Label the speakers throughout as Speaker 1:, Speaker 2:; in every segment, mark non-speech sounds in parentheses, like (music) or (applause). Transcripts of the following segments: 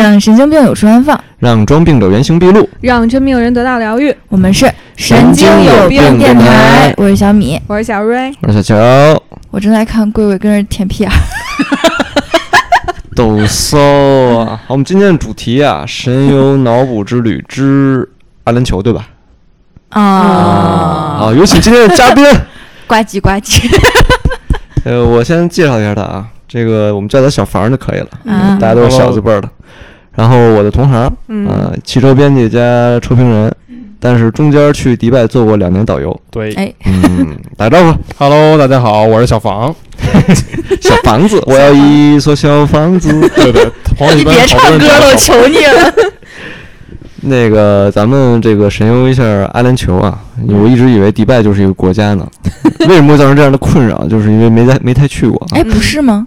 Speaker 1: 让神经病有处安放。
Speaker 2: 让装病者原形毕露。
Speaker 3: 让真命人得到疗愈。
Speaker 1: 我们是
Speaker 2: 神经有病
Speaker 1: 电
Speaker 2: 电台
Speaker 1: 我是小米。
Speaker 3: 我是小瑞，
Speaker 2: 我是小乔，
Speaker 1: 我正在看贵贵跟着舔屁眼儿，
Speaker 2: 抖骚啊！好，我们今天的主题啊，神游脑补之旅之阿联酋，对吧？
Speaker 1: 啊
Speaker 4: 哦
Speaker 2: 啊，有请今天的嘉宾。 (laughs)
Speaker 1: 呱唧呱唧
Speaker 2: 呃，我先介绍一下他啊，这个我们叫他小房就可以了，
Speaker 1: 啊
Speaker 4: 嗯
Speaker 2: 大家都是小字辈儿的。然后我的同行，
Speaker 3: 嗯，
Speaker 2: 啊，汽车编辑加车评人，但是中间去迪拜做过两年导游。
Speaker 4: 对
Speaker 1: 哎，
Speaker 2: 嗯，打招呼，
Speaker 4: ，Hello，大家好，我是小房。
Speaker 2: 小房子，我要一所小房子。
Speaker 4: (laughs) 对对，黄
Speaker 1: 你别唱歌了，我求你
Speaker 4: (laughs)
Speaker 1: 了。
Speaker 2: 那个，咱们这个神游一下阿联酋啊，我一直以为迪拜就是一个国
Speaker 1: (laughs)
Speaker 2: 家呢，为什么会造成这样的困扰？就是因为没在没太去过啊。
Speaker 1: 哎，不是吗？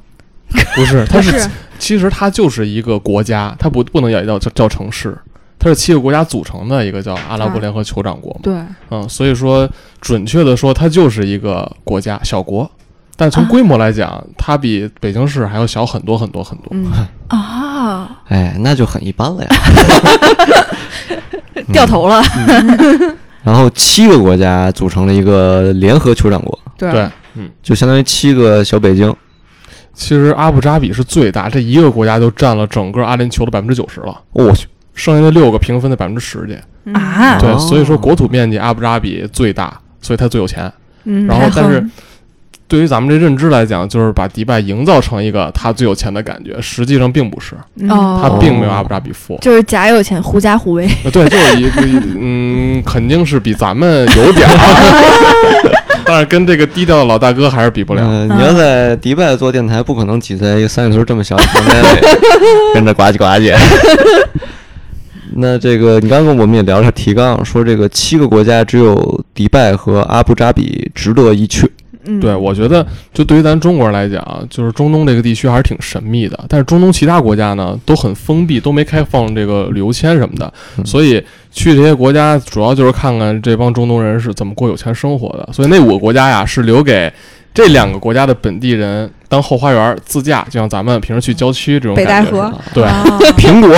Speaker 4: 不是，它
Speaker 3: 不
Speaker 4: 是其实它就是一个国家，它不不能叫叫叫城市，它是七个国家组成的一个叫阿拉伯
Speaker 3: 啊
Speaker 4: 联合酋长国嘛。
Speaker 3: 对，
Speaker 4: 嗯，所以说准确的说，它就是一个国家小国，但从
Speaker 1: 啊
Speaker 4: 规模来讲，它比北京市还要小很多很多很多。
Speaker 3: 嗯， (laughs)
Speaker 1: 啊，
Speaker 2: 哎，那就很一般了呀。
Speaker 1: (laughs)
Speaker 2: 嗯
Speaker 1: 掉头了。
Speaker 2: 然后七个国家组成了一个联合酋长国，
Speaker 3: 对
Speaker 4: 对，嗯，
Speaker 2: 就相当于七个小北京。
Speaker 4: 其实阿布扎比是最大，这一个国家就占了整个阿联酋的百分之九十了，
Speaker 2: 哦我去，
Speaker 4: 剩下的六个平分在百分之十去。
Speaker 3: 嗯
Speaker 1: 啊
Speaker 4: 对，
Speaker 2: 哦
Speaker 4: 所以说国土面积阿布扎比最大，所以它最有钱。
Speaker 3: 嗯，
Speaker 4: 然后
Speaker 1: 太
Speaker 4: 但是
Speaker 1: 横
Speaker 4: 对于咱们这认知来讲，就是把迪拜营造成一个它最有钱的感觉，实际上并不是，
Speaker 3: 嗯
Speaker 4: 它
Speaker 1: 哦
Speaker 4: 并没有阿布扎比富。 (laughs)
Speaker 1: 就是假有钱，狐假虎威。
Speaker 4: 呃对，就是一个嗯，肯定是比咱们有点儿，但是跟这个低调的老大哥还是比不了。
Speaker 2: 嗯你要在迪拜做电台，不可能挤在一个三里屯这么小的房间
Speaker 4: (laughs)
Speaker 2: 里跟着呱唧呱
Speaker 1: (laughs)
Speaker 2: 唧。那这个，你刚刚我们也聊了下提纲，说这个七个国家只有迪拜和阿布扎比值得一去。
Speaker 3: 嗯，
Speaker 4: 对，我觉得就对于咱中国人来讲，就是中东这个地区还是挺神秘的。但是中东其他国家呢，都很封闭，都没开放这个旅游签什么的，
Speaker 2: 嗯
Speaker 4: 所以去这些国家主要就是看看这帮中东人是怎么过有钱生活的。所以那五个国家呀，是留给这两个国家的本地人当后花园自驾，就像咱们平时去郊区这种
Speaker 3: 北戴
Speaker 4: 感觉
Speaker 3: 河
Speaker 4: (laughs) 似的。对，
Speaker 1: 啊
Speaker 2: 苹
Speaker 4: (laughs)
Speaker 2: 果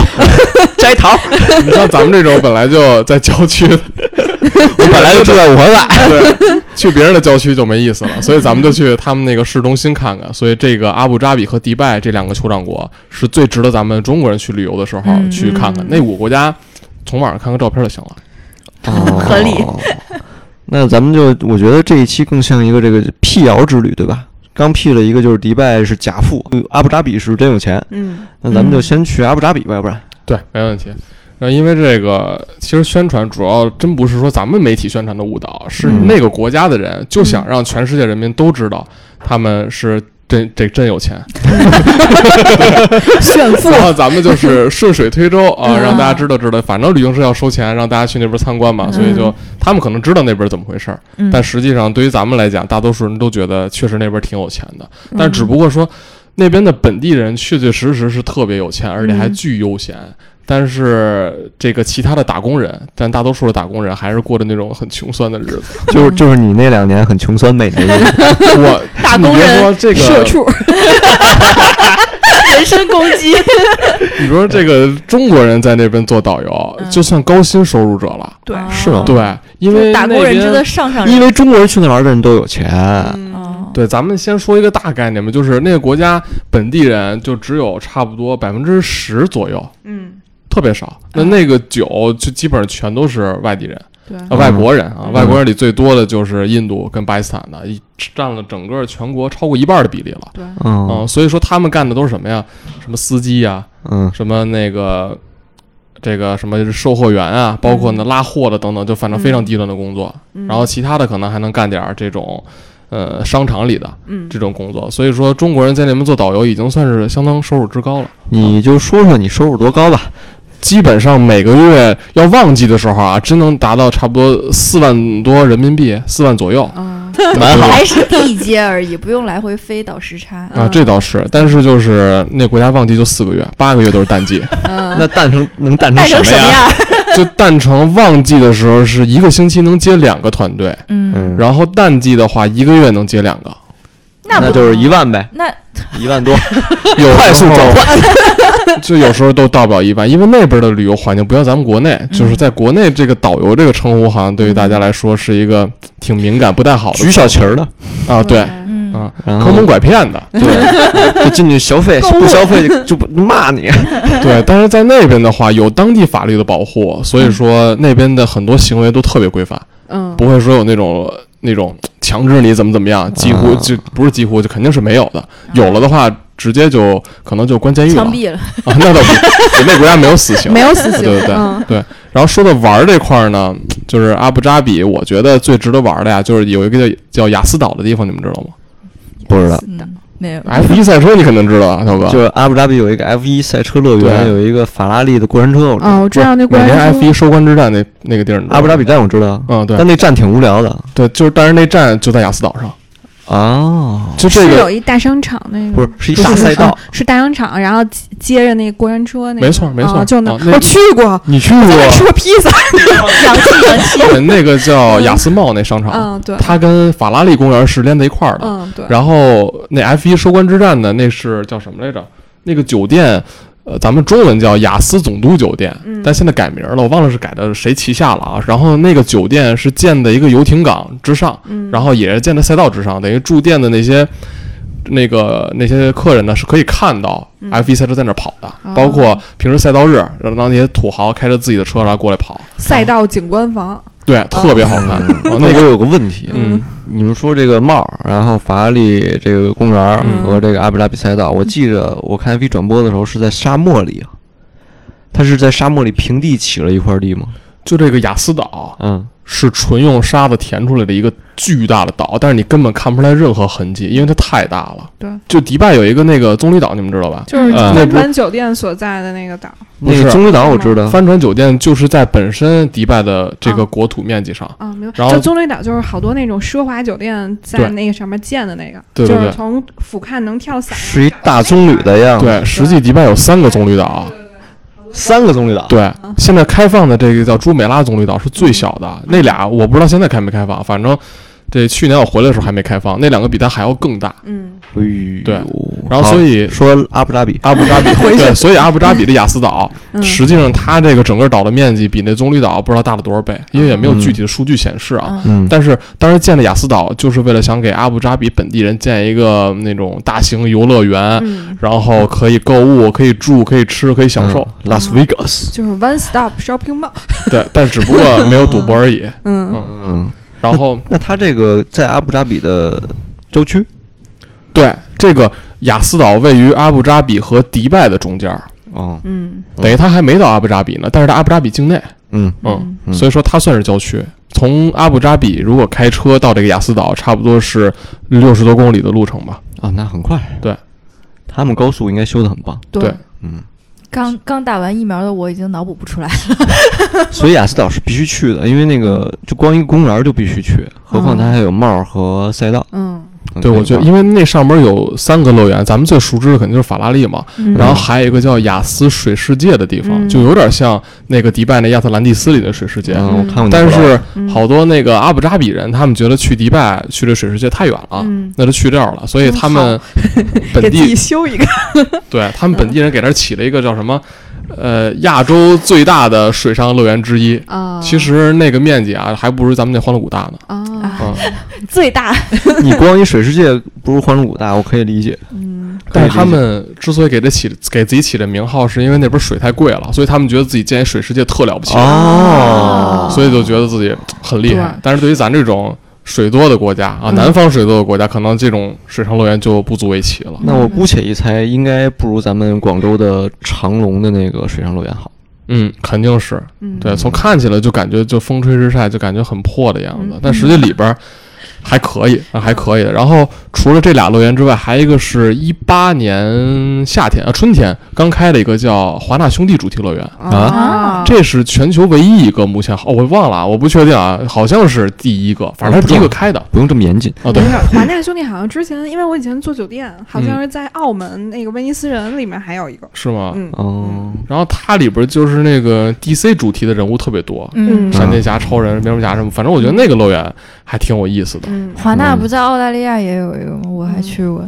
Speaker 2: 摘桃，
Speaker 4: 你像咱们这种本来就在郊区的，
Speaker 2: 我 (laughs) 本来
Speaker 1: (laughs)
Speaker 2: 就住在五环外。
Speaker 4: 对，
Speaker 2: (laughs)
Speaker 4: 去别人的郊区就没意思了，所以咱们就去他们那个市中心看看。所以这个阿布扎比和迪拜这两个酋长国是最值得咱们中国人去旅游的时候
Speaker 1: 嗯
Speaker 4: 去看看。那五个国家，从网上看看照片就行了。
Speaker 1: 合理
Speaker 2: 哦。 (laughs) 那咱们就，我觉得这一期更像一个这个辟谣之旅，对吧？刚辟了一个就是迪拜是假富，阿布扎比是真有钱。
Speaker 3: 嗯，
Speaker 2: 那咱们就
Speaker 1: 嗯
Speaker 2: 先去阿布扎比吧，要不然。
Speaker 4: 对，没问题。那因为这个，其实宣传主要真不是说咱们媒体宣传的误导，是
Speaker 2: 嗯
Speaker 4: 那个国家的人就想让全世界人民都知道他们是真这真有钱，
Speaker 1: 炫富
Speaker 4: 然后咱们就是顺水推舟啊，
Speaker 1: 嗯
Speaker 4: 让大家知道知道，反正旅行社要收钱，让大家去那边参观嘛，所以就
Speaker 1: 嗯
Speaker 4: 他们可能知道那边怎么回事儿，
Speaker 1: (laughs) 嗯
Speaker 4: 但实际上对于咱们来讲，大多数人都觉得确实那边挺有钱的，
Speaker 1: 嗯
Speaker 4: 但只不过说那边的本地人确确实实是特别有钱，而且还
Speaker 1: 嗯
Speaker 4: 巨悠闲。但是这个其他的打工人，但大多数的打工人还是过着那种很穷酸的日
Speaker 1: (laughs)
Speaker 4: 子。
Speaker 2: 就是
Speaker 1: 嗯
Speaker 2: 就是你那两年很穷酸美的日子，
Speaker 4: 我
Speaker 1: 打工人
Speaker 4: 你别说这个
Speaker 1: 社畜， (laughs) 人身攻击。
Speaker 4: 你说这个中国人在那边做导游，
Speaker 1: 嗯
Speaker 4: 就算高薪收入者了。
Speaker 3: 对
Speaker 1: 啊
Speaker 2: 是吗嗯
Speaker 4: 对，因为
Speaker 1: 打工
Speaker 4: 那
Speaker 1: 人
Speaker 4: 边
Speaker 1: 值得上上人
Speaker 2: 因为中国人去那玩儿的人都有钱。
Speaker 3: 嗯，
Speaker 1: 哦，
Speaker 4: 对，咱们先说一个大概念吧，就是那个国家本地人就只有差不多百分之十左右，
Speaker 3: 嗯，
Speaker 4: 特别少。那
Speaker 1: 嗯
Speaker 4: 那个酒就基本上全都是外地人，
Speaker 3: 对，
Speaker 4: 呃，外国人啊，
Speaker 2: 嗯
Speaker 4: 外国人里最多的就是印度跟巴基斯坦的，一占了整个全国超过一半的比例了。
Speaker 3: 对，
Speaker 2: 嗯
Speaker 4: 嗯，所以说他们干的都是什么呀？什么司机呀、
Speaker 2: 嗯，
Speaker 4: 什么那个这个什么售货员啊，包括呢拉货的等等，就反正非常低端的工作。
Speaker 3: 嗯
Speaker 4: 然后，其他的可能还能干点儿这种，呃，商场里的。
Speaker 3: 嗯，
Speaker 4: 这种工作，所以说中国人在那边做导游已经算是相当收入之高了。
Speaker 2: 你就说说你收入多高吧。
Speaker 4: 基本上每个月要旺季的时候啊，真能达到差不多四万多人民币，四万左右，
Speaker 3: 啊，
Speaker 2: 嗯
Speaker 4: 蛮好
Speaker 1: 还是地接而已，不用来回飞倒时差。
Speaker 4: 啊。这倒是，但是就是那国家旺季就四个月，八个月都是淡季，
Speaker 3: 嗯，
Speaker 2: 那淡成能淡
Speaker 1: 带成什
Speaker 2: 成什么
Speaker 1: 么
Speaker 2: 呀？
Speaker 1: 样？
Speaker 4: 就淡成旺季的时候是一个星期能接两个团队，
Speaker 1: 嗯
Speaker 2: 嗯，
Speaker 4: 然后淡季的话一个月能接两个。
Speaker 1: 那不
Speaker 2: 就是一万呗，
Speaker 1: 那
Speaker 2: 一万多，
Speaker 4: 有
Speaker 2: 快速转
Speaker 4: 换，就有时候都到不了一万，因为那边的旅游环境，不像咱们国内，就是在国内这个导游这个称呼，好像对于大家来说是一个挺敏感、不太好的
Speaker 2: 举小旗儿的，
Speaker 4: (laughs) 啊，对
Speaker 1: 嗯，
Speaker 4: 啊，
Speaker 2: 然后
Speaker 4: 坑蒙拐骗的，
Speaker 2: 对，就进去消费，不消费就就不骂你。
Speaker 4: 对，但是在那边的话，有当地法律的保护，所以说那边的很多行为都特别规范，
Speaker 3: 嗯，
Speaker 4: 不会说有那种那种强制你怎么怎么样，几乎
Speaker 2: 啊
Speaker 4: 就不是几乎就肯定是没有的，有了的话直接就可能就关监狱了
Speaker 1: 嗯枪毙了，
Speaker 4: (laughs) 啊，那倒不，对那国家没有死刑，
Speaker 3: (laughs) 没有死刑，
Speaker 4: 对对对
Speaker 3: 嗯
Speaker 4: 然后说到玩儿这块儿呢，就是阿布扎比，我觉得最值得玩儿的呀，就是有一个叫叫雅斯岛的地方，你们知道吗
Speaker 2: 不知道
Speaker 1: 嗯，没有，
Speaker 4: ？F 一赛车你肯定知道啊，小哥。
Speaker 2: (laughs) 就是阿布扎比有一个 F 一赛车乐园，
Speaker 4: 对
Speaker 2: 有一个法拉利的过山车，我知道。
Speaker 3: 哦，我知道那
Speaker 4: 每
Speaker 3: 关
Speaker 4: 年 F
Speaker 3: 系。
Speaker 4: 一收官之战那那个地儿，你知道吗
Speaker 2: 阿布扎比站我知道，
Speaker 4: 嗯，对
Speaker 2: 但那站挺无聊的
Speaker 4: 对，就是但是那站就在雅斯岛上，
Speaker 2: 啊，
Speaker 4: 就这
Speaker 3: 是有
Speaker 4: 个
Speaker 3: 一大商场那个，
Speaker 2: 不是是一
Speaker 3: 不是
Speaker 2: 大
Speaker 3: 不是
Speaker 2: 赛
Speaker 3: (laughs)
Speaker 2: 道
Speaker 3: 嗯，是大商场，然后接接着那过山车那个，
Speaker 4: 没错没错
Speaker 3: 啊就那
Speaker 4: 啊那
Speaker 3: 我去过，
Speaker 4: 你去过
Speaker 3: 我吃过披萨，
Speaker 1: 洋气洋气，
Speaker 4: 那个叫雅斯茂那商场，
Speaker 3: 嗯对，
Speaker 4: 它跟法拉利公园是连在一块儿的。
Speaker 3: 嗯对，
Speaker 4: 啊然后那 F 一收官之战呢，那是叫什么来着？那个酒店，呃，咱们中文叫雅思总督酒店，
Speaker 3: 嗯
Speaker 4: 但现在改名了，我忘了是改的谁旗下了啊。然后那个酒店是建的一个游艇港之上，
Speaker 3: 嗯
Speaker 4: 然后也是建在赛道之上，等于住店的那些。那个那些客人呢是可以看到 F 一赛车在那儿跑的，
Speaker 3: 嗯哦
Speaker 4: 包括平时赛道日，让那些土豪开着自己的车然后过来跑，
Speaker 3: 赛道景观房，
Speaker 4: 对，特别好看。哦
Speaker 2: 嗯那
Speaker 4: 那
Speaker 2: 我
Speaker 4: 个
Speaker 2: 有个问题，
Speaker 4: 嗯，
Speaker 2: 你们说这个帽儿，然后法拉利这个公园儿
Speaker 3: 嗯
Speaker 2: 和这个阿布扎比赛道，我记着我看 F 一转播的时候是在沙漠里，它是在沙漠里平地起了一块地吗？
Speaker 4: 就这个雅思岛，
Speaker 2: 嗯，
Speaker 4: 是纯用沙子填出来的一个巨大的岛，但是你根本看不出来任何痕迹，因为它太大了。
Speaker 3: 对，
Speaker 4: 就迪拜有一个那个棕榈岛，你们知道吧？
Speaker 3: 就是
Speaker 4: 嗯那
Speaker 3: 帆
Speaker 4: 不
Speaker 3: 船酒店所在的那个岛，
Speaker 4: 不
Speaker 2: 那
Speaker 4: 是
Speaker 2: 个棕榈岛我知道，
Speaker 4: 帆船酒店就是在本身迪拜的这
Speaker 3: 哦
Speaker 4: 个国土面积上，
Speaker 3: 啊，明白。
Speaker 4: 然后
Speaker 3: 就棕榈岛就是好多那种奢华酒店在
Speaker 4: 对
Speaker 3: 那个上面建的那个，
Speaker 4: 对对
Speaker 3: 就
Speaker 4: 对
Speaker 3: 是从俯瞰能跳伞。
Speaker 2: 是一大棕榈的样子，
Speaker 4: 对，实际迪拜有三个棕榈岛。
Speaker 2: 三个棕榈岛，
Speaker 4: 对，
Speaker 3: 嗯
Speaker 4: 现在开放的这个叫朱美拉棕榈岛是最小的，那俩我不知道现在开没开放，反正这去年我回来的时候还没开放，那两个比它还要更大。
Speaker 3: 嗯，
Speaker 2: 对
Speaker 4: 对
Speaker 2: 哎
Speaker 4: 然后
Speaker 2: 好
Speaker 4: 所
Speaker 2: (laughs)
Speaker 4: 以
Speaker 2: 说阿布扎比，
Speaker 4: 阿布扎比对，所以阿布扎比的雅思岛，
Speaker 3: (laughs) 嗯
Speaker 4: 实际上它这个整个岛的面积比那棕榈岛不知道大了多少倍，因为也没有具体的数据显示啊。
Speaker 1: 嗯
Speaker 2: 嗯，
Speaker 4: 但是当时建的雅思岛，就是为了想给阿布扎比本地人建一个那种大型游乐园，
Speaker 3: 嗯，
Speaker 4: 然后可以购物、可以住、可以吃、可以享受。
Speaker 2: 拉斯维加斯，
Speaker 3: 就是 one stop shopping mall。
Speaker 4: 对，但只不过没有赌博而已。
Speaker 3: 嗯，
Speaker 4: 嗯，
Speaker 2: 嗯，
Speaker 4: 然后
Speaker 2: 那它这个在阿布扎比的郊区，
Speaker 4: 对这个雅思岛位于阿布扎比和迪拜的中间儿，
Speaker 2: 哦，
Speaker 3: 嗯，
Speaker 4: 等于它还没到阿布扎比呢，但是它阿布扎比境内。
Speaker 2: 嗯，
Speaker 4: 嗯，
Speaker 2: 嗯
Speaker 4: 所以说它算是郊区。从阿布扎比如果开车到这个雅斯岛，差不多是六十多公里的路程吧。
Speaker 2: 啊，那很快，
Speaker 4: 对，
Speaker 2: 他们高速应该修得很棒，
Speaker 4: 对
Speaker 2: 嗯，
Speaker 1: 刚刚打完疫苗的我已经脑补不出来，
Speaker 2: 所以雅斯岛是必须去的，因为那个就光一个公园儿就必须去，何
Speaker 4: 嗯
Speaker 2: 况它还有帽儿和赛道，
Speaker 3: 嗯，
Speaker 2: 嗯
Speaker 4: 对，我觉得因为那上面有三个乐园，咱们最熟知的肯定就是法拉利嘛，
Speaker 3: 嗯
Speaker 4: 然后还有一个叫雅斯水世界的地方，
Speaker 3: 嗯
Speaker 4: 就有点像那个迪拜那亚特兰蒂斯里的水世界。
Speaker 2: 嗯，我看过你的
Speaker 4: 但
Speaker 2: 报道， (laughs)
Speaker 4: 是
Speaker 3: 嗯
Speaker 4: 好多那个阿布扎比人，他们觉得去迪拜去这水世界太远了，
Speaker 3: 嗯
Speaker 4: 那就去这儿了。所以他们啊 (laughs) 本
Speaker 3: 给自己
Speaker 4: 地
Speaker 3: 修
Speaker 4: (laughs)
Speaker 3: 一个。
Speaker 4: 对他们本地人给那儿起了一个叫什么，呃，亚洲最大的水上乐园之一。
Speaker 3: 啊，
Speaker 4: 其实那个面积啊，还不如咱们那欢乐谷大呢。
Speaker 3: 啊，
Speaker 4: 啊，
Speaker 1: 最大
Speaker 2: 你光一水世界不如欢乐谷大，我可以理解，
Speaker 3: 嗯，
Speaker 4: 但是他们之所以给这起给自己起这名号，是因为那边水太贵了，所以他们觉得自己建一水世界特了不起，
Speaker 2: 哦，
Speaker 4: 所以就觉得自己很厉害
Speaker 3: 对。
Speaker 4: 但是对于咱这种水多的国家啊，
Speaker 3: 嗯
Speaker 4: 南方水多的国家，可能这种水上乐园就不足为奇了。
Speaker 2: 那我姑且一猜，应该不如咱们广州的长隆的那个水上乐园好。
Speaker 4: 嗯，肯定是
Speaker 3: 嗯
Speaker 4: 对，从看起来就感觉就风吹日晒，就感觉很破的样子
Speaker 3: 嗯，
Speaker 4: 但实际里边儿还可以，啊还可以的。然后除了这俩乐园之外，还有一个是一八年夏天啊春天刚开的一个叫华纳兄弟主题乐园，
Speaker 3: 啊，
Speaker 4: 这是全球唯一一个目前好、哦我忘了啊，我不确定啊，好像是第一个，反正它是第一个开的
Speaker 2: 不用这么严谨。
Speaker 4: 啊。对，
Speaker 3: 华纳兄弟好像之前，因为我以前做酒店，好
Speaker 4: 嗯
Speaker 3: 像是在澳门那个威尼斯人里面还有一个。
Speaker 4: 是吗？
Speaker 3: 嗯
Speaker 2: 哦，
Speaker 4: 然后它里边就是那个 DC 主题的人物特别多，
Speaker 3: 嗯
Speaker 4: 闪电侠、超人、蝙蝠侠什么，反正我觉得那个乐园还挺有意思的。
Speaker 3: 嗯，
Speaker 1: 华纳
Speaker 2: 嗯
Speaker 1: 不在澳大利亚也有一个吗？我还
Speaker 3: 嗯
Speaker 1: 去
Speaker 2: (laughs)
Speaker 1: 过，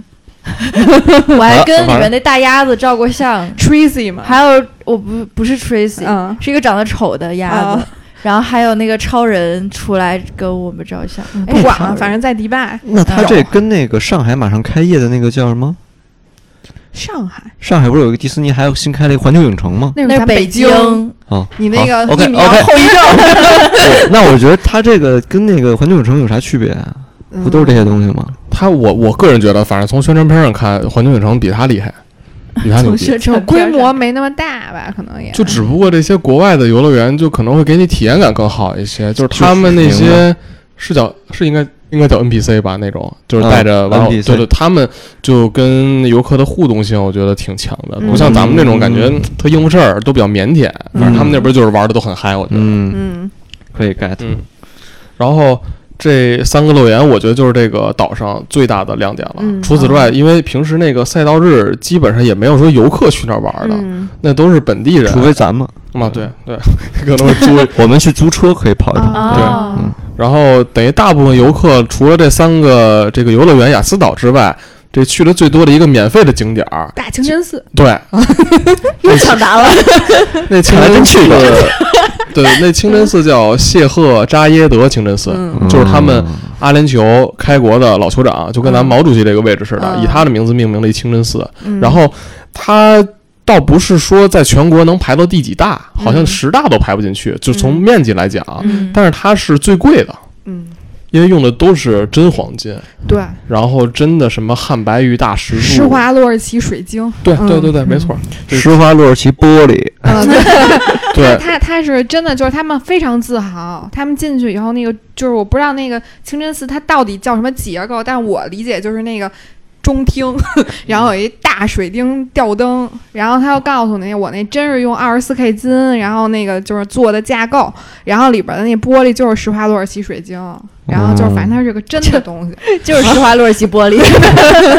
Speaker 1: 我还跟里面那大鸭子照过相，
Speaker 2: 嗯
Speaker 3: Tracy 嘛，
Speaker 1: (laughs) 还有我不不是 Tracy，、
Speaker 3: 嗯
Speaker 1: 是一个长得丑的鸭子。
Speaker 3: 啊
Speaker 1: (laughs) 然后还有那个超人出来跟我们照相，哎
Speaker 3: 不管
Speaker 1: 超
Speaker 3: 了，
Speaker 1: 人
Speaker 3: 反正在迪拜、
Speaker 2: 那他这
Speaker 1: 有
Speaker 2: 跟那个上海马上开业的那个叫什么？
Speaker 3: 上海
Speaker 2: 上海不是有一个迪士尼，还有新开了一个环球影城吗？ (laughs)
Speaker 3: 那
Speaker 1: 那
Speaker 3: 是
Speaker 1: 是
Speaker 3: 咱
Speaker 1: 北
Speaker 3: 京，
Speaker 2: 啊，
Speaker 3: 你那
Speaker 2: 好
Speaker 3: 个
Speaker 2: ，OK，
Speaker 3: 疫苗
Speaker 2: OK
Speaker 3: 后遗症，
Speaker 2: 对那我觉得他这个跟那个环球影城有啥区别啊？
Speaker 3: 嗯
Speaker 2: 不都是这些东西吗？
Speaker 4: 他我我个人觉得，反正从宣传片上看，环球影城比他
Speaker 3: (laughs)
Speaker 4: 厉害，比他
Speaker 3: 从
Speaker 4: 牛逼。
Speaker 3: 宣传规模没那么大吧，可能也
Speaker 4: 就只不过这些国外的游乐园，就可能会给你体验感更好一些，就是
Speaker 2: 就是
Speaker 4: 他们那
Speaker 2: 明
Speaker 4: 些是叫是应该应该叫 NPC 吧，那种就是带着
Speaker 2: 嗯
Speaker 4: 玩偶，对
Speaker 2: NPC
Speaker 4: 对，他们就跟游客的互动性，我觉得挺强的，
Speaker 3: 嗯
Speaker 4: 不像咱们那种感觉
Speaker 2: 嗯
Speaker 4: 特应付事儿，都比较腼腆。反正他
Speaker 2: 嗯
Speaker 4: 们那边就是玩的都很嗨，我觉得。
Speaker 2: 嗯，
Speaker 3: 嗯
Speaker 2: 可以 get。
Speaker 4: 嗯，然后这三个乐园，我觉得就是这个岛上最大的亮点了。
Speaker 3: 嗯
Speaker 4: 除此之
Speaker 1: 哦
Speaker 4: 外，因为平时那个赛道日基本上也没有说游客去那儿玩的，
Speaker 3: 嗯
Speaker 4: 那都是本地人。
Speaker 2: 除非嗯咱们，
Speaker 4: 啊，对对， (laughs) 可能会租。
Speaker 2: 我们去租车可以跑一跑。
Speaker 4: 对
Speaker 1: 哦
Speaker 2: 嗯
Speaker 4: 然后等于大部分游客除了这三个这个游乐园雅思岛之外，这去的最多的一个免费的景点儿，
Speaker 3: 大清真寺
Speaker 4: 对，
Speaker 1: (laughs) 又抢答了，
Speaker 4: 那清
Speaker 2: 还
Speaker 4: 真
Speaker 2: 真
Speaker 4: 寺
Speaker 2: 去过，
Speaker 4: 对，那清真寺叫谢赫扎耶德清真寺，
Speaker 3: 嗯
Speaker 2: 嗯
Speaker 4: 就是他们阿联酋开国的老酋长，就跟咱毛主席这个位置似的，
Speaker 3: 嗯
Speaker 4: 以他的名字命名了一清真寺。
Speaker 3: 嗯
Speaker 4: 然后他倒不是说在全国能排到第几大，好像
Speaker 3: 嗯
Speaker 4: 十大都排不进去，就从
Speaker 3: 嗯
Speaker 4: 面积来讲，啊
Speaker 1: 嗯
Speaker 4: 但是它是最贵的，
Speaker 3: 嗯，
Speaker 4: 因为用的都是真黄金，
Speaker 3: 对，
Speaker 4: 然后真的什么汉白玉大石
Speaker 3: 施
Speaker 4: 柱，
Speaker 3: 华洛世奇水晶，
Speaker 4: 对对
Speaker 3: 嗯
Speaker 4: 对对，没错，对
Speaker 2: 施华洛世奇玻璃，
Speaker 3: 嗯，对，
Speaker 4: 对。
Speaker 3: 他他是真的，就是他们非常自豪。他们进去以后，那个就是我不知道那个清真寺它到底叫什么结构，但我理解就是那个中厅，然后有一大水晶吊灯，然后他又告诉你，我那真是用二十四 K 金，然后那个就是做的架构，然后里边的那玻璃就是施华洛世奇水晶，然后就是反正它是个真的东
Speaker 4: 哦
Speaker 3: 西，
Speaker 1: (laughs) 就是施华洛世奇玻璃，
Speaker 3: 啊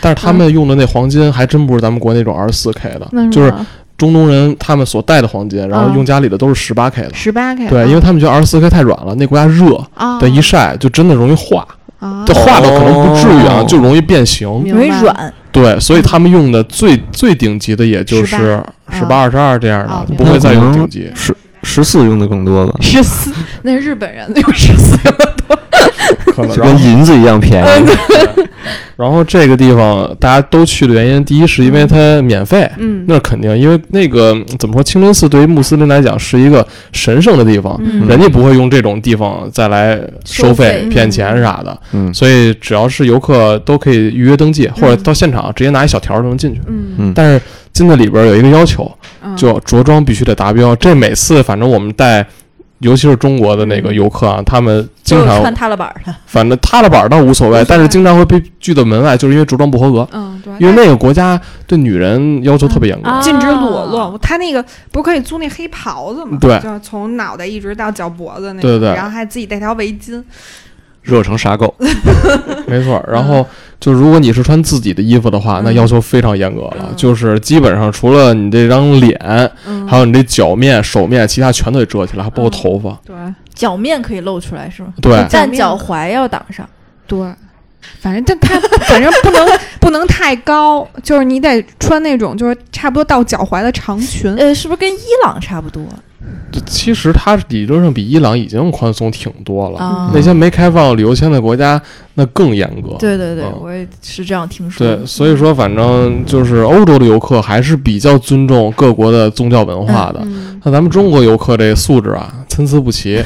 Speaker 4: 但是他们用的那黄金还真不是咱们国内那种二十四 K 的，
Speaker 3: 那
Speaker 4: 就是中东人他们所带的黄金，然后用家里的都是十八 K 的。
Speaker 3: 十八 K，
Speaker 4: 对，因为他们觉得二十四 K 太软了，那国家热，
Speaker 3: 啊，
Speaker 4: 对，一晒就真的容易化，
Speaker 3: 啊，
Speaker 4: 这化到可能不至于啊，
Speaker 2: 哦
Speaker 4: 就容易变形。
Speaker 3: 明
Speaker 1: 容易
Speaker 3: 白
Speaker 1: 软。
Speaker 4: 对，所以他们用的最最顶级的也就是十
Speaker 3: 18
Speaker 4: 八、二十二这样
Speaker 3: 哦
Speaker 4: 的，
Speaker 3: 明
Speaker 4: 不
Speaker 3: 白
Speaker 4: 会再用顶级。
Speaker 2: 十十四用的更多吧，
Speaker 3: 十四，那是日本人那个十
Speaker 4: (laughs)
Speaker 3: 四
Speaker 4: 可能
Speaker 2: 就跟银子一样便宜。
Speaker 4: 然后这个地方大家都去的原因，第一是因为它免费，
Speaker 3: 嗯
Speaker 4: 那是肯定，因为那个嗯怎么说，清真寺对于穆斯林来讲是一个神圣的地方，
Speaker 1: 嗯
Speaker 4: 人家不会用这种地方再来收
Speaker 1: 收
Speaker 4: 费
Speaker 1: 费
Speaker 4: 骗钱啥的，
Speaker 2: 嗯
Speaker 4: 所以只要是游客都可以预约登记，或者到现场直接拿一小条儿就能进去。
Speaker 3: 嗯
Speaker 2: 嗯，
Speaker 4: 但是进到里边儿有一个要求，
Speaker 3: 嗯
Speaker 4: 就着装必须得达标。这每次反正我们带，尤其是中国的那个游客啊，他们经
Speaker 1: 就
Speaker 4: 常
Speaker 1: 穿踏了板儿的，
Speaker 4: 反正塌了板儿倒无所
Speaker 3: 无所
Speaker 4: 谓
Speaker 3: 谓，
Speaker 4: 但是经常会被拒到门外，就是因为着装不合格。
Speaker 3: 嗯，对，
Speaker 4: 因为那个国家对女人要求特别严格，
Speaker 1: 啊
Speaker 3: 禁止裸露，他那个不是可以租那黑袍子吗？
Speaker 4: 对
Speaker 3: 就是从脑袋一直到脚脖子那个，
Speaker 4: 对对对
Speaker 3: 然后还自己带条围巾，
Speaker 2: 热成傻狗，
Speaker 4: 没错。然后就如果你是穿自己的衣服的话，那
Speaker 3: 嗯
Speaker 4: 要求非常严格了，
Speaker 3: 嗯
Speaker 4: 就是基本上除了你这张脸，
Speaker 3: 嗯，
Speaker 4: 还有你这脚面、手面，其他全都得遮起来，还包括头发。
Speaker 3: 对
Speaker 1: (laughs) 脚面可以露出来是吗？
Speaker 4: 对，
Speaker 1: 但脚踝要挡上，
Speaker 3: 对，反正但 (laughs) 他反正不能不能太高，就是你得穿那种就是差不多到脚踝的长裙，
Speaker 1: 呃，是不是跟伊朗差不多？
Speaker 4: 这其实它理论上比伊朗已经宽松挺多了。
Speaker 3: 嗯
Speaker 1: 啊
Speaker 4: 那些没开放旅游签的国家，那更严格。
Speaker 1: 对对对，
Speaker 4: 嗯
Speaker 1: 我也是这样听说的。
Speaker 4: 对，所以说反正就是欧洲的游客还是比较尊重各国的宗教文化的。
Speaker 3: 嗯，
Speaker 4: 那咱们中国游客这素质啊，参差
Speaker 3: (laughs)
Speaker 4: 不齐，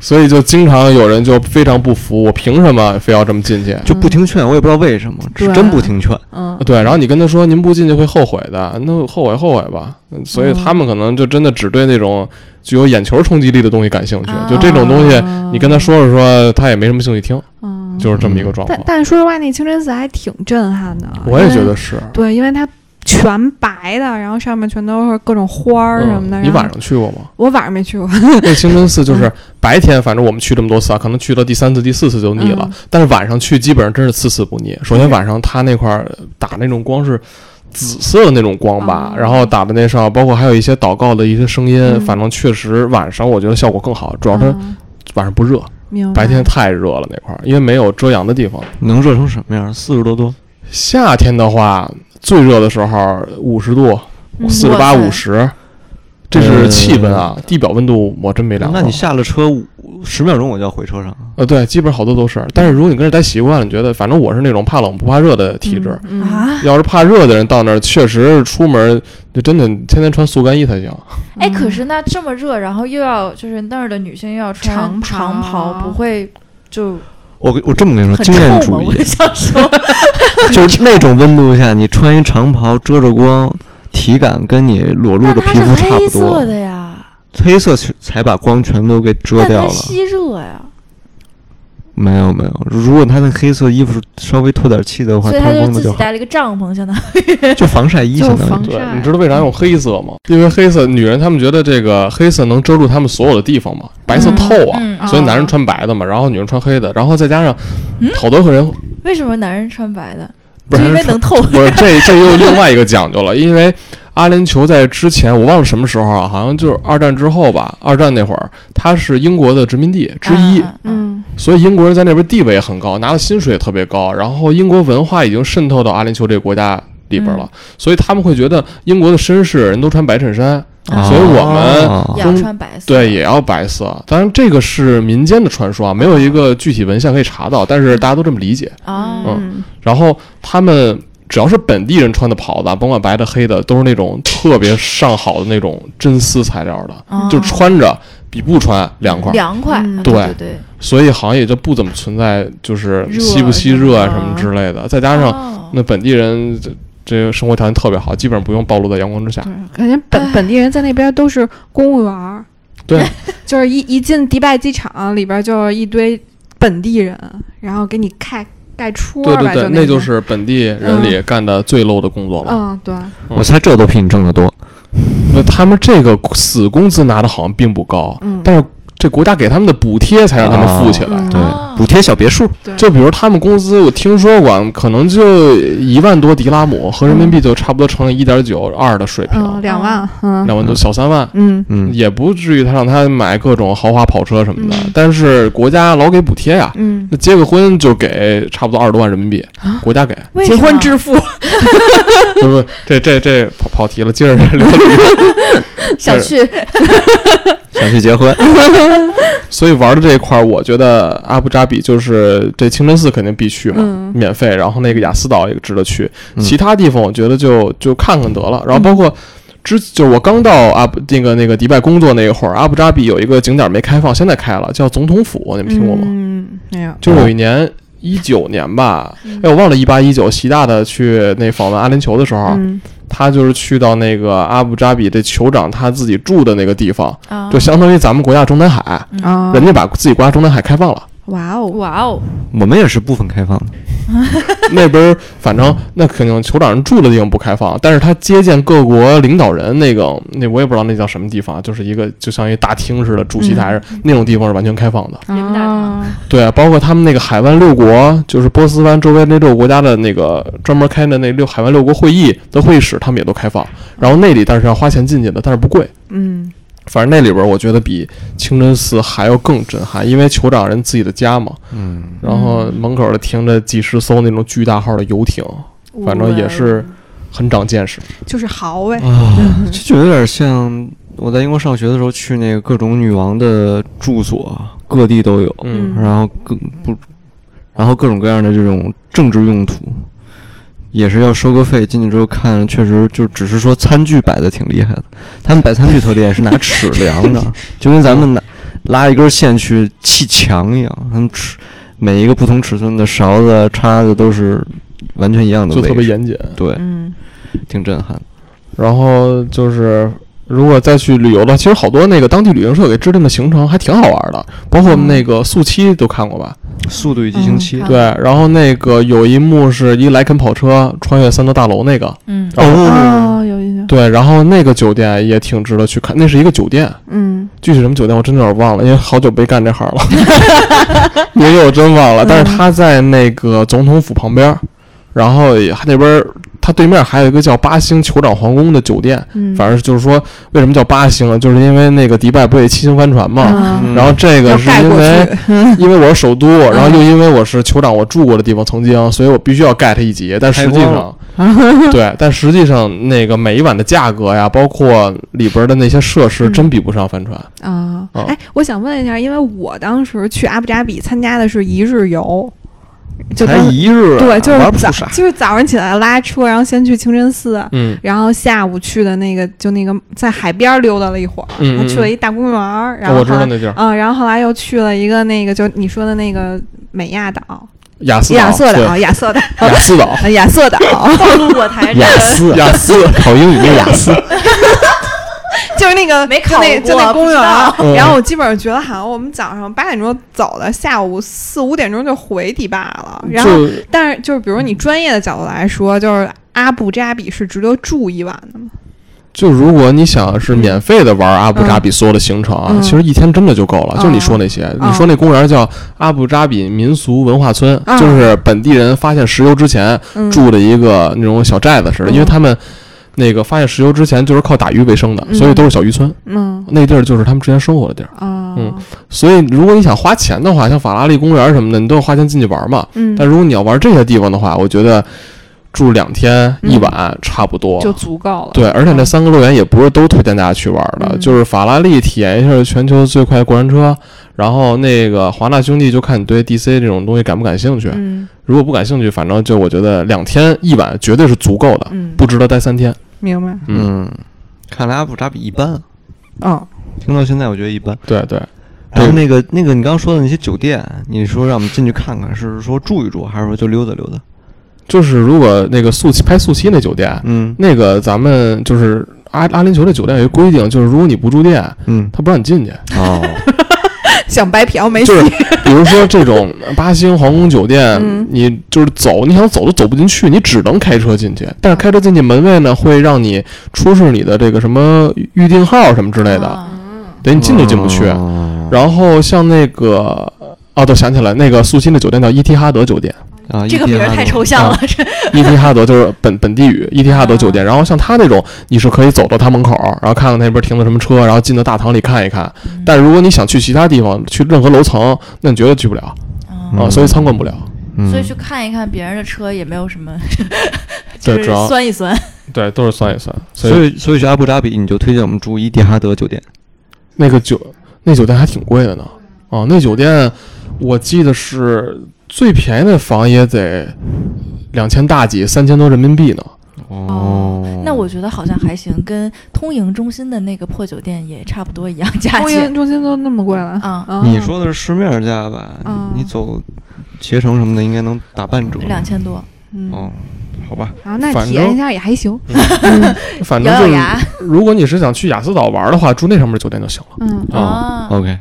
Speaker 4: 所以就经常有人就非常不服，我凭什么非要这么进去？
Speaker 2: 就不听劝，我也不知道为什么，是
Speaker 1: 啊
Speaker 3: 对
Speaker 2: 真不听劝。
Speaker 3: 嗯，
Speaker 4: 对，然后你跟他说您不进去会后悔的，那后悔后悔吧。嗯所以他们可能就真的只对那种具有眼球冲击力的东西感兴趣，就这种东西，
Speaker 3: 啊
Speaker 4: 你跟他，说着说，他也没什么兴趣听，
Speaker 3: 嗯，
Speaker 4: 就是这么一个状
Speaker 3: 但
Speaker 4: 况。
Speaker 3: 但说实话，那清真寺还挺震撼的，
Speaker 4: 我也
Speaker 3: 啊因为
Speaker 4: 觉得是，
Speaker 3: 对，因为它全白的，然后上面全都是各种花儿什么的，
Speaker 4: 嗯
Speaker 3: 然
Speaker 4: 你
Speaker 3: 后嗯
Speaker 4: 晚上去过吗？ (laughs)
Speaker 3: 我晚上没去过，
Speaker 4: 那清真寺就是白天，反正我们去这么多次啊，可能去到第三次、第四次就腻了。
Speaker 3: 嗯
Speaker 4: 但是晚上去，基本上真是次次不腻。首先晚上它那块儿打那种光是紫色的那种光吧，
Speaker 3: 哦
Speaker 4: 然后打的那上，包括还有一些祷告的一些声音，
Speaker 3: 嗯
Speaker 4: 反正确实晚上我觉得效果更好，主要它
Speaker 3: 嗯
Speaker 4: 晚上不热，
Speaker 3: 明白
Speaker 4: 白天太热了那块儿，因为没有遮阳的地方。
Speaker 2: 能热成什么样？四十多度，
Speaker 4: 夏天的话，最热的时候五十度，
Speaker 3: 嗯
Speaker 4: 四十
Speaker 1: 哇
Speaker 4: 八、
Speaker 1: 塞
Speaker 4: 五十，这是气温啊，地表温度我真没量过。
Speaker 2: 那你下了车五十秒钟我就要回车上了，
Speaker 4: 呃，对，基本上好多都是。但是如果你跟这儿待习惯了，你觉得反正我是那种怕冷不怕热的体质。
Speaker 3: 嗯嗯
Speaker 1: 啊，
Speaker 4: 要是怕热的人到那儿，确实是出门就真的天天穿速干衣才行。
Speaker 3: 嗯
Speaker 1: 哎，可是那这么热，然后又要就是那儿的女性又要穿
Speaker 3: 长袍
Speaker 1: 长袍，不会就
Speaker 2: 我跟我这么跟你说，
Speaker 1: 很
Speaker 2: 经验
Speaker 1: 臭吗？
Speaker 2: 主
Speaker 1: 我
Speaker 2: 义
Speaker 1: 就想
Speaker 4: (laughs)
Speaker 1: 说，
Speaker 2: 就是那种温度下，你穿一长袍遮着光，体感跟你裸露
Speaker 1: 但
Speaker 2: 的
Speaker 1: 它
Speaker 2: 皮
Speaker 1: 是
Speaker 2: 肤差
Speaker 1: 黑
Speaker 2: 不多
Speaker 1: 色。的呀，
Speaker 2: 黑色去才把光全都给遮
Speaker 1: 但
Speaker 2: 掉
Speaker 1: 它
Speaker 2: 了。
Speaker 1: 吸热呀，
Speaker 2: 没有没有，如果他那黑色衣服稍微透点气的话，
Speaker 1: 所以他
Speaker 2: 透
Speaker 1: 就
Speaker 2: 光的
Speaker 1: 自
Speaker 2: 就
Speaker 1: 己
Speaker 2: 好，
Speaker 1: 带了一个帐篷，相当于
Speaker 2: 就防晒衣
Speaker 3: 就
Speaker 2: 相当
Speaker 3: 防
Speaker 2: 于。
Speaker 4: 对
Speaker 3: 晒，
Speaker 4: 你知道为啥用黑色吗？因为黑色女人她们觉得这个黑色能遮住她们所有的地方嘛，白色透啊，
Speaker 1: 嗯嗯
Speaker 4: 所以男人穿白的嘛，然后女人穿黑的，然后再加上好多个人
Speaker 1: 为什么男人穿白的？
Speaker 4: 不
Speaker 1: 嗯就因为
Speaker 4: 是
Speaker 1: 能透。
Speaker 4: (laughs) 不是这这又另外一个讲究了，因为阿联酋在之前我忘了什么时候啊，好像就是二战之后吧，二战那会儿它是英国的殖民地之一，
Speaker 1: 啊，
Speaker 3: 嗯
Speaker 4: 所以英国人在那边地位也很高，拿的薪水也特别高，然后英国文化已经渗透到阿联酋这个国家里边了，
Speaker 1: 嗯
Speaker 4: 所以他们会觉得英国的绅士人都穿白衬衫，
Speaker 1: 啊
Speaker 4: 所以我们
Speaker 2: 哦
Speaker 1: 也要穿白色。
Speaker 4: 对，也要白色。当然，这个是民间的传说啊，没有一个具体文献可以查到，但是大家都这么理解。
Speaker 1: 啊，
Speaker 3: 嗯
Speaker 4: 然后他们只要是本地人穿的袍子啊，甭管白的黑的，都是那种特别上好的那种真丝材料的，
Speaker 1: 啊
Speaker 4: 就穿着比不穿凉快。
Speaker 1: 凉快，
Speaker 3: 嗯
Speaker 1: 啊
Speaker 4: 对
Speaker 1: 对对，
Speaker 4: 所以好像也就不怎么存在就是
Speaker 3: 热
Speaker 4: 吸不吸热啊
Speaker 3: 是吧
Speaker 4: 什么之类的。哦再加上
Speaker 1: 上
Speaker 4: 那本地人这这个生活条件特别好，基本上不用暴露在阳光之下。
Speaker 3: 感觉本本地人在那边都是公务员儿，
Speaker 4: 对，
Speaker 3: (laughs) 就是一一进迪拜机场里边就是一堆本地人，然后给你盖盖戳
Speaker 4: 对
Speaker 3: 儿
Speaker 4: 对
Speaker 3: 吧，
Speaker 4: 对，
Speaker 3: 那
Speaker 4: 那哦就
Speaker 3: 种
Speaker 4: 是本地人里干的最 low 的工作了。
Speaker 3: 嗯对，
Speaker 2: 我猜这都比你挣得多。
Speaker 4: 那他们这个死工资拿的好像并不高，
Speaker 3: 嗯
Speaker 4: 但是这国家给他们的补贴才让他们富起来。
Speaker 3: 嗯
Speaker 2: 对，
Speaker 1: 哦
Speaker 2: 补贴小别墅，
Speaker 3: 对，
Speaker 4: 就比如他们工资，我听说过，可能就一万多迪拉姆，合人民币就差不多乘以一点九二的水平，
Speaker 3: 嗯两
Speaker 1: 哦
Speaker 3: 万嗯
Speaker 4: 两万多小三万，
Speaker 3: 嗯
Speaker 2: 嗯，
Speaker 4: 也不至于他让他买各种豪华跑车什么的。
Speaker 3: 嗯
Speaker 4: 但是国家老给补贴呀、
Speaker 3: 嗯，啊
Speaker 4: 那结个婚就给差不多二十多万人民币，国家给。 (laughs)
Speaker 1: 为
Speaker 3: 结
Speaker 1: 什
Speaker 3: 婚
Speaker 1: 么
Speaker 3: 致富，
Speaker 4: 不不，这这这跑跑题了，接着 (laughs) 聊。
Speaker 1: 想去
Speaker 4: 呃
Speaker 2: 想去结婚，
Speaker 4: 所以玩的这一块儿，我觉得阿布扎比就是这清真寺肯定必去嘛，
Speaker 3: 嗯
Speaker 4: 免费。然后那个雅思岛也值得去，
Speaker 2: 嗯
Speaker 4: 其他地方我觉得就就看看得了。
Speaker 3: 嗯
Speaker 4: 然后包括之就是我刚到阿布那个那个迪拜工作那会儿，阿布扎比有一个景点没开放，现在开了，叫总统府，你们听过吗？啊
Speaker 3: 嗯，没有，
Speaker 4: 就是有一年一九年吧，
Speaker 3: 嗯
Speaker 4: 哎，我忘了一八一九，习大大去那访问阿联酋的时候，啊
Speaker 3: 嗯
Speaker 4: 他就是去到那个阿布扎比这酋长他自己住的那个地方，
Speaker 3: 哦
Speaker 1: 啊
Speaker 4: 就相当于咱们国家中南海。
Speaker 1: 嗯
Speaker 3: 啊，
Speaker 4: 人家把自己国家中南海开放了，
Speaker 3: 哇哦，
Speaker 1: 哇哦，
Speaker 2: (laughs) 我们也是部分开放的。
Speaker 4: (laughs) 那边儿反正那肯定酋长人住的地方不开放，但是他接见各国领导人那个那我也不知道那叫什么地方，啊就是一个就像一大厅似的主席台、那种地方是完全开放的。
Speaker 1: 人民大
Speaker 3: 啊
Speaker 4: 对啊，包括他们那个海湾六国，就是波斯湾周围那六个国家的那个专门开的那六海湾六国会议的会议室，他们也都开放。然后那里但是要花钱进去的，但是不贵。
Speaker 3: 嗯
Speaker 4: 反正那里边儿我觉得比清真寺还要更震撼，因为酋长人自己的家嘛。
Speaker 2: 嗯，
Speaker 4: 然后门口儿的停着几十艘那种巨大号的游艇，反正也是啊很长见识。
Speaker 3: 就是豪呗，
Speaker 2: 这嗯就有点像我在英国上学的时候去那个各种女王的住所，各地都有。
Speaker 4: 嗯
Speaker 2: 然后各不，然后各种各样的这种政治用途，也是要收个费。进去之后看，确实就只是说餐具摆的挺厉害的，他们摆餐具特厉害，是拿尺量的，就跟咱们拿拉一根线去砌墙一样，他们尺每一个不同尺寸的勺子、啊叉子都是完全一样的
Speaker 4: 就
Speaker 2: 位置，
Speaker 4: 特别严谨。
Speaker 2: 对，
Speaker 3: 嗯
Speaker 2: 挺震撼的。
Speaker 4: 然后就是如果再去旅游的话，其实好多那个当地旅行社给制定的行程还挺好玩的，包括我们那个速七都看过吧？
Speaker 2: 《速度与激情七
Speaker 1: 嗯》
Speaker 4: 对，然后那个有一幕是一莱肯跑车穿越三座大楼那个，
Speaker 1: 嗯
Speaker 3: 哦有印象，
Speaker 4: 对，然后那个酒店也挺值得去看，那是一个酒店。
Speaker 3: 嗯
Speaker 4: 具体什么酒店我真的有点忘了，因为好久没干这行了，
Speaker 3: (laughs)
Speaker 4: 也
Speaker 3: 嗯
Speaker 4: 有真忘了。但是他在那个总统府旁边儿，然后也那边儿它对面还有一个叫八星酋长皇宫的酒店，
Speaker 1: 嗯，
Speaker 4: 反正就是说为什么叫八星啊，就是因为那个迪拜不也七星帆船嘛。
Speaker 1: 嗯
Speaker 2: 嗯
Speaker 4: 然后这
Speaker 3: 啊要
Speaker 4: 啊个是
Speaker 3: 盖
Speaker 4: 因
Speaker 3: 过
Speaker 4: 为
Speaker 3: 去，
Speaker 4: (laughs)
Speaker 3: (laughs) 嗯
Speaker 4: 因为我是首都，然后又因为我是酋长，我住过的地方曾经，所以我必须要盖它一级。但实际
Speaker 2: 开
Speaker 4: 上，对，但实际上那个每一晚的价格呀，包括里边的那些设施，
Speaker 3: 嗯
Speaker 4: 真比不上帆船。
Speaker 3: 啊，
Speaker 4: 哦
Speaker 3: 哎，我想问一下，因为我当时去阿布扎比参加的是一日游，就
Speaker 2: 才
Speaker 3: 当时
Speaker 2: 一日啊，
Speaker 3: 对，就是
Speaker 2: 玩不
Speaker 3: 早
Speaker 2: 傻，
Speaker 3: 就是早上起来拉车，然后先去清真寺，
Speaker 4: 嗯
Speaker 3: 然后下午去的那个就那个在海边儿溜达了一会儿，
Speaker 4: 嗯
Speaker 3: 还
Speaker 4: 嗯哦
Speaker 3: 去了一大公园儿，然后
Speaker 4: 我知
Speaker 3: 后
Speaker 4: 道
Speaker 3: 来
Speaker 4: 那地儿，
Speaker 3: 嗯，然后后来又去了一个那个，就你说的那个美亚岛、
Speaker 4: 雅思
Speaker 3: 亚
Speaker 4: 岛，
Speaker 3: 瑟
Speaker 4: 对
Speaker 3: 岛、亚瑟岛、
Speaker 4: 雅思岛，
Speaker 3: 呃亚瑟岛，
Speaker 1: 暴露我台这
Speaker 2: 雅
Speaker 1: 个
Speaker 2: 思，
Speaker 4: 雅思
Speaker 2: 考英语那雅思，
Speaker 3: (laughs) 就是那个
Speaker 1: 没
Speaker 3: 就
Speaker 1: 考
Speaker 3: 那就那
Speaker 1: 过
Speaker 3: 公
Speaker 1: 不知
Speaker 3: 园儿
Speaker 1: 道。
Speaker 4: 嗯
Speaker 3: 然后我基本上觉得，好像我们早上八点钟走的，下午四五点钟就回迪拜了。 (laughs) 然后，
Speaker 4: 嗯就
Speaker 3: 但是就是，比如你专业的角度来说，就是阿布扎比是值得住一晚的吗？
Speaker 4: 就如果你想是免费的玩阿布扎比所有的行程啊，
Speaker 3: 嗯
Speaker 4: 其实一天真的就够了。
Speaker 3: 嗯
Speaker 4: 就是你说那些，你说那公园叫阿布扎比民俗文化村，
Speaker 3: 嗯
Speaker 4: 就是本地人发现石油之前
Speaker 3: 嗯，
Speaker 4: 住的一个那种小寨子似的，
Speaker 3: 嗯
Speaker 4: 因为他们。那个发现石油之前就是靠打鱼为生的，
Speaker 3: 嗯
Speaker 4: 所以都是小渔村。
Speaker 3: 嗯
Speaker 4: 那地儿就是他们之前生活的地儿。
Speaker 3: 啊
Speaker 4: 嗯所以如果你想花钱的话，像法拉利公园什么的，你都要花钱进去玩嘛。
Speaker 3: 嗯
Speaker 4: 但如果你要玩这些地方的话，我觉得住两天
Speaker 3: 嗯
Speaker 4: 一晚差不多，
Speaker 3: 就足够了。
Speaker 4: 对，而且那
Speaker 3: 嗯
Speaker 4: 三个乐园也不是都推荐大家去玩的，
Speaker 3: 嗯
Speaker 4: 就是法拉利体验一下全球最快过山车，然后那个华纳兄弟就看你对 DC 这种东西感不感兴趣。
Speaker 3: 嗯
Speaker 4: 如果不感兴趣，反正就我觉得两天一晚绝对是足够的，
Speaker 3: 嗯，
Speaker 4: 不值得待三天。
Speaker 3: 明白。
Speaker 4: 嗯，
Speaker 2: 嗯，看来阿布扎比一般啊，
Speaker 3: 嗯
Speaker 2: 听到现在我觉得一般。
Speaker 4: 对对，
Speaker 2: 然后那个那个你刚刚说的那些酒店，你说让我们进去看看，是说住一住，还是说就溜达溜达？
Speaker 4: 就是如果那个速七拍速七那酒店，
Speaker 2: 嗯
Speaker 4: 那个咱们就是阿阿联酋的酒店有一个规定，就是如果你不住店，
Speaker 2: 嗯
Speaker 4: 他不让你进去。
Speaker 2: 哦，
Speaker 3: 想白嫖没戏
Speaker 4: (laughs) 就。是比如说这种八星皇宫酒店，
Speaker 3: 嗯
Speaker 4: 你就是走，你想走都走不进去，你只能开车进去。但是开车进去门卫呢，会让你出示你的这个什么预定号什么之类的，
Speaker 1: 啊
Speaker 4: 等你进都进不去。
Speaker 2: 哦
Speaker 4: 然后像那个。哦，对，想起来，那个素心的酒店叫伊提哈德酒店， (laughs)
Speaker 2: 啊，
Speaker 1: 这个
Speaker 2: 一
Speaker 1: 名
Speaker 2: 天
Speaker 1: 儿
Speaker 2: 还
Speaker 1: 太
Speaker 2: 能
Speaker 1: 抽象了，
Speaker 4: 嗯
Speaker 1: 这
Speaker 4: 伊提哈德就是本本地语伊提哈德酒店。然后像他那种，你是可以走到他门口，然后看看那边停的什么车，然后进到大堂里看一看。但如果你想去其他地方，去任何楼层，那你绝对去不了
Speaker 1: 嗯
Speaker 4: 啊，所以参观不了。
Speaker 2: 嗯
Speaker 1: 所以去看一看别人的车也没有什么，就
Speaker 4: 对
Speaker 1: 是
Speaker 4: 主要
Speaker 1: 酸一酸。
Speaker 4: 对，都是算一算。所
Speaker 2: 所以所以去阿布扎比，你就推荐我们住伊蒂哈德酒店。
Speaker 4: 那个酒，那酒店还挺贵的呢。啊，那酒店我记得是最便宜的房也得两千大几，三千多人民币呢。嗯
Speaker 1: 哦那我觉得好像还行，跟通营中心的那个破酒店也差不多一样 (laughs) 价
Speaker 3: 公
Speaker 1: 钱
Speaker 3: 园中心都那么贵了
Speaker 1: 啊
Speaker 3: 啊
Speaker 2: 你说的是市面价吧？
Speaker 3: 啊
Speaker 2: 你走携程什么的，应该能打半折。
Speaker 1: 嗯两千多。
Speaker 4: 啊
Speaker 3: 嗯
Speaker 2: 哦，好吧，
Speaker 3: 啊，那
Speaker 4: 反
Speaker 3: 体验
Speaker 4: 正
Speaker 3: 一下也还行。
Speaker 4: 反正
Speaker 1: 咬
Speaker 4: 就
Speaker 1: 咬
Speaker 4: 是，
Speaker 1: 牙
Speaker 4: 如果你是想去雅思岛玩的话，住那上面的酒店就行了。
Speaker 3: 嗯，
Speaker 2: 哦
Speaker 1: 啊，
Speaker 2: OK，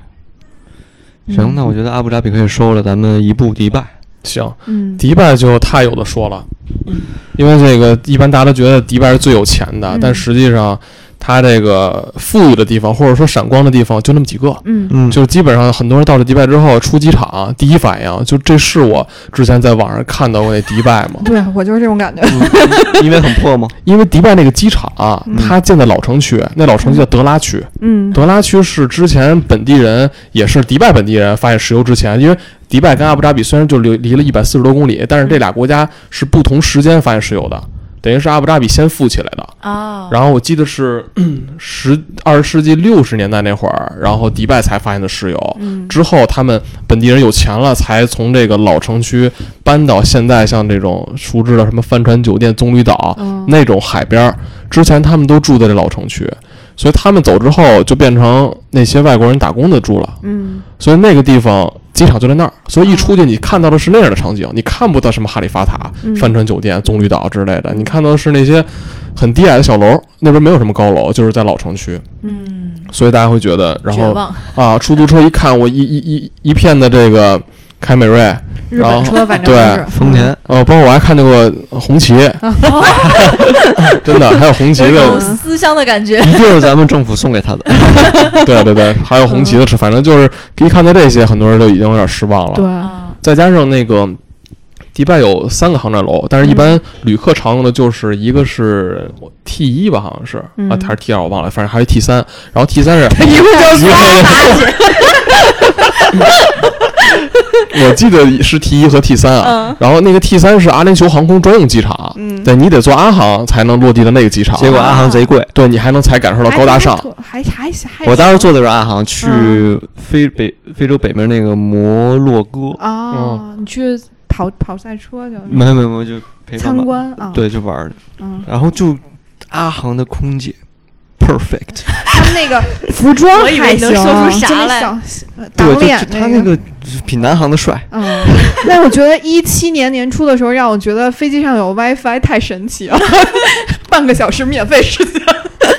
Speaker 2: 行，那我觉得阿布扎比可以收了，咱们一步迪拜。
Speaker 4: 行，
Speaker 3: 嗯
Speaker 4: 迪拜就太有的说了
Speaker 1: 嗯，
Speaker 4: 因为这个一般大家都觉得迪拜是最有钱的，
Speaker 3: 嗯
Speaker 4: 但实际上它这个富裕的地方或者说闪光的地方就那么几个。
Speaker 3: 嗯？
Speaker 2: 嗯
Speaker 4: 就是基本上很多人到了迪拜之后出机场，第一反应就这是我之前在网上看到过那迪拜吗 (laughs)
Speaker 3: 对我就是这种感觉。
Speaker 2: 嗯因为很破 (laughs) 吗？
Speaker 4: 因为迪拜那个机场啊、
Speaker 3: 嗯
Speaker 4: 它建在老城区，那老城区叫德拉区。
Speaker 3: 嗯
Speaker 4: 德拉区是之前本地人，也是迪拜本地人发现石油之前，因为迪拜跟阿布扎比虽然就离离了一百四十多公里，但是这俩国家是不同时间发现石油的，等于是阿布扎比先富起来的。
Speaker 1: 哦，
Speaker 4: 然后我记得是 (clears throat) 十二十世纪六十年代那会儿，然后迪拜才发现的石油。
Speaker 3: 嗯
Speaker 4: 之后，他们本地人有钱了，才从这个老城区搬到现在像这种熟知的什么帆船酒店、棕榈岛
Speaker 3: 嗯
Speaker 4: 那种海边儿。之前他们都住在这老城区，所以他们走之后就变成那些外国人打工的住了。
Speaker 3: 嗯
Speaker 4: 所以那个地方机场就在那儿，所以一出去你看到的是那样的场景，你看不到什么哈利法塔、
Speaker 3: 嗯
Speaker 4: 帆船酒店、棕榈岛之类的，你看到的是那些很低矮的小楼，那边没有什么高楼，就是在老城区，
Speaker 1: 嗯，
Speaker 4: 所以大家会觉得，然
Speaker 1: 绝
Speaker 4: 后
Speaker 1: 望。
Speaker 4: 啊，出租车一看我一一一一片的这个凯美瑞，
Speaker 3: 日
Speaker 4: 然
Speaker 3: 本
Speaker 4: 后
Speaker 3: 车反正
Speaker 4: 对
Speaker 3: 就是
Speaker 2: 丰田，
Speaker 4: 呃，包括我还看见过红旗，
Speaker 3: 啊
Speaker 4: 真的还有红
Speaker 1: (laughs)
Speaker 4: 旗
Speaker 1: 有一种
Speaker 4: 的，
Speaker 1: 思乡的感觉。
Speaker 2: 一定是咱们政府送给他的。
Speaker 4: 对对对，还有红旗的车，嗯反正就是一看到这些，很多人都已经有点失望了。
Speaker 3: 对
Speaker 1: 啊，
Speaker 4: 再加上那个迪拜有三个航站楼，
Speaker 3: 嗯
Speaker 4: 但是一般旅客常用的就是一个是 T 一吧，好像是、
Speaker 3: 嗯
Speaker 4: 啊，还是 T 二我忘了，反正还有 T 三。然后 T
Speaker 3: (laughs)
Speaker 4: 三是
Speaker 3: 一共就仨
Speaker 4: (laughs) 我记得是 T 一和 T 三啊，然后那个 T 三是阿联酋航空专用机场，
Speaker 3: 嗯
Speaker 4: 对你得坐阿航才能落地的那个机场，
Speaker 2: 结果阿航贼贵。
Speaker 4: 对你还能才感受到高大上。，
Speaker 3: 还还还
Speaker 2: 我当时坐的是阿航去
Speaker 3: 嗯
Speaker 2: 非北非洲北面那个摩洛哥，
Speaker 3: 哦，你去跑跑赛车去了，
Speaker 2: 没有没有没有就陪爸
Speaker 3: 参
Speaker 2: 妈，
Speaker 3: 观啊，，
Speaker 2: 嗯对，就玩儿，
Speaker 3: 嗯，
Speaker 2: 然后就阿航的空姐，perfect，
Speaker 3: (laughs) 他们那个服装
Speaker 1: 我以为
Speaker 3: 还
Speaker 1: 能
Speaker 3: 行，
Speaker 1: 说出啥
Speaker 3: 真的
Speaker 1: 来
Speaker 3: 小
Speaker 2: 对，
Speaker 3: 挡
Speaker 2: 就
Speaker 3: 脸
Speaker 2: 就他
Speaker 3: 呃那
Speaker 2: 那。个比南航的帅，
Speaker 3: 嗯， (laughs) 但我觉得一七年年初的时候，让我觉得飞机上有 WiFi 太神奇了， (laughs) 半个小时免费试驾。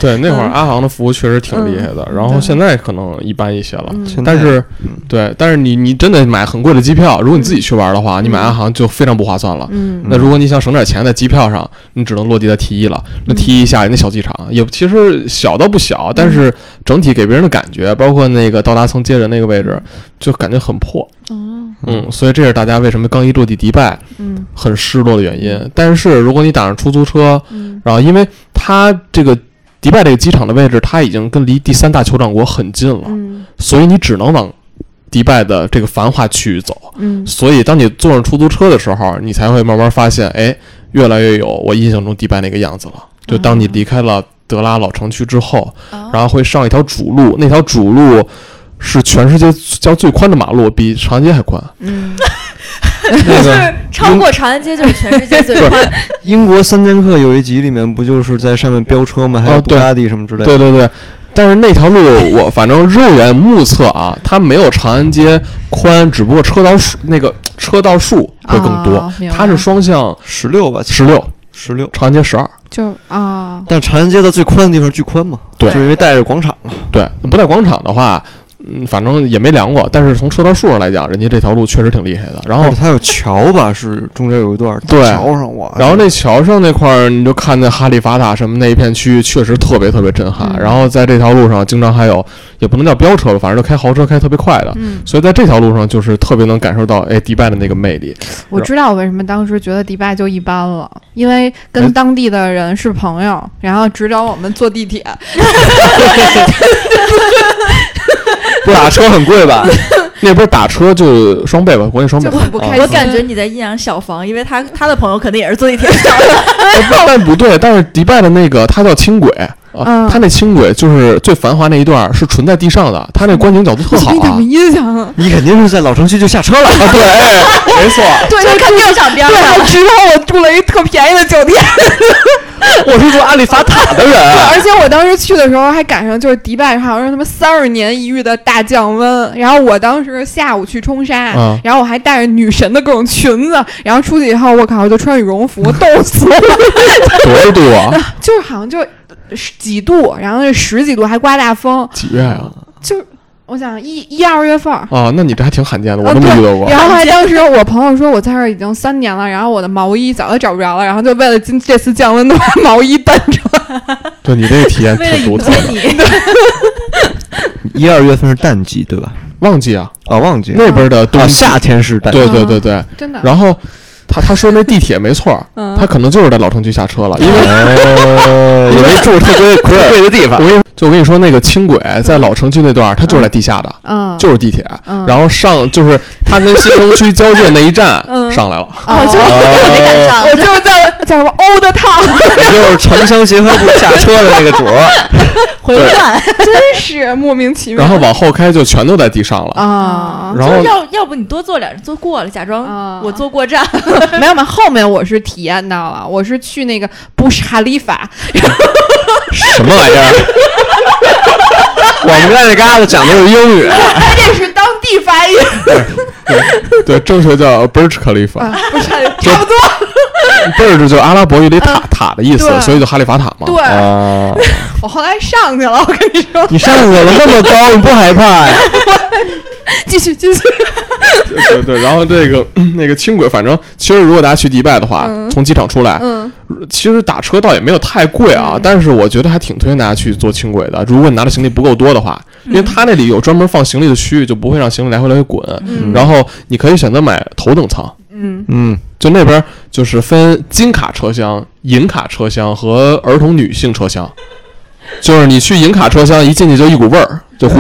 Speaker 4: 对，那会儿
Speaker 3: 嗯
Speaker 4: 阿航的服务确实挺厉害的，然后
Speaker 3: 对
Speaker 4: 现在可能一般一些了。
Speaker 3: 嗯
Speaker 2: 现在
Speaker 4: 但是哦
Speaker 2: 嗯，
Speaker 4: 对，但是你你真的买很贵的机票，如果你自己去玩的话，你买阿航就非常不划算了。
Speaker 3: 嗯
Speaker 4: 那如果你想省点钱在机票上，你只能落地在 T 一了。那 T 一下那小机场也其实小到不小，但是整体给别人的感觉，包括那个到达层接人那个位置，就感觉很破。
Speaker 3: 哦，
Speaker 4: 嗯，所以这是大家为什么刚一落地迪拜
Speaker 3: 嗯
Speaker 4: 很失落的原因。但是如果你打上出租车，
Speaker 3: 嗯
Speaker 4: 然后因为它这个迪拜这个机场的位置，它已经跟离第三大酋长国很近了，
Speaker 3: 嗯
Speaker 4: 所以你只能往迪拜的这个繁华区域走。
Speaker 3: 嗯
Speaker 4: 所以当你坐上出租车的时候，你才会慢慢发现，哎，越来越有我印象中迪拜那个样子了。就当你离开了德拉老城区之后，
Speaker 1: 哦
Speaker 4: 然后会上一条主路，那条主路是全世界叫最宽的马路，比长安街还宽。
Speaker 3: 嗯，
Speaker 1: (laughs)
Speaker 2: 那
Speaker 1: 就
Speaker 2: 个
Speaker 1: 是
Speaker 4: 嗯
Speaker 1: 超过长安街就是全世界最宽。
Speaker 2: 英国三剑客有一集里面不就是在上面飙车吗？还有
Speaker 4: 哦
Speaker 2: 布
Speaker 4: 对
Speaker 2: 加迪什么之类的。
Speaker 4: 对对对，但是那条路我反正肉眼目测啊，它没有长安街宽，只不过车道数那个车道数会更多。
Speaker 3: 哦明白
Speaker 4: 它是双向
Speaker 2: 十六吧，
Speaker 4: 十六，
Speaker 2: 十六。
Speaker 4: 长安街十二。
Speaker 3: 就啊，
Speaker 2: 但长安街的最宽的地方巨宽嘛，
Speaker 4: 对
Speaker 2: 就是因为带着广场嘛。
Speaker 4: 对，不在广场的话，嗯，反正也没量过，但是从车道数上来讲，人家这条路确实挺厉害的。然后
Speaker 2: 而且它有桥吧，是中间有一段
Speaker 4: 对
Speaker 2: 桥上哇。
Speaker 4: 然后那桥上那块儿，你就看见哈利法塔什么那一片区域，确实特别特别震撼。
Speaker 3: 嗯
Speaker 4: 然后在这条路上，经常还有也不能叫飙车吧，反正就开豪车开特别快的。
Speaker 3: 嗯，
Speaker 4: 所以在这条路上，就是特别能感受到哎迪拜的那个
Speaker 2: (laughs)
Speaker 4: 魅力。
Speaker 3: 我知道我为什么当时觉得迪拜就一般了，因为
Speaker 4: 哎
Speaker 3: 跟当地的人是朋友，然后指导我们坐地铁。
Speaker 2: 打车很贵 (laughs) 吧？
Speaker 4: 那边打车就双倍吧，国内双倍
Speaker 3: 就。很不开心。
Speaker 1: 我感觉你在阴阳小房，因为他他的朋友肯定也是坐地铁上
Speaker 4: 呃 (laughs) 但但不对，但是迪拜的那个它叫轻轨啊
Speaker 3: 嗯，
Speaker 4: 它那轻轨就是最繁华那一段儿是纯在地上的，它那观景角度特好
Speaker 3: 你怎
Speaker 4: 啊
Speaker 3: 么。印象了？
Speaker 2: 你肯定是在老城区就下车了。
Speaker 4: 啊，对，哎，没错，
Speaker 3: (laughs) 对，就肯定
Speaker 1: 场边
Speaker 3: 对，
Speaker 1: 上。
Speaker 3: 我知道我住了一特便宜的酒店，
Speaker 4: (laughs) 我是住阿里法塔的人。
Speaker 3: 而且我当时去的时候还赶上就是迪拜好像是他妈三十年一遇的大降温，然后我当时下午去冲沙，
Speaker 4: 嗯
Speaker 3: 然后我还带着女神的各种裙子，然后出去以后我靠，我就穿羽绒服，冻 (laughs) 死我了，
Speaker 4: 多度啊？
Speaker 3: 就是好像就十几度，然后那十几度还刮大风，
Speaker 4: 几月啊？
Speaker 3: 就是我想一一二月份儿。
Speaker 4: 啊，那你这还挺罕见的，我
Speaker 3: 啊
Speaker 4: 都没
Speaker 3: 对
Speaker 4: 遇到过。
Speaker 3: 然后还当时我朋友说我在这儿已经三年了，然后我的毛衣早就找不着了，然后就为了今这次降温都把毛衣搬出来。
Speaker 4: 对你这个体验
Speaker 1: 为了
Speaker 4: 挺
Speaker 1: 迎
Speaker 4: 独特
Speaker 1: 接
Speaker 4: 的。 (laughs)
Speaker 1: 你，
Speaker 2: 一二月份是淡季对吧？
Speaker 4: 旺季啊，
Speaker 2: 啊，忘记了。
Speaker 4: 那边的冬
Speaker 2: 啊，
Speaker 4: 季
Speaker 2: 夏天是淡季。
Speaker 4: 对对
Speaker 3: 啊
Speaker 4: 对对。
Speaker 3: (laughs) 真的。
Speaker 4: 然后他他说那地铁没错儿，
Speaker 3: 嗯
Speaker 4: 他可能就是在老城区下车了，因为嗯
Speaker 2: 哦，以为住特
Speaker 4: (laughs)
Speaker 2: 别贵贵的地
Speaker 4: 我
Speaker 2: 方。
Speaker 4: 跟你就我跟你说那个轻轨在老城区那段儿，它就是在地下的，
Speaker 3: 嗯，
Speaker 4: 就是地铁。
Speaker 3: 嗯
Speaker 4: 然后上就是它跟新城区交界那一站
Speaker 3: (laughs) 嗯
Speaker 4: 上来了，
Speaker 1: 我就是
Speaker 4: 呃
Speaker 1: 我没赶上
Speaker 3: 我。就是在叫什么 old town，
Speaker 2: (laughs) 就是城乡协和部下车的那个主 (laughs) 儿。
Speaker 1: 回转
Speaker 3: (laughs) 真是 (laughs) 莫名其妙。
Speaker 4: 然后往后开就全都在地上了。
Speaker 3: 啊，
Speaker 4: 然
Speaker 1: 就
Speaker 4: 后
Speaker 1: 是要要不你多坐点，坐过了，假
Speaker 3: 啊
Speaker 1: 装我坐过
Speaker 4: (laughs)
Speaker 1: 站。
Speaker 3: 没有嘛，后面我是体验到了，我是去那个布什哈里法，
Speaker 2: 什么玩意儿？
Speaker 3: (laughs)
Speaker 2: 我们在这嘎达讲的是英
Speaker 3: (laughs)
Speaker 2: 语，
Speaker 3: 还得是当地发 (laughs) 音，
Speaker 4: 对对，正确叫 Burj Khalifa，
Speaker 3: 不是差不多。
Speaker 4: Burj 就阿拉伯语里塔塔的意思，
Speaker 3: 啊对
Speaker 4: 所以就哈利法塔嘛。
Speaker 3: 对，
Speaker 2: 啊！
Speaker 3: 我后来上去了，我跟你说，
Speaker 4: 嗯
Speaker 2: 你上去了那么高，你不害怕呀？
Speaker 3: 继续继续。
Speaker 4: 对对，然后这个那个轻轨，反正其实如果大家去迪拜的话，
Speaker 3: 嗯
Speaker 4: 从机场出来，
Speaker 3: 嗯
Speaker 4: 其实打车倒也没有太贵啊，但是我觉得还挺推荐大家去坐轻轨的。如果你拿的行李不够多的话，因
Speaker 3: 嗯
Speaker 4: 为它那里有专门放行李的区域，就不会让行李来回来回滚。
Speaker 3: 嗯
Speaker 4: 然后你可以选择买头等舱，
Speaker 3: 嗯，
Speaker 2: 嗯，
Speaker 4: 就那边就是分金卡车厢、银卡车厢和儿童女性车厢。就是你去银卡车厢一进去就一股味儿，就胡，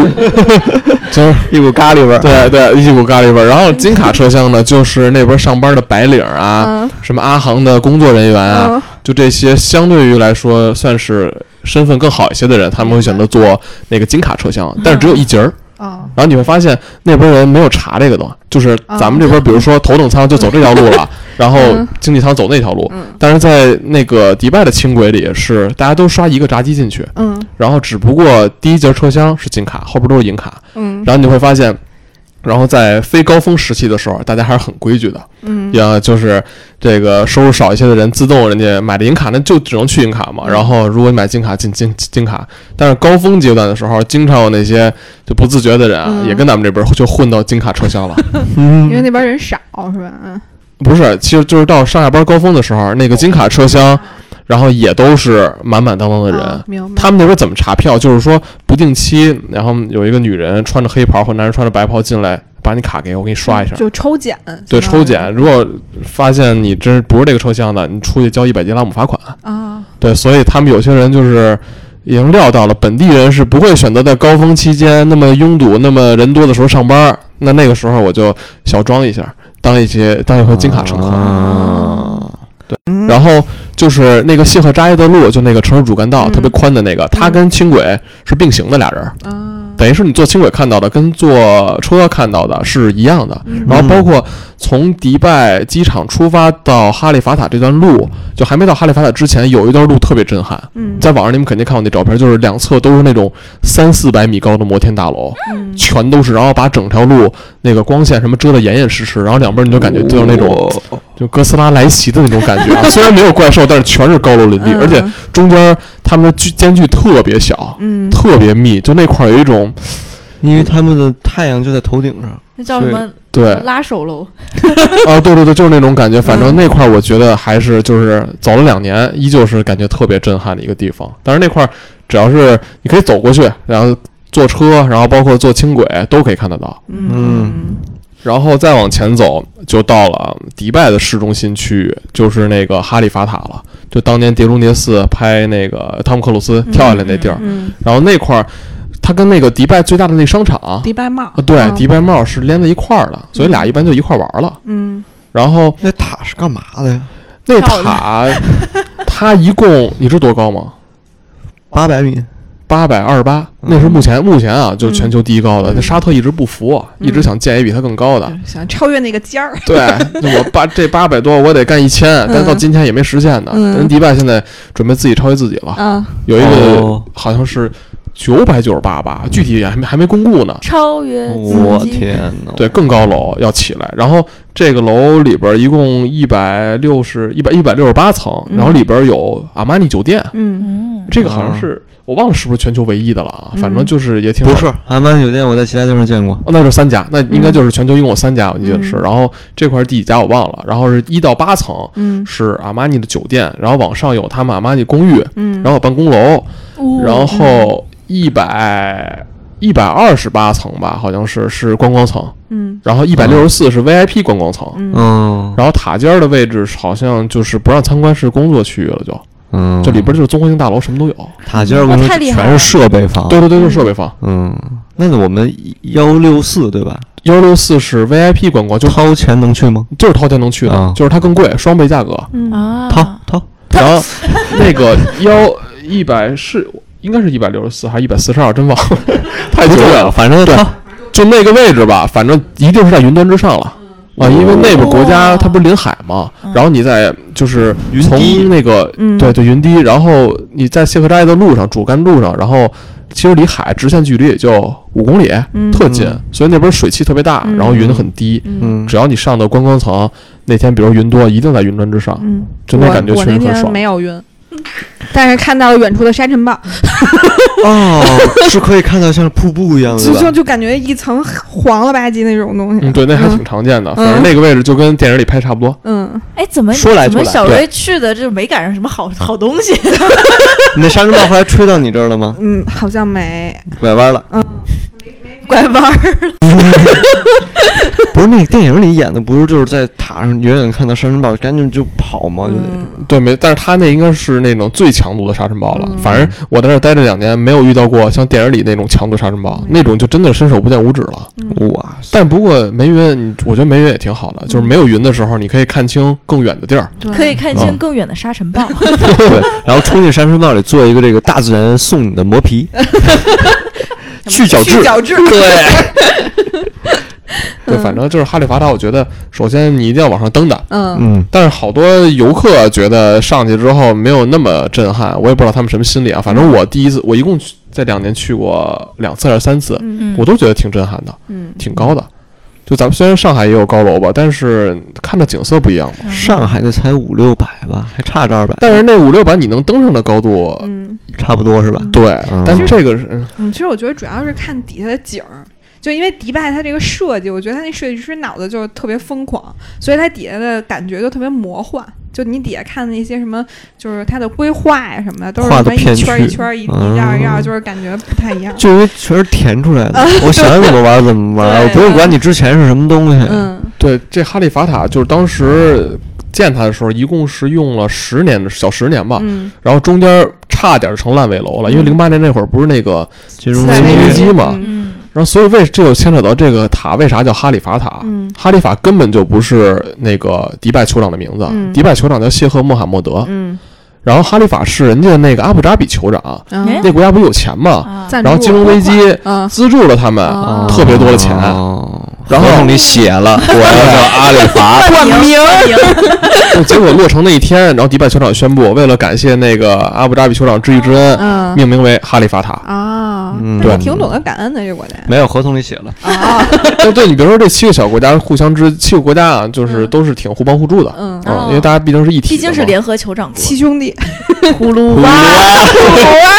Speaker 4: (laughs) 就是
Speaker 2: 一股咖喱味儿。
Speaker 4: 对对一股咖喱味儿。然后金卡车厢呢，就是那边上班的白领啊，
Speaker 3: 嗯
Speaker 4: 什么阿航的工作人员啊，
Speaker 3: 嗯
Speaker 4: 就这些相对于来说算是身份更好一些的人，他们会选择坐那个金卡车厢，但是只有一节儿。
Speaker 3: 哦，
Speaker 4: 然后你会发现那边人没有查这个的，就是咱们这边，比如说头等舱就走这条路了，然后经济舱走那条路。
Speaker 3: 嗯
Speaker 4: 但是在那个迪拜的轻轨里是大家都刷一个闸机进去，
Speaker 3: 嗯
Speaker 4: 然后只不过第一节车厢是金卡，后边都是银卡。
Speaker 3: 嗯
Speaker 4: 然后你会发现，然后在非高峰时期的时候，大家还是很规矩的，
Speaker 3: 嗯
Speaker 4: 也就是这个收入少一些的人，自动人家买的银卡，那就只能去银卡
Speaker 3: 嗯
Speaker 4: 嘛。然后如果你买金卡，进金金卡。但是高峰阶段的时候，经常有那些就不自觉的人啊，
Speaker 3: 嗯
Speaker 4: 也跟咱们这边就混到金卡车厢了。嗯
Speaker 3: 因为那边人少是吧？
Speaker 4: 啊
Speaker 3: 嗯
Speaker 4: 不是，其实就是到上下班高峰的时候，那个金卡车厢，然后也都是满满当当的人。
Speaker 3: 哦啊明白。
Speaker 4: 他们那边怎么查票？就是说不定期，然后有一个女人穿着黑袍或男人穿着白袍进来，把你卡给我，我给你刷一下。
Speaker 3: 嗯就抽检，
Speaker 4: 对，
Speaker 3: 相当
Speaker 4: 抽
Speaker 3: 于
Speaker 4: 检，如果发现你真不是这个车厢的，你出去交一百迪拉姆罚款。
Speaker 3: 啊，
Speaker 4: 对，所以他们有些人就是已经料到了，本地人是不会选择在高峰期间那么拥堵、那么人多的时候上班儿。那那个时候我就小装一下，当一些当一回哦金卡乘客。
Speaker 2: 啊
Speaker 4: 然后就是那个谢赫扎耶德路，就那个城市主干道、
Speaker 3: 嗯
Speaker 4: 特别宽的那个，它跟轻轨是并行的俩人儿，
Speaker 3: 啊，
Speaker 4: 等于是你坐轻轨看到的跟坐车看到的是一样的。
Speaker 3: 嗯
Speaker 4: 然后包括从迪拜机场出发到哈利法塔这段路，就还没到哈利法塔之前，有一段路特别震撼。
Speaker 3: 嗯
Speaker 4: 在网上你们肯定看过那照片，就是两侧都是那种三四百米高的摩天大楼，
Speaker 3: 嗯
Speaker 4: 全都是，然后把整条路那个光线什么遮得严严实实，然后两边你就感觉就是那
Speaker 2: 哦
Speaker 4: 种就哥斯拉来袭的那种感觉啊。虽然没有怪兽，但是全是高楼林立，
Speaker 3: 嗯
Speaker 4: 而且中间他们的距间距特别小，
Speaker 3: 嗯
Speaker 4: 特别密，就那块儿有一种
Speaker 2: 因为他们的太阳就在头顶上。
Speaker 1: 那叫什么？
Speaker 4: 对
Speaker 1: 拉手喽。
Speaker 4: 啊，对对对，就是那种感觉。反正
Speaker 3: 嗯
Speaker 4: 那块儿我觉得还是就是走了两年，依旧是感觉特别震撼的一个地方。但是那块儿只要是你可以走过去，然后坐车，然后包括坐轻轨都可以看得到。
Speaker 2: 嗯
Speaker 4: 然后再往前走，就到了迪拜的市中心区域，就是那个哈利法塔了，就当年《碟中谍四》拍那个汤姆克鲁斯跳下来那地儿。
Speaker 3: 嗯，
Speaker 4: 然后那块儿，它跟那个迪拜最大的那商场啊，
Speaker 3: 迪拜帽，
Speaker 4: 对，
Speaker 3: 嗯
Speaker 4: 迪拜帽是连在一块儿的，所以俩一般就一块儿玩儿了。
Speaker 3: 嗯
Speaker 4: 然后
Speaker 2: 那塔是干嘛的呀？
Speaker 4: 那
Speaker 1: 漂亮
Speaker 4: 塔，它一共你知道多高吗？
Speaker 2: 八百米。
Speaker 4: 八百二十八，
Speaker 2: 嗯
Speaker 4: 那是目前目前啊，就是全球第一高的。
Speaker 3: 嗯
Speaker 4: 那沙特一直不服啊，
Speaker 3: 嗯
Speaker 4: 一直想建一比它更高的。
Speaker 3: 就是想超越那个尖儿，
Speaker 4: (laughs) 对，就我八这八百多，我得干一千，但是到今天也没实现呢。
Speaker 3: 嗯
Speaker 4: 人迪拜现在准备自己超越自己了，
Speaker 3: 啊，
Speaker 4: 有一个
Speaker 2: 哦
Speaker 4: 好像是九百九十八吧，具体还没还没公布呢。
Speaker 1: 超越
Speaker 2: 我
Speaker 1: 自己，
Speaker 2: 天呐，
Speaker 4: 对，更高楼要起来。然后这个楼里边一共一百六十一百一百六十八层，然后里边有阿玛尼酒店，
Speaker 3: 嗯
Speaker 1: 嗯，
Speaker 4: 这个好像是、我忘了是不是全球唯一的了啊，反正就是也挺好
Speaker 2: 啊不是韩湾酒店，我在其他地方见过。
Speaker 4: 哦，那就是三家，那应该就是全球一共有三家，我记得是。
Speaker 3: 嗯
Speaker 4: 然后这块儿第几家我忘了，然后是一到八层
Speaker 3: 嗯
Speaker 4: 是阿玛尼的酒店，然后往上有他们阿玛尼公寓，
Speaker 3: 嗯，
Speaker 4: 然后有办公楼，
Speaker 1: 哦
Speaker 4: 然后一百一百二十八层吧，好像是是观光层，
Speaker 3: 嗯
Speaker 4: 然后一百六十四是 VIP 观光层，
Speaker 3: 嗯
Speaker 2: 嗯
Speaker 4: 然后塔尖儿的位置好像就是不让参观是工作区域了就，
Speaker 2: 嗯，哦
Speaker 4: 这里边就是综合性大楼，什么都有。
Speaker 2: 塔尖儿不
Speaker 1: 哇
Speaker 2: 是
Speaker 1: 太厉害
Speaker 2: 全是
Speaker 1: 了
Speaker 2: 设备房？
Speaker 4: 对对对，就是设备房。
Speaker 2: 嗯，那我们幺六四对吧？
Speaker 4: 幺六四是 VIP 观光，就
Speaker 2: 掏钱能去吗？
Speaker 4: 就是掏钱能去的，
Speaker 2: 啊
Speaker 4: 就是它更贵，双倍价格。
Speaker 3: 嗯
Speaker 1: 啊，
Speaker 2: 掏掏，
Speaker 3: (laughs)
Speaker 4: 然后那个幺一百是应该是一百六十四还是一百四十二，真忘了，太久
Speaker 2: 不重
Speaker 4: 远
Speaker 2: 要，
Speaker 4: 了。
Speaker 2: 反正
Speaker 4: 对
Speaker 2: 掏。
Speaker 4: 就那个位置吧，反正一定是在云端之上了。
Speaker 3: 嗯
Speaker 4: 啊，因为那个国家
Speaker 1: 哇
Speaker 3: 哦
Speaker 4: 它不是临海嘛，
Speaker 1: 嗯
Speaker 4: 然后你在就是
Speaker 2: 云低
Speaker 4: 从那个
Speaker 3: 嗯
Speaker 4: 对对云低，然后你在谢克扎耶的路上主干路上，然后其实离海直线距离也就五公里，
Speaker 3: 嗯
Speaker 4: 特近
Speaker 2: 嗯，
Speaker 4: 所以那边水汽特别大，
Speaker 3: 嗯
Speaker 4: 然后云很低。
Speaker 3: 嗯
Speaker 2: 嗯，
Speaker 4: 只要你上到观光层，那天比如云多，一定在云端之上，
Speaker 3: 嗯，
Speaker 4: 真的感觉
Speaker 3: 我我
Speaker 4: 确
Speaker 3: 那
Speaker 4: 实很
Speaker 3: 天
Speaker 4: 爽
Speaker 3: 没。有晕，但是看到了远处的沙尘暴，
Speaker 2: 哦， (laughs) 是可以看到像瀑布一样
Speaker 3: 就就
Speaker 2: 的吧。
Speaker 3: 就感觉一层黄了吧唧那种东
Speaker 4: 嗯，
Speaker 3: 西，
Speaker 4: 对，那还挺常见的，反正那个位置就跟电影里拍差不多。
Speaker 3: 嗯，
Speaker 1: 哎，怎么
Speaker 4: 说来
Speaker 1: 怎
Speaker 4: 就
Speaker 1: 么
Speaker 4: 来
Speaker 1: 小
Speaker 4: 对嗯
Speaker 1: 薇去的这没赶上什么好好东西？
Speaker 2: 你那沙尘暴后来吹到你这儿了吗？
Speaker 3: 嗯，好像没，
Speaker 2: 拐弯了，
Speaker 1: 拐弯儿，
Speaker 2: (laughs) 不是那个电影里演的，不是就是在塔上远远看到沙尘暴，赶紧就跑吗？就得
Speaker 1: 嗯
Speaker 4: 对，没，但是他那应该是那种最强度的沙尘暴了。
Speaker 3: 嗯
Speaker 4: 反正我在那儿待着两年，没有遇到过像电影里那种强度沙尘暴，
Speaker 3: 嗯
Speaker 4: 那种就真的伸手不见五指了。
Speaker 2: 哇塞！
Speaker 4: 但不过没云，你我觉得没云也挺好的，
Speaker 3: 嗯
Speaker 4: 就是没有云的时候，你可以看清更远的地儿。
Speaker 3: 对
Speaker 1: 可以看清
Speaker 2: 嗯
Speaker 1: 更远的沙尘暴。
Speaker 2: (laughs) 对，然后冲进沙尘暴里做一个这个大自然送你的磨皮，
Speaker 1: (laughs)
Speaker 2: 去角质，
Speaker 3: 角质，
Speaker 2: 对，
Speaker 4: 对，反正就是哈利法塔，我觉得首先你一定要往上登的。
Speaker 3: 嗯，
Speaker 2: 嗯，
Speaker 4: 但是好多游客觉得上去之后没有那么震撼，我也不知道他们什么心理啊。反
Speaker 3: 嗯
Speaker 4: 正我第一次，我一共去在两年去过两次还是三次，
Speaker 3: 嗯
Speaker 1: 嗯，
Speaker 4: 我都觉得挺震撼的，
Speaker 3: 嗯，
Speaker 4: 挺高的。就咱们虽然上海也有高楼吧，但是看的景色不一样嘛。
Speaker 1: 嗯
Speaker 2: 上海的才五六百吧，还差这二百，
Speaker 4: 但是那五六百你能登上的高度，
Speaker 3: 嗯
Speaker 2: 差不多是吧？
Speaker 4: 对，
Speaker 2: 嗯
Speaker 4: 但这个是嗯
Speaker 3: 嗯，其实我觉得主要是看底下的景儿。就因为迪拜它这个设计，我觉得它那设计师脑子就是特别疯狂，所以它底下的感觉就特别魔幻。就你底下看那些什么，就是它的规划呀什么的，都是
Speaker 2: 画
Speaker 3: 什
Speaker 2: 的
Speaker 3: 么一
Speaker 2: 片
Speaker 3: 圈儿一
Speaker 2: 区
Speaker 3: 圈儿一
Speaker 2: 嗯
Speaker 3: 一样儿一样儿，就是感觉不太一样。
Speaker 2: 就因为全是填出来的，我想怎么玩儿怎么玩儿，
Speaker 3: 嗯 (laughs) 对
Speaker 2: 我不用管你之前是什么东西。
Speaker 3: 嗯，
Speaker 4: 对，这哈利法塔就是当时建它的时候，一共是用了十年的小十年吧，
Speaker 3: 嗯，
Speaker 4: 然后中间差点成烂尾楼了，因为零八年那会儿不是那个，
Speaker 2: 金
Speaker 3: 自
Speaker 2: 融
Speaker 3: 然
Speaker 4: 金融
Speaker 2: 危
Speaker 4: 危
Speaker 2: 机
Speaker 4: 机嘛
Speaker 3: 嗯
Speaker 1: 嗯
Speaker 4: 然后所以为这就牵扯到这个塔为啥叫哈利法塔？
Speaker 3: 嗯
Speaker 4: 哈利法根本就不是那个迪拜酋长的名字，
Speaker 3: 嗯
Speaker 4: 迪拜酋长叫谢赫穆罕默德，
Speaker 3: 嗯
Speaker 4: 然后哈利法是人家那个阿布扎比酋长，
Speaker 1: 哎
Speaker 3: 嗯，
Speaker 4: 那国家不是有钱吗？
Speaker 1: 啊，
Speaker 3: 赞助
Speaker 4: 然后金融危机
Speaker 3: 嗯
Speaker 4: 资助了他们
Speaker 2: 啊
Speaker 3: 哦
Speaker 4: 特别多的钱，
Speaker 2: 哦
Speaker 4: 然后
Speaker 2: 合同里写 (laughs) 了，我要叫阿里法， (laughs)
Speaker 1: 冠名
Speaker 4: (laughs) 就结果落成那一天，然后迪拜酋长宣布，为了感谢那个阿布扎比酋长知遇之恩，
Speaker 3: 嗯
Speaker 4: 命名为哈利法塔。
Speaker 3: 啊，
Speaker 2: 嗯
Speaker 3: 那
Speaker 2: 对
Speaker 3: 你挺懂得感恩的这个国家
Speaker 2: 没有合同里写了，
Speaker 3: 啊，
Speaker 4: 哎，对你别说这七个小国家互相之七个国家啊，就是都是挺互帮互助的，
Speaker 3: 嗯
Speaker 1: 哦
Speaker 4: 啊因为大家毕竟是一体的嘛，
Speaker 1: 毕竟是联合酋长国，
Speaker 3: 七兄弟，
Speaker 1: 葫芦
Speaker 2: 葫芦娃，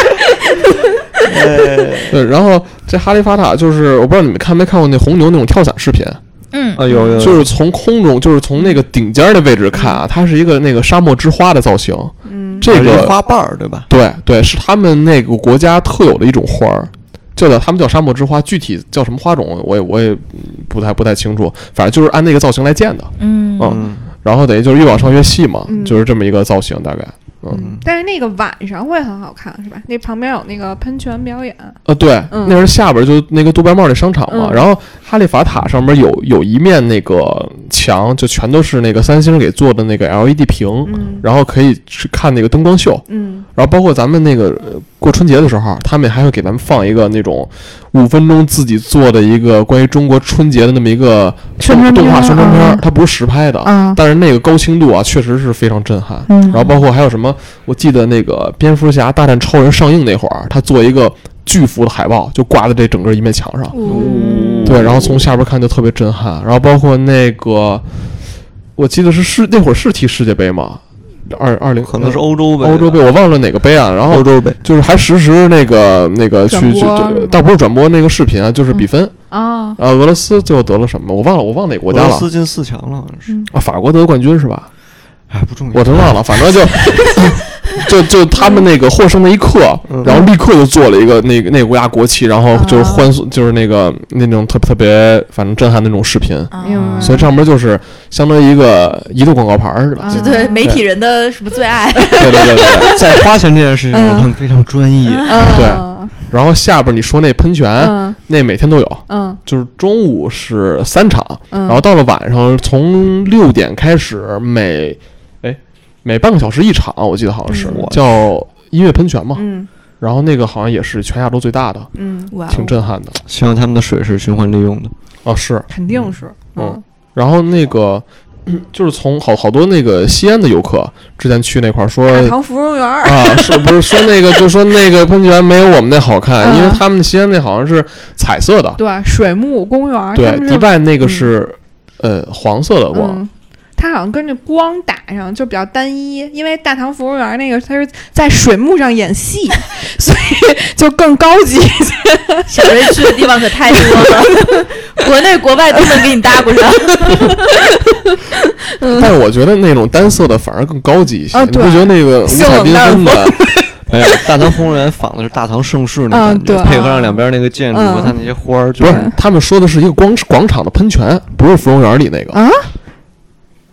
Speaker 4: 对。然后这哈利法塔就是我不知道你们看没看过那红牛那种跳伞视频，
Speaker 1: 嗯
Speaker 2: 哎呦呦，
Speaker 4: 就是从空中，就是从那个顶尖儿的位置看啊，它是一个那个沙漠之花的造型，
Speaker 3: 嗯
Speaker 4: 这
Speaker 2: 是一
Speaker 4: 个
Speaker 2: 啊花瓣儿对吧？
Speaker 4: 对对是他们那个国家特有的一种花儿。叫叫他们叫沙漠之花，具体叫什么花种我也我也嗯不太不太清楚，反正就是按那个造型来建的，
Speaker 1: 嗯
Speaker 4: 嗯
Speaker 2: 嗯，
Speaker 4: 然后等于就是越往上越细嘛，
Speaker 3: 嗯
Speaker 4: 就是这么一个造型大概。
Speaker 3: 嗯，但是那个晚上会很好看，是吧？那旁边有那个喷泉表演，
Speaker 4: 呃，对，
Speaker 3: 嗯
Speaker 4: 那是下边就那个杜拜帽那商场嘛，
Speaker 3: 嗯
Speaker 4: 然后哈利法塔上面有有一面那个墙，就全都是那个三星给做的那个 LED 屏，
Speaker 3: 嗯
Speaker 4: 然后可以去看那个灯光秀，
Speaker 3: 嗯
Speaker 4: 然后包括咱们那个呃过春节的时候，他们还会给咱们放一个那种五分钟自己做的一个关于中国春节的那么一个
Speaker 3: 宣传
Speaker 4: 动
Speaker 3: 片
Speaker 4: 画
Speaker 3: 儿
Speaker 4: 宣传片儿，
Speaker 3: 嗯
Speaker 4: 它不是实拍的，
Speaker 3: 啊
Speaker 4: 但是那个高清度啊，确实是非常震撼。
Speaker 3: 嗯
Speaker 4: 然后包括还有什么，我记得那个蝙蝠侠大战超人上映那会儿，他做一个巨幅的海报，就挂在这整个一面墙上，
Speaker 3: 嗯
Speaker 4: 对，然后从下边看就特别震撼。然后包括那个，我记得是世那会儿是踢世界杯吗？二二零
Speaker 2: 可能是欧洲呗，
Speaker 4: 欧洲杯，我忘了哪个杯啊。然
Speaker 2: 欧
Speaker 4: 后
Speaker 2: 洲杯，
Speaker 4: 就是还实时那个那个去
Speaker 3: 转播
Speaker 4: 去，
Speaker 3: 是
Speaker 4: 对
Speaker 3: 吗
Speaker 4: 倒不是转播那个视频啊，就是比分
Speaker 3: 啊，
Speaker 4: 啊。俄罗斯最后得了什么？我忘了，我忘哪个国
Speaker 2: 俄
Speaker 4: 家
Speaker 2: 罗
Speaker 4: 了
Speaker 2: 斯进四强了，好像是，
Speaker 4: 啊？法国得冠军是吧？
Speaker 2: 哎，不重要，
Speaker 4: 我真忘了，反
Speaker 3: (laughs)
Speaker 4: 正就就就他们那个获胜那一刻，
Speaker 2: 嗯
Speaker 4: 然后立刻就做了一个那个那个国家国旗，然后
Speaker 3: 哦
Speaker 4: 就是欢送，就是那个那种特特别反正震撼的那种视频，
Speaker 1: 啊
Speaker 3: 明白
Speaker 4: 所以上面就是相当于一个移动广告牌儿似的。
Speaker 3: 啊
Speaker 1: 就对媒体人的什么最爱？
Speaker 4: 对对对对
Speaker 3: (laughs)
Speaker 4: 对。
Speaker 2: 在花钱这件事情，我们非常专业。
Speaker 3: 嗯
Speaker 4: 然后下边你说那喷泉，
Speaker 3: 嗯
Speaker 4: 那每天都有，
Speaker 3: 嗯
Speaker 4: 就是中午是三场，
Speaker 3: 嗯，
Speaker 4: 然后到了晚上从六点开始每哎每半个小时一场，我记得好像是
Speaker 2: 嗯
Speaker 4: 叫音乐喷泉嘛。
Speaker 3: 嗯
Speaker 4: 然后那个好像也是全亚洲最大的，
Speaker 3: 嗯，
Speaker 1: 哇哦，
Speaker 4: 挺震撼的。
Speaker 2: 希望他们的水是循环利用的。
Speaker 4: 哦，是。
Speaker 3: 肯定是，
Speaker 4: 嗯然后那个 (clears throat) 嗯就是从好好多那个西安的游客之前去那块儿说
Speaker 3: 大唐芙蓉园儿，
Speaker 4: 啊，是不是说
Speaker 3: (laughs)
Speaker 4: 那个就说那个喷泉没有我们那好看，
Speaker 3: 嗯
Speaker 4: 因为他们西安那好像是彩色的，
Speaker 3: 对，水幕公园儿，他
Speaker 4: 对，
Speaker 3: 们
Speaker 4: 迪
Speaker 3: 是
Speaker 4: 拜那个是呃黄色的光，
Speaker 3: 嗯，它好像跟着光打上就比较单一，因为大唐芙蓉园那个它是在水幕上演戏， (laughs) 所以就更高级。
Speaker 1: 小瑞去的地方可太多了，
Speaker 4: (laughs)
Speaker 1: 国内国外都能给你搭过上。
Speaker 4: 但是我觉得那种单色的反而更高级一些，
Speaker 3: 啊
Speaker 4: 你不
Speaker 3: 对
Speaker 4: 觉得那个五
Speaker 3: 性
Speaker 4: 彩
Speaker 3: 冷
Speaker 4: 缤
Speaker 3: 淡
Speaker 4: 纷的？
Speaker 2: 没有哎大唐红人仿的是大唐盛世那
Speaker 3: 嗯
Speaker 2: 感觉，
Speaker 3: 对
Speaker 2: 配合上两边那个建筑，
Speaker 3: 嗯
Speaker 2: 它那些花儿，就
Speaker 4: 不是
Speaker 2: 是，
Speaker 4: 他们说的是一个广广场的喷泉，不是芙蓉园里那个。
Speaker 3: 啊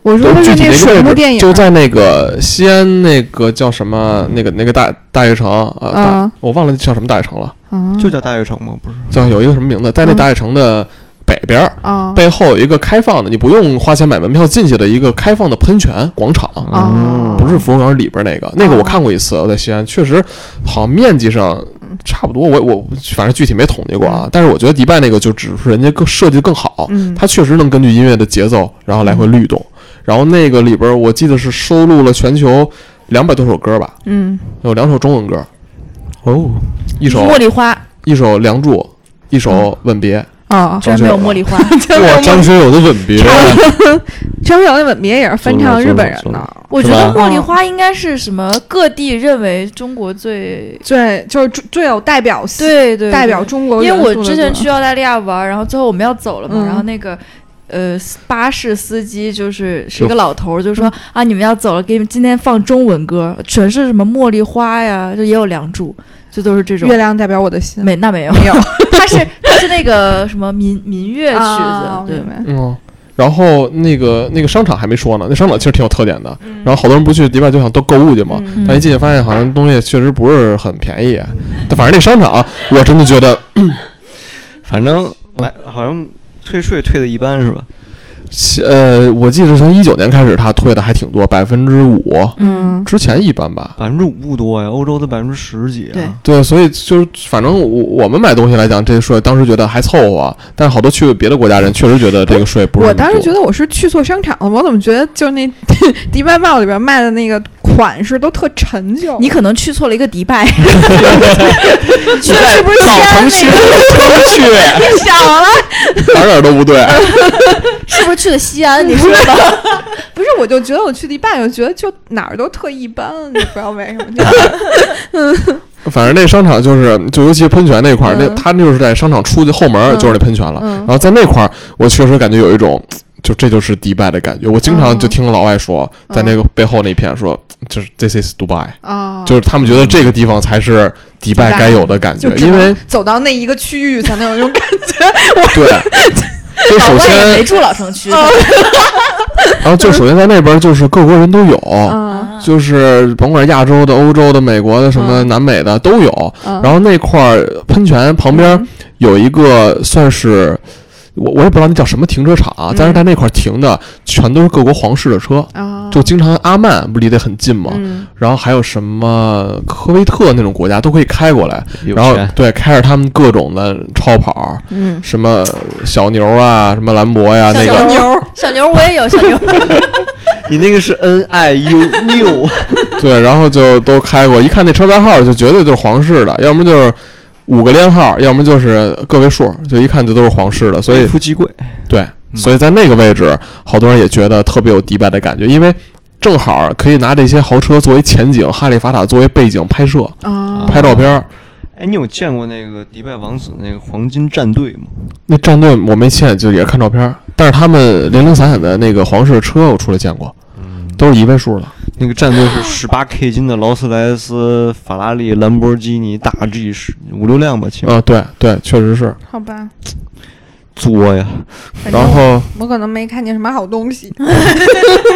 Speaker 3: 我说
Speaker 4: 就
Speaker 3: 的是那
Speaker 4: 具体那
Speaker 3: 水
Speaker 4: 个
Speaker 3: 幕
Speaker 4: 位
Speaker 3: 电
Speaker 4: 置，
Speaker 3: 影，
Speaker 4: 就在那个西安那个叫什么那个那个大大悦城呃，大
Speaker 3: 啊
Speaker 4: 我忘了叫什么大悦城了，
Speaker 3: 啊
Speaker 2: 就叫大悦城吗？不是，
Speaker 4: 叫有一个什么名字，在那大悦城的北边儿。
Speaker 3: 啊
Speaker 4: 背后有一个开放的，你不用花钱买门票进去的一个开放的喷泉广场，
Speaker 3: 啊
Speaker 4: 不是芙蓉园里边那个，那个我看过一次，我在西安，确实好像面积上差不多，我我反正具体没统计过啊，但是我觉得迪拜那个就只是人家更设计得更好，
Speaker 3: 嗯
Speaker 4: 它确实能根据音乐的节奏，然后来回律动，然后那个里边我记得是收录了全球两百多首歌吧，
Speaker 3: 嗯
Speaker 4: 有两首中文歌，
Speaker 2: 哦，
Speaker 4: 一首
Speaker 1: 茉莉花
Speaker 4: 一首《梁祝》，一首《吻别
Speaker 3: 啊，
Speaker 1: 居然没有茉莉花，》，
Speaker 4: 哇，张学友的《吻别》
Speaker 3: 张学友那吻别也是翻唱日本人
Speaker 2: 走了走了走
Speaker 3: 的
Speaker 2: 了，
Speaker 1: 我觉
Speaker 2: 是
Speaker 1: 得
Speaker 2: 吧
Speaker 1: 茉莉花应该是什么各地认为中国最
Speaker 3: 对，就是最最有代表性，
Speaker 1: 对对
Speaker 3: 代
Speaker 1: 对
Speaker 3: 表中国
Speaker 1: 因为
Speaker 3: 元素的
Speaker 1: 我
Speaker 3: 歌。
Speaker 1: 之前去澳大利亚玩，然后最后我们要走了嘛，
Speaker 3: 嗯
Speaker 1: 然后那个。呃，巴士司机就是是一
Speaker 4: 就
Speaker 1: 个老头儿，就说啊，你们要走了，给你们今天放中文歌，全是什么茉莉花呀，就也有梁祝，就都是这种
Speaker 3: 月。亮代表我的心，
Speaker 1: 没，那没 (laughs) 有，
Speaker 3: 没有
Speaker 1: 他是他是那个什么民民乐曲
Speaker 3: 啊
Speaker 1: 子，对
Speaker 3: 明白
Speaker 4: 嗯，然后那个那个商场还没说呢，那商场其实挺有特点的。然后好多人不去迪拜就想都购物去嘛，
Speaker 3: 嗯
Speaker 4: 但一进哎去发现好像东西确实不是很便宜。但反正那商场，我真的觉得
Speaker 2: 反正买好像退税退的一般是吧？
Speaker 4: 呃，我记得从一九年开始它退的还挺多，百分之五，
Speaker 1: 嗯，
Speaker 4: 之前一般吧。
Speaker 2: 百分之五不多呀，欧洲的百分之十几
Speaker 1: 对
Speaker 2: 啊。
Speaker 4: 对，所以就是反正我我们买东西来讲，这税当时觉得还凑合，但是好多去别的国家人确实觉得这个税不是
Speaker 3: 我
Speaker 4: 很多。
Speaker 3: 当时觉得我是去错商场了，我怎么觉得就是那 (laughs) 迪拜帽里边卖的那个款式都特陈
Speaker 4: 哦
Speaker 3: 旧？
Speaker 1: 你可能去错了一个迪
Speaker 4: (laughs)
Speaker 1: 拜，
Speaker 3: 去的是不是
Speaker 4: 老城区，
Speaker 3: 西安
Speaker 4: (laughs) 城区
Speaker 3: 那个？想了，
Speaker 4: 哪儿哪儿都不对。
Speaker 1: 是不是去的西安？你
Speaker 4: (laughs)
Speaker 1: 说的，
Speaker 3: 不是，我就觉得我去迪拜，我觉得就哪儿都特一般，你不知道为什
Speaker 1: (laughs)
Speaker 3: 么。就
Speaker 4: 反正那商场就是，就尤其是喷泉那块儿，那
Speaker 3: 嗯
Speaker 4: 它就是在商场出去后门儿
Speaker 3: 嗯
Speaker 4: 就是那喷泉了。
Speaker 3: 嗯
Speaker 4: 然后在那块儿，我确实感觉有一种，就这就是迪拜的感觉。我经常就听老外说，
Speaker 3: 嗯
Speaker 4: 在那个背后那片说，就是 this is Dubai，、
Speaker 3: (laughs)
Speaker 1: 哦
Speaker 3: 啊，
Speaker 4: 就是他们觉得这个地方才是迪拜
Speaker 3: 迪拜
Speaker 4: 该有的感觉
Speaker 3: 就，只
Speaker 4: 因为
Speaker 3: 能走到那一个区域才能有那种感
Speaker 4: 对。
Speaker 1: (laughs)
Speaker 4: 就
Speaker 1: 老
Speaker 4: 首
Speaker 1: 外哦也没嗯
Speaker 4: 先，
Speaker 1: 住老城区，
Speaker 4: 然后就首先在那边就是各国人都有，
Speaker 3: 觉。
Speaker 4: 哦
Speaker 1: 啊
Speaker 4: 嗯就是甭管亚洲的、欧洲的、美国的、什么
Speaker 3: 嗯
Speaker 4: 南美的都有。
Speaker 1: 嗯
Speaker 3: 然
Speaker 4: 然后那块儿喷泉旁边儿有一个算是。我我也不知道那叫什么停车场啊，
Speaker 1: 嗯
Speaker 4: 但是在那块儿停的全都是各国皇室的车，
Speaker 3: 啊，
Speaker 4: 就经常阿曼不离得很近嘛，
Speaker 3: 嗯
Speaker 4: 然后还有什么科威特那种国家都可以开过来，
Speaker 2: 有
Speaker 4: 然后
Speaker 2: 钱
Speaker 4: 对开着他们各种的超跑，
Speaker 3: 嗯，
Speaker 4: 什么小牛啊，什么兰博呀、那
Speaker 1: 小
Speaker 4: 个
Speaker 1: 牛，小牛我也有小牛，
Speaker 2: 你那个是 N I (laughs) U New，
Speaker 4: 对，然后就都开过，一看那车牌号就绝对就是皇室的，要么就是五个连号，要么就是个位数，就一看就都是皇室的，所以
Speaker 2: 夫妻贵，
Speaker 4: 对，所以在那个位置，好多人也觉得特别有迪拜的感觉，因为正好可以拿这些豪车作为前景，哈利法塔作为背景拍摄、
Speaker 1: 嗯
Speaker 3: 啊，
Speaker 4: 拍照片儿。
Speaker 2: 哎，你有见过那个迪拜王子那个黄金战队吗？
Speaker 4: 那战队我没见，就也是看照片儿，但是他们零零散散的那个皇室车我出来见过，都是一位数的。
Speaker 2: 那个战队
Speaker 3: (laughs)
Speaker 2: 是十八 K 金的劳斯莱斯、法拉利、兰博基尼、大 G 十五六辆吧，起码、
Speaker 4: 啊，对对，确实是。
Speaker 3: 好吧，
Speaker 2: 作呀。
Speaker 3: 反正
Speaker 4: 然后
Speaker 3: 我可能没看见什么好东西。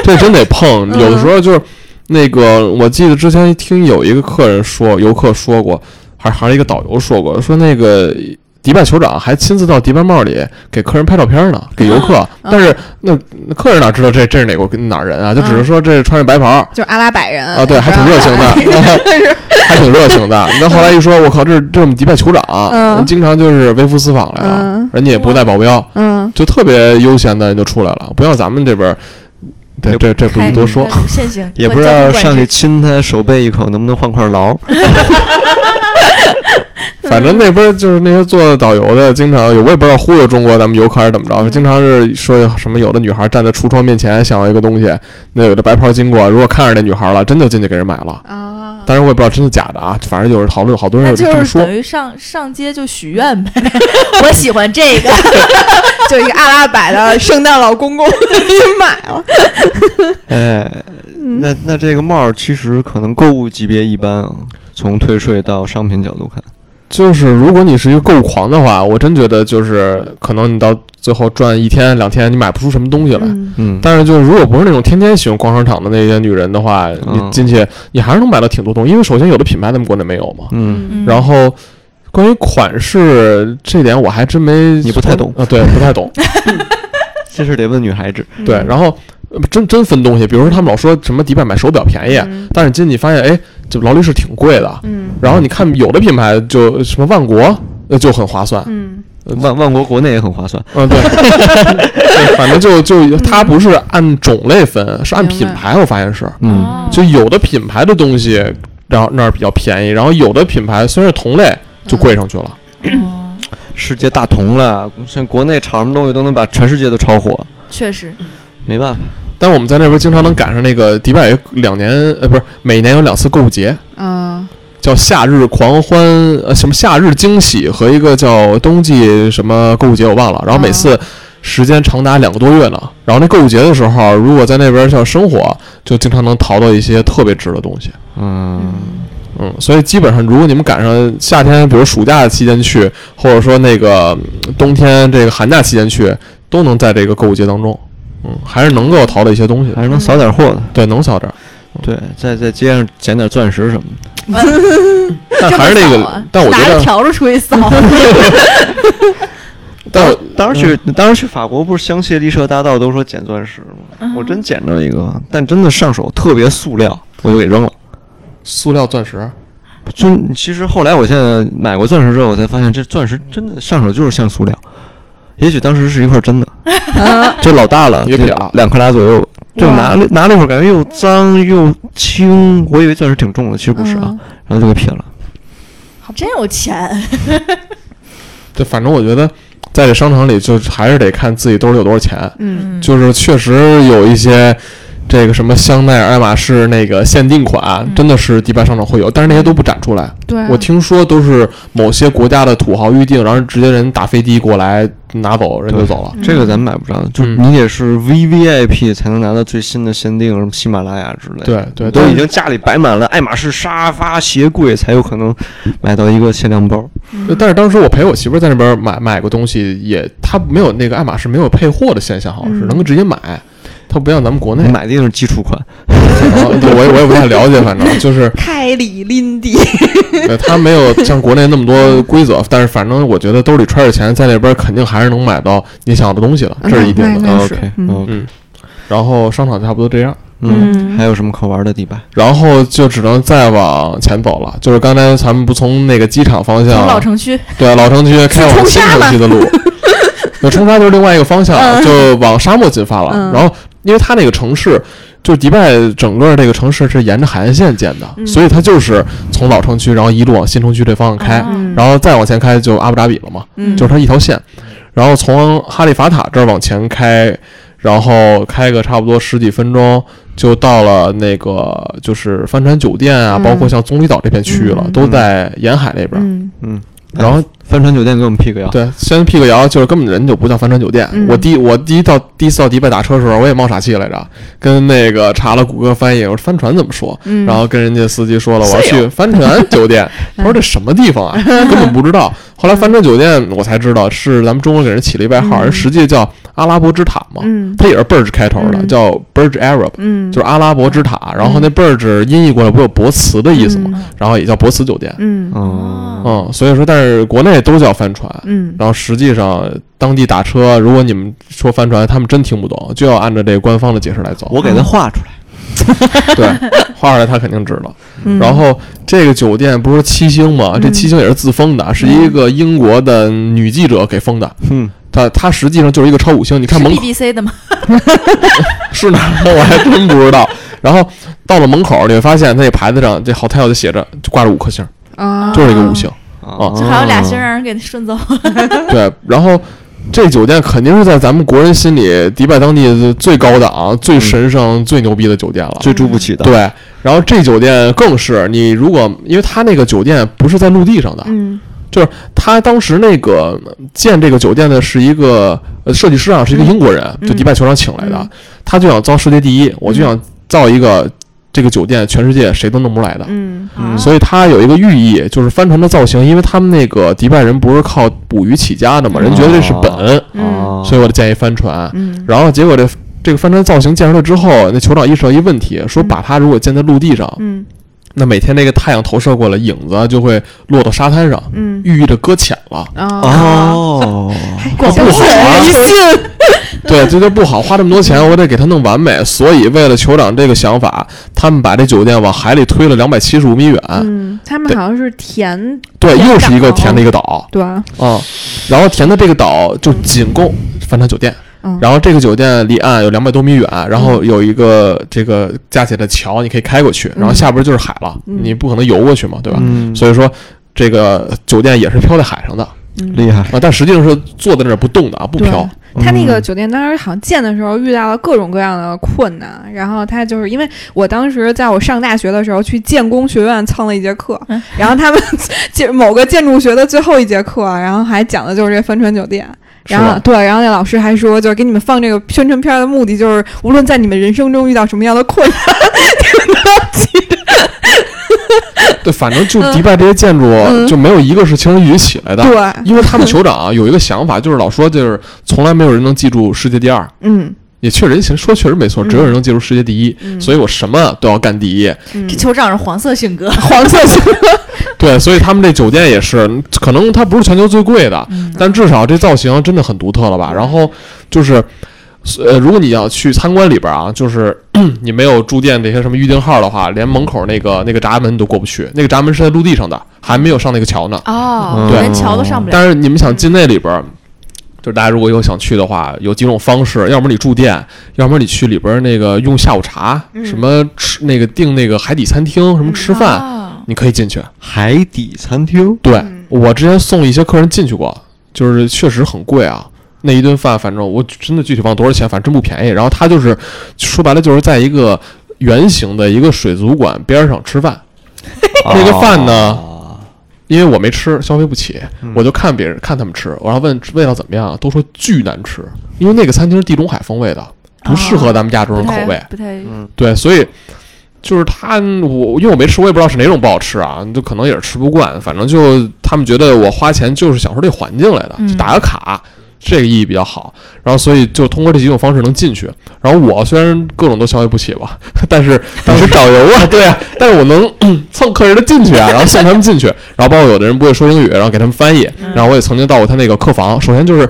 Speaker 4: 这真得碰，有的时候就是那个，我记得之前听有一个客人说，游客说过，还还是一个导游说过，说那个迪拜酋长还亲自到迪拜帽里给客人拍照片呢，给游客。但是那那客人哪知道这这是哪国哪儿人啊？就只是说这是穿着白袍儿。
Speaker 3: 就是阿拉伯人
Speaker 4: 啊，对，还挺热情 (laughs) 的，还挺热
Speaker 1: (laughs)
Speaker 4: 情的。那后来一说，我靠，这是这是我们迪拜酋长，
Speaker 3: 嗯
Speaker 4: 经常就是微服私访来了，
Speaker 3: 嗯
Speaker 4: 人家也不带保镖，
Speaker 3: 嗯，
Speaker 4: 就特别悠闲的就出来了。不像咱们这边儿，这这这 (laughs) 不用
Speaker 1: (laughs)
Speaker 4: 多说。
Speaker 1: 现行，
Speaker 2: 也不知道上去亲他手背一口能不能换块 (laughs) 牢。
Speaker 4: 反正那边儿就是那些做导游的，经常有我也不知道忽悠中国咱们游客还是怎么
Speaker 1: 嗯
Speaker 4: 着，经常是说什么有的女孩站在橱窗面前想要一个东西，那有的白袍经过，如果看上那女孩了，真就进去给人买了。
Speaker 3: 啊，
Speaker 4: 当然我也不知道真的假的啊，反正有人讨论，好多人
Speaker 1: 那
Speaker 4: 有这
Speaker 1: 就
Speaker 4: 么
Speaker 1: 是
Speaker 4: 说
Speaker 1: 等。于上上街就许愿呗， (laughs) 我喜欢这个，
Speaker 3: 就一个阿拉伯的圣诞老公公给买了。
Speaker 2: 嗯哎，那那这个帽儿其实可能购物级别一般啊，从退税到商品角度看，
Speaker 4: 就是如果你是一个购物狂的话，我真觉得就是可能你到最后赚一天两天，你买不出什么东西来。
Speaker 3: 嗯，
Speaker 2: 嗯，
Speaker 4: 但是就是如果不是那种天天喜欢逛商场的那些女人的话，
Speaker 2: 嗯
Speaker 4: 你进去你还是能买到挺多东西，因为首先有的品牌咱们国内没有嘛。
Speaker 2: 嗯，
Speaker 1: 嗯
Speaker 4: 然后关于款式这点我还真没
Speaker 2: 你不太懂
Speaker 4: 啊，对，不
Speaker 3: (laughs)
Speaker 4: 太懂。
Speaker 2: 这事得问女孩子，
Speaker 4: 对，
Speaker 3: 嗯
Speaker 4: 然后呃真真分东西，比如说他们老说什么迪拜买手表便宜，
Speaker 3: 嗯
Speaker 4: 但是进去发现哎，这劳力士挺贵的。
Speaker 3: 嗯
Speaker 4: 然后你看有的品牌就什么万国，呃就很划算。
Speaker 3: 嗯
Speaker 2: 呃万万国国内也很划算，
Speaker 4: 嗯，对，对反正就就它不是按种类分，是按
Speaker 3: 明白
Speaker 4: 品牌，我发现是，
Speaker 2: 嗯，
Speaker 1: 哦
Speaker 4: 就有的品牌的东西，然后那儿比较便宜，然后有的品牌虽然是同类
Speaker 3: 嗯
Speaker 4: 就贵上去了。
Speaker 1: 哦
Speaker 2: 世界大同了，像国内炒什么东西都能把全世界都炒火，
Speaker 1: 确实，
Speaker 2: 没办法，
Speaker 4: 但是我们在那边经常能赶上那个迪拜有两年，呃，不是每年有两次购物节，
Speaker 3: 啊，
Speaker 4: 叫夏日狂欢，呃，什么夏日惊喜和一个叫冬季什么购物节，我忘了。然
Speaker 3: 哦
Speaker 4: 后每次时间长达两个多月呢。然后那购物节的时候，如果在那边像生活，就经常能淘到一些特别值的东西。
Speaker 2: 嗯，
Speaker 4: 嗯，所以基本上，如果你们赶上夏天，比如暑假期间去，或者说那个嗯冬天这个寒假期间去，都能在这个购物节当中，嗯，还是能够淘到一些东西的
Speaker 2: 还。是能扫点货的，
Speaker 4: 对，能扫点儿，
Speaker 2: 对，在在街上捡点钻石什么的，
Speaker 4: 但还是那
Speaker 1: 这么
Speaker 4: 个，
Speaker 1: 扫啊
Speaker 4: 但我觉
Speaker 1: 拿一
Speaker 4: 得，
Speaker 1: 笤帚出去
Speaker 4: (laughs)
Speaker 1: 扫，
Speaker 4: 但我
Speaker 2: 当时去，当时去法国不是香榭丽舍大道都说捡钻石吗？我真捡着一个，但真的上手特别塑料，我就给扔了。
Speaker 4: 塑料钻石，
Speaker 2: 就其实后来我现在买过钻石之后，我才发现这钻石真的上手就是像塑料。也许当时是一块真的，这老大了，
Speaker 4: 也
Speaker 2: 这
Speaker 4: 比较
Speaker 2: 两克拉左右。就拿了拿了一会儿，感觉又脏又轻，我以为钻石挺重的，其实不是啊，然后就给撇了。
Speaker 1: 真有钱，
Speaker 4: 对，反正我觉得在这商场里，就还是得看自己兜里有多少钱。
Speaker 3: 嗯
Speaker 4: 就是确实有一些这个什么香奈儿、爱马仕那个限定款，
Speaker 1: 嗯
Speaker 4: 真的是迪拜商场会有，但是那些都不展出来。
Speaker 3: 对啊，
Speaker 4: 我听说都是某些国家的土豪预定，然后直接人打飞的过来拿走，人就走了。
Speaker 2: 这个咱买不着，就
Speaker 4: 嗯
Speaker 2: 你得是 V V I P 才能拿到最新的限定，什么喜马拉雅之类的。
Speaker 4: 对对，
Speaker 2: 都已经家里摆满了爱马仕沙发、鞋柜，才有可能买到一个限量包。
Speaker 4: 但但是当时我陪我媳妇儿在那边买买过东西，也她没有那个爱马仕没有配货的现象，好像是能够直接买，她不像咱们国内。
Speaker 2: 买的一定是基础款，
Speaker 4: 然 (laughs) 后对我也我也不太了解，反正就是 (laughs)
Speaker 3: 凯里林迪，
Speaker 4: 对，他没有像国内那么多规则，但是反正我觉得兜里揣着钱，在那边肯定还是能买到你想要的东西的，这是一定的。
Speaker 3: 那是
Speaker 2: OK，
Speaker 3: 嗯
Speaker 2: OK
Speaker 4: 嗯，然后商场差不多这样，
Speaker 2: 嗯，
Speaker 3: 嗯
Speaker 2: 还有什么可玩的地方？
Speaker 4: 然后就只能再往前走了。就是刚才咱们不从那个机场方
Speaker 1: 从
Speaker 4: 向，
Speaker 1: 老城区，
Speaker 4: 对啊老城区开往新城区的路， (laughs) 那冲沙就是另外一个方
Speaker 1: 嗯
Speaker 4: 向，啊就往沙漠进发了。
Speaker 3: 嗯
Speaker 4: 然后，因为它那个城市，就是迪拜整个这个城市是沿着海岸线建的，
Speaker 3: 嗯
Speaker 4: 所以它就是从老城区，然后一路往新城区这方向开。
Speaker 1: 嗯
Speaker 4: 然后再往前开就阿布扎比了嘛，
Speaker 3: 嗯
Speaker 4: 就是它一条线，然后从哈利法塔这儿往前开，然后开个差不多十几分钟就到了那个就是帆船酒店啊，
Speaker 3: 嗯
Speaker 4: 包括像棕榈岛这片区域了，
Speaker 3: 嗯
Speaker 4: 都在沿海那边。
Speaker 3: 嗯
Speaker 2: 嗯，
Speaker 4: 然后
Speaker 2: 帆船酒店给我们 P 个谣。
Speaker 4: 对，先辟个谣，就是根本人就不叫帆船酒店。
Speaker 3: 嗯
Speaker 4: 我第我第一到第一次到迪拜打车的时候，我也冒傻气来着，跟那个查了谷歌翻译，我说帆船怎么说？
Speaker 3: 嗯
Speaker 4: 然后跟人家司机说了，我要
Speaker 1: 是
Speaker 4: 去帆船
Speaker 3: (laughs)
Speaker 4: 酒店。他说这什么地方啊？根本不知道。后来帆船酒店我才知道是咱们中国给人起了一外号，人实际叫阿拉伯之塔嘛，
Speaker 3: 嗯
Speaker 4: 它也是 Burj 开头的，
Speaker 3: 嗯
Speaker 4: 叫 Burj Arab，
Speaker 3: 嗯，
Speaker 4: 就是阿拉伯之塔。然后那 Burj 音译过来不有博茨的意思嘛，然后也叫博茨酒店。
Speaker 3: 嗯
Speaker 2: 哦，
Speaker 4: 嗯，所以说，但是国内都叫帆船。
Speaker 3: 嗯
Speaker 4: 然后实际上，当地打车，如果你们说帆船，他们真听不懂，就要按照这个官方的解释来走。
Speaker 2: 我给它画出来。
Speaker 4: 对，画出来他肯定知道。
Speaker 3: 嗯，
Speaker 4: 然后这个酒店不是七星吗？这七星也是自封的，是一个英国的女记者给封的。
Speaker 2: 嗯，
Speaker 4: 它它实际上就是一个超五星，你
Speaker 1: 是
Speaker 4: 看门口
Speaker 1: BBC 的吗？
Speaker 4: 是哪儿的，我还真不知道。然后到了门口，你会发现那牌子上这 hotel 就写着，就挂着五颗星，
Speaker 3: 啊，
Speaker 4: 就是这个五星。
Speaker 2: 哦
Speaker 1: 就还有俩星让人给顺走，
Speaker 4: (laughs) 对，然后这酒店肯定是在咱们国人心里，迪拜当地最高档、最神圣、最牛逼的酒店了。
Speaker 2: 最住哦不起的。，
Speaker 4: 对，然后这酒店更是你如果，因为它那个酒店不是在陆地上的，
Speaker 3: 嗯
Speaker 4: 他当时那个建这个酒店的是一个呃设计师
Speaker 3: 嗯嗯
Speaker 4: 啊，是一个英国人，就迪拜球场请来的，他就想造世界第一，我就想造一个这个酒店全世界谁都弄不出来的。
Speaker 3: 嗯
Speaker 2: 嗯
Speaker 1: 啊
Speaker 4: 所以它有一个寓意，就是帆船的造型，因为他们那个迪拜人不是靠捕鱼起家的嘛，人觉得这是本，
Speaker 3: 嗯
Speaker 2: 哦
Speaker 4: 所以我就建议帆船。
Speaker 3: 嗯
Speaker 4: 然后结果这这个帆船造型建出来之后，那酋长意识到一问题，说
Speaker 3: 嗯
Speaker 4: 把它如果建在陆地上，
Speaker 3: 嗯
Speaker 4: 那每天这个太阳投射过来，影子就会落到沙滩上，
Speaker 3: 嗯
Speaker 4: 寓意着搁浅了。
Speaker 3: 啊
Speaker 2: 哦，
Speaker 3: 广
Speaker 4: 不好啊
Speaker 1: 一信
Speaker 4: (laughs) 对，这就不好，花这么多钱，我得给它弄完美。所以为了酋长这个想法，他们把这酒店往海里推了两百七十五米远。
Speaker 3: 嗯，他们
Speaker 4: 对
Speaker 3: 好像是填
Speaker 4: 对，
Speaker 3: 填
Speaker 4: 又是一个
Speaker 3: 岛
Speaker 4: 填的一个岛。
Speaker 3: 对吧？
Speaker 4: 啊、然后填的这个岛就仅供帆船酒店，
Speaker 3: 嗯
Speaker 4: 然后这个酒店离岸有两百多米远，然后有一个这个架起来的桥，你可以开过去，然后下边就是海了，
Speaker 3: 嗯
Speaker 4: 你不可能游过去嘛，对吧？
Speaker 2: 嗯，
Speaker 4: 所以说这个酒店也是漂在海上的啊，
Speaker 3: 嗯，
Speaker 2: 厉害，
Speaker 4: 但实际上是坐在那儿不动的啊，不
Speaker 3: 对
Speaker 4: 漂。
Speaker 3: 他那个
Speaker 2: 嗯
Speaker 3: 酒店当时好像建的时候遇到了各种各样的困难，然后他就是因为我当时在我上大学的时候去建工学院蹭了一节课，
Speaker 4: 嗯
Speaker 3: 然后他们建某个建筑学的最后一节课，然后还讲的就是这帆船酒店。
Speaker 4: 是
Speaker 3: 然后
Speaker 4: 吧
Speaker 3: 对，然后那老师还说，就是给你们放这个宣传片的目的，就是无论在你们人生中遇到什么样的困难，
Speaker 4: 对，反正就迪拜这些建筑啊
Speaker 3: 嗯
Speaker 4: 就没有一个是情人语起来的。
Speaker 3: 对，
Speaker 4: 因为他们酋长啊有一个想法，就是老说就是从来没有人能记住世界第二，
Speaker 3: 嗯，
Speaker 4: 也确实说确实没错，只有人能记住世界第一，
Speaker 3: 嗯
Speaker 4: 所以我什么都要干第一。
Speaker 1: (laughs)
Speaker 3: 嗯
Speaker 1: 这酋长是黄色性格，
Speaker 3: 黄色性格，
Speaker 4: 对，所以他们这酒店也是，可能它不是全球最贵的，但至少这造型真的很独特了吧？然后就是，呃，如果你要去参观里边啊，就是 (clears throat) 你没有住店这些什么预订号的话，连门口那个那个闸门你都过不去，那个闸门是在陆地上的，还没有上那个桥呢。
Speaker 1: 哦
Speaker 2: 对
Speaker 1: 连桥都上不了。
Speaker 4: 嗯但是你们想进那里边儿，就是大家如果有想去的话，有几种方式，要么你住店，要么你去里边儿那个用下午茶，
Speaker 3: 嗯
Speaker 4: 什么吃那个订那个海底餐厅，什么吃饭，
Speaker 1: 哦
Speaker 4: 你可以进去。
Speaker 2: 海底餐厅，
Speaker 4: 对、
Speaker 3: 嗯
Speaker 4: 我之前送一些客人进去过，就是确实很贵啊。那一顿饭，反正我真的具体忘了多少钱，反正真不便宜。然后他就是说白了，就是在一个圆形的一个水族馆边上吃饭，那个饭呢
Speaker 2: 哦？
Speaker 4: 因为我没吃，消费不起，
Speaker 2: 嗯
Speaker 4: 我就看别人看他们吃，然后问味道怎么样，都说巨难吃，因为那个餐厅是地中海风味的，不适合咱们亚洲人口味。
Speaker 1: 不太
Speaker 2: 嗯
Speaker 4: 对，所以就是他，我因为我没吃，我也不知道是哪种不好吃啊，就可能也是吃不惯，反正就他们觉得我花钱就是享受这环境来的，
Speaker 1: 嗯
Speaker 4: 就打个卡。这个意义比较好，然后所以就通过这几种方式能进去。然后我虽然各种都消费不起吧，但 (laughs) 是当时导游啊，对啊，但是我能 (clears throat) 蹭客人的进去啊，然后送他们进去，然后包括有的人不会说英语，然后给他们翻译。然后我也曾经到过他那个客房，首先就是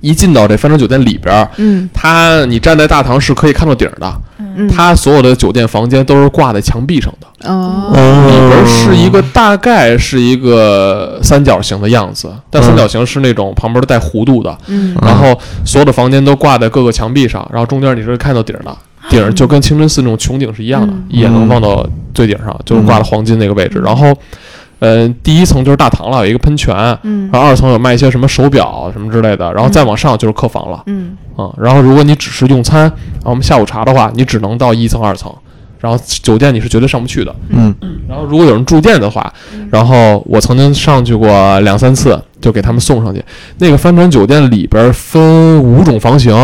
Speaker 4: 一进到这帆船酒店里边儿，
Speaker 3: 嗯
Speaker 4: 他你站在大堂是可以看到顶儿的，
Speaker 3: 嗯，
Speaker 4: 它所有的酒店房间都是挂在墙壁上的，
Speaker 3: 哦，
Speaker 4: 里
Speaker 2: 哦
Speaker 4: 边是一个大概是一个三角形的样子，但三角形是那种旁边带弧度的，
Speaker 3: 嗯
Speaker 4: 然后所有的房间都挂在各个墙壁上，然后中间你是看到顶儿的，顶儿就跟清真寺那种穹顶是一样的
Speaker 3: 啊嗯，
Speaker 4: 一眼能望到最顶上，就是挂在黄金那个位置。然后，呃，第一层就是大堂了，有一个喷泉，
Speaker 3: 嗯
Speaker 4: 然后二层有卖一些什么手表什么之类的，然后再往上就是客房了。
Speaker 3: 嗯
Speaker 4: 啊、然后如果你只是用餐，然后我们下午茶的话，你只能到一层、二层，然后酒店你是绝对上不去的。
Speaker 2: 嗯，
Speaker 4: 然后如果有人住店的话，然后我曾经上去过两三次，就给他们送上去。那个帆船酒店里边分五种房型，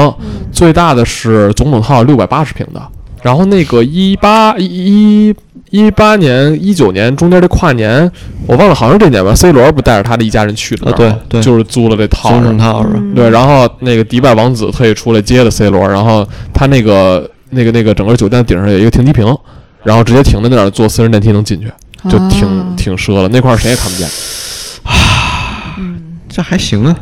Speaker 4: 最大的是总统套六百八十平的，然后那个一八一。一八年、一九年中间这跨年，我忘了，好像是这年吧。C 罗不带着他的一家人去的、
Speaker 2: 啊对对
Speaker 4: 就是租了这套，
Speaker 2: 总统套是吧？
Speaker 3: 嗯
Speaker 4: 对，然后那个迪拜王子特意出来接的 C 罗，然后他那个那个那个整个酒店顶上有一个停机坪，然后直接停在那儿坐私人电梯能进去，就挺、
Speaker 3: 啊
Speaker 4: 挺奢了，那块儿谁也看不见。
Speaker 3: 嗯
Speaker 2: 这还行啊，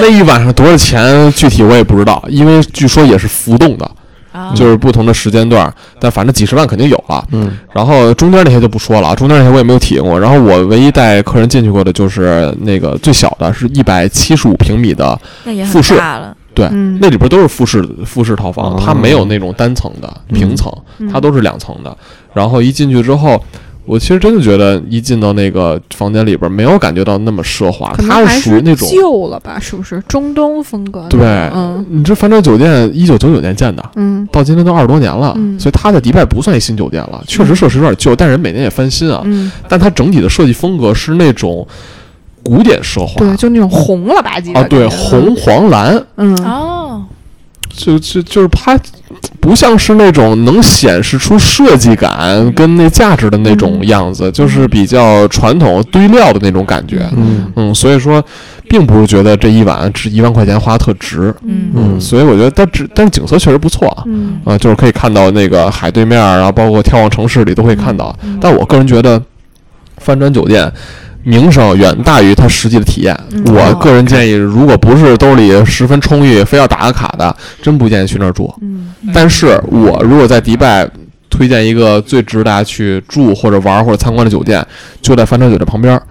Speaker 4: 那一晚上多少钱具体我也不知道，因为据说也是浮动的，
Speaker 1: 啊，
Speaker 4: 就是不同的时间段儿，但反正几十万肯定有了。
Speaker 2: 嗯，
Speaker 4: 然后中间那些就不说了，中间那些我也没有体验过。然后我唯一带客人进去过的就是那个最小的，是一百七十五平米的
Speaker 1: 那也
Speaker 4: 复
Speaker 1: 很
Speaker 4: 式
Speaker 1: 大了。
Speaker 4: 对，
Speaker 3: 嗯
Speaker 4: 那里边都是复式复式套房，
Speaker 2: 哦
Speaker 4: 它没有那种单层的
Speaker 2: 嗯
Speaker 4: 平层，
Speaker 3: 嗯
Speaker 4: 它都是两层的。然后一进去之后，我其实真的觉得一进到那个房间里边，没有感觉到那么奢华，
Speaker 3: 可
Speaker 4: 它
Speaker 3: 能还
Speaker 4: 属于那种
Speaker 3: 旧了吧？是不是中东风格？
Speaker 4: 对。
Speaker 3: 嗯
Speaker 4: 你这帆船酒店一九九九年建的，
Speaker 3: 嗯
Speaker 4: 到今天都二十多年了，
Speaker 3: 嗯
Speaker 4: 所以它在迪拜不算一新酒店了，确实设施有点旧，但人每年也翻新啊。
Speaker 3: 嗯，
Speaker 4: 但它整体的设计风格是那种古典奢华
Speaker 3: 对，就那种红了
Speaker 4: 啊
Speaker 3: 吧唧的
Speaker 4: 啊，对，
Speaker 3: 感觉
Speaker 4: 红黄蓝。
Speaker 3: 嗯
Speaker 1: 哦，
Speaker 4: 就就就是它不像是那种能显示出设计
Speaker 2: 嗯
Speaker 4: 感跟那价值的那种样子，就是比较传统堆料的那种感觉。
Speaker 2: 嗯
Speaker 4: 嗯，所以说，并不是觉得这一碗值一万块钱花特值。
Speaker 1: 嗯
Speaker 2: 嗯
Speaker 4: 所以我觉得，但只但是景色确实不错啊。
Speaker 3: 嗯
Speaker 4: 啊、就是可以看到那个海对面儿，然后包括眺望城市里都会看到。
Speaker 3: 嗯
Speaker 4: 但我个人觉得，帆船酒店名声远大于它实际的体验。
Speaker 3: 嗯
Speaker 4: 我
Speaker 1: 哦
Speaker 4: 个人建议，如果不是兜里十分充裕，非要打个卡的，真不建议去那儿住。
Speaker 3: 嗯
Speaker 4: 但是我如果在迪拜推荐一个最值得大家去住或者玩或者参观的酒店，就在帆船酒店旁边儿，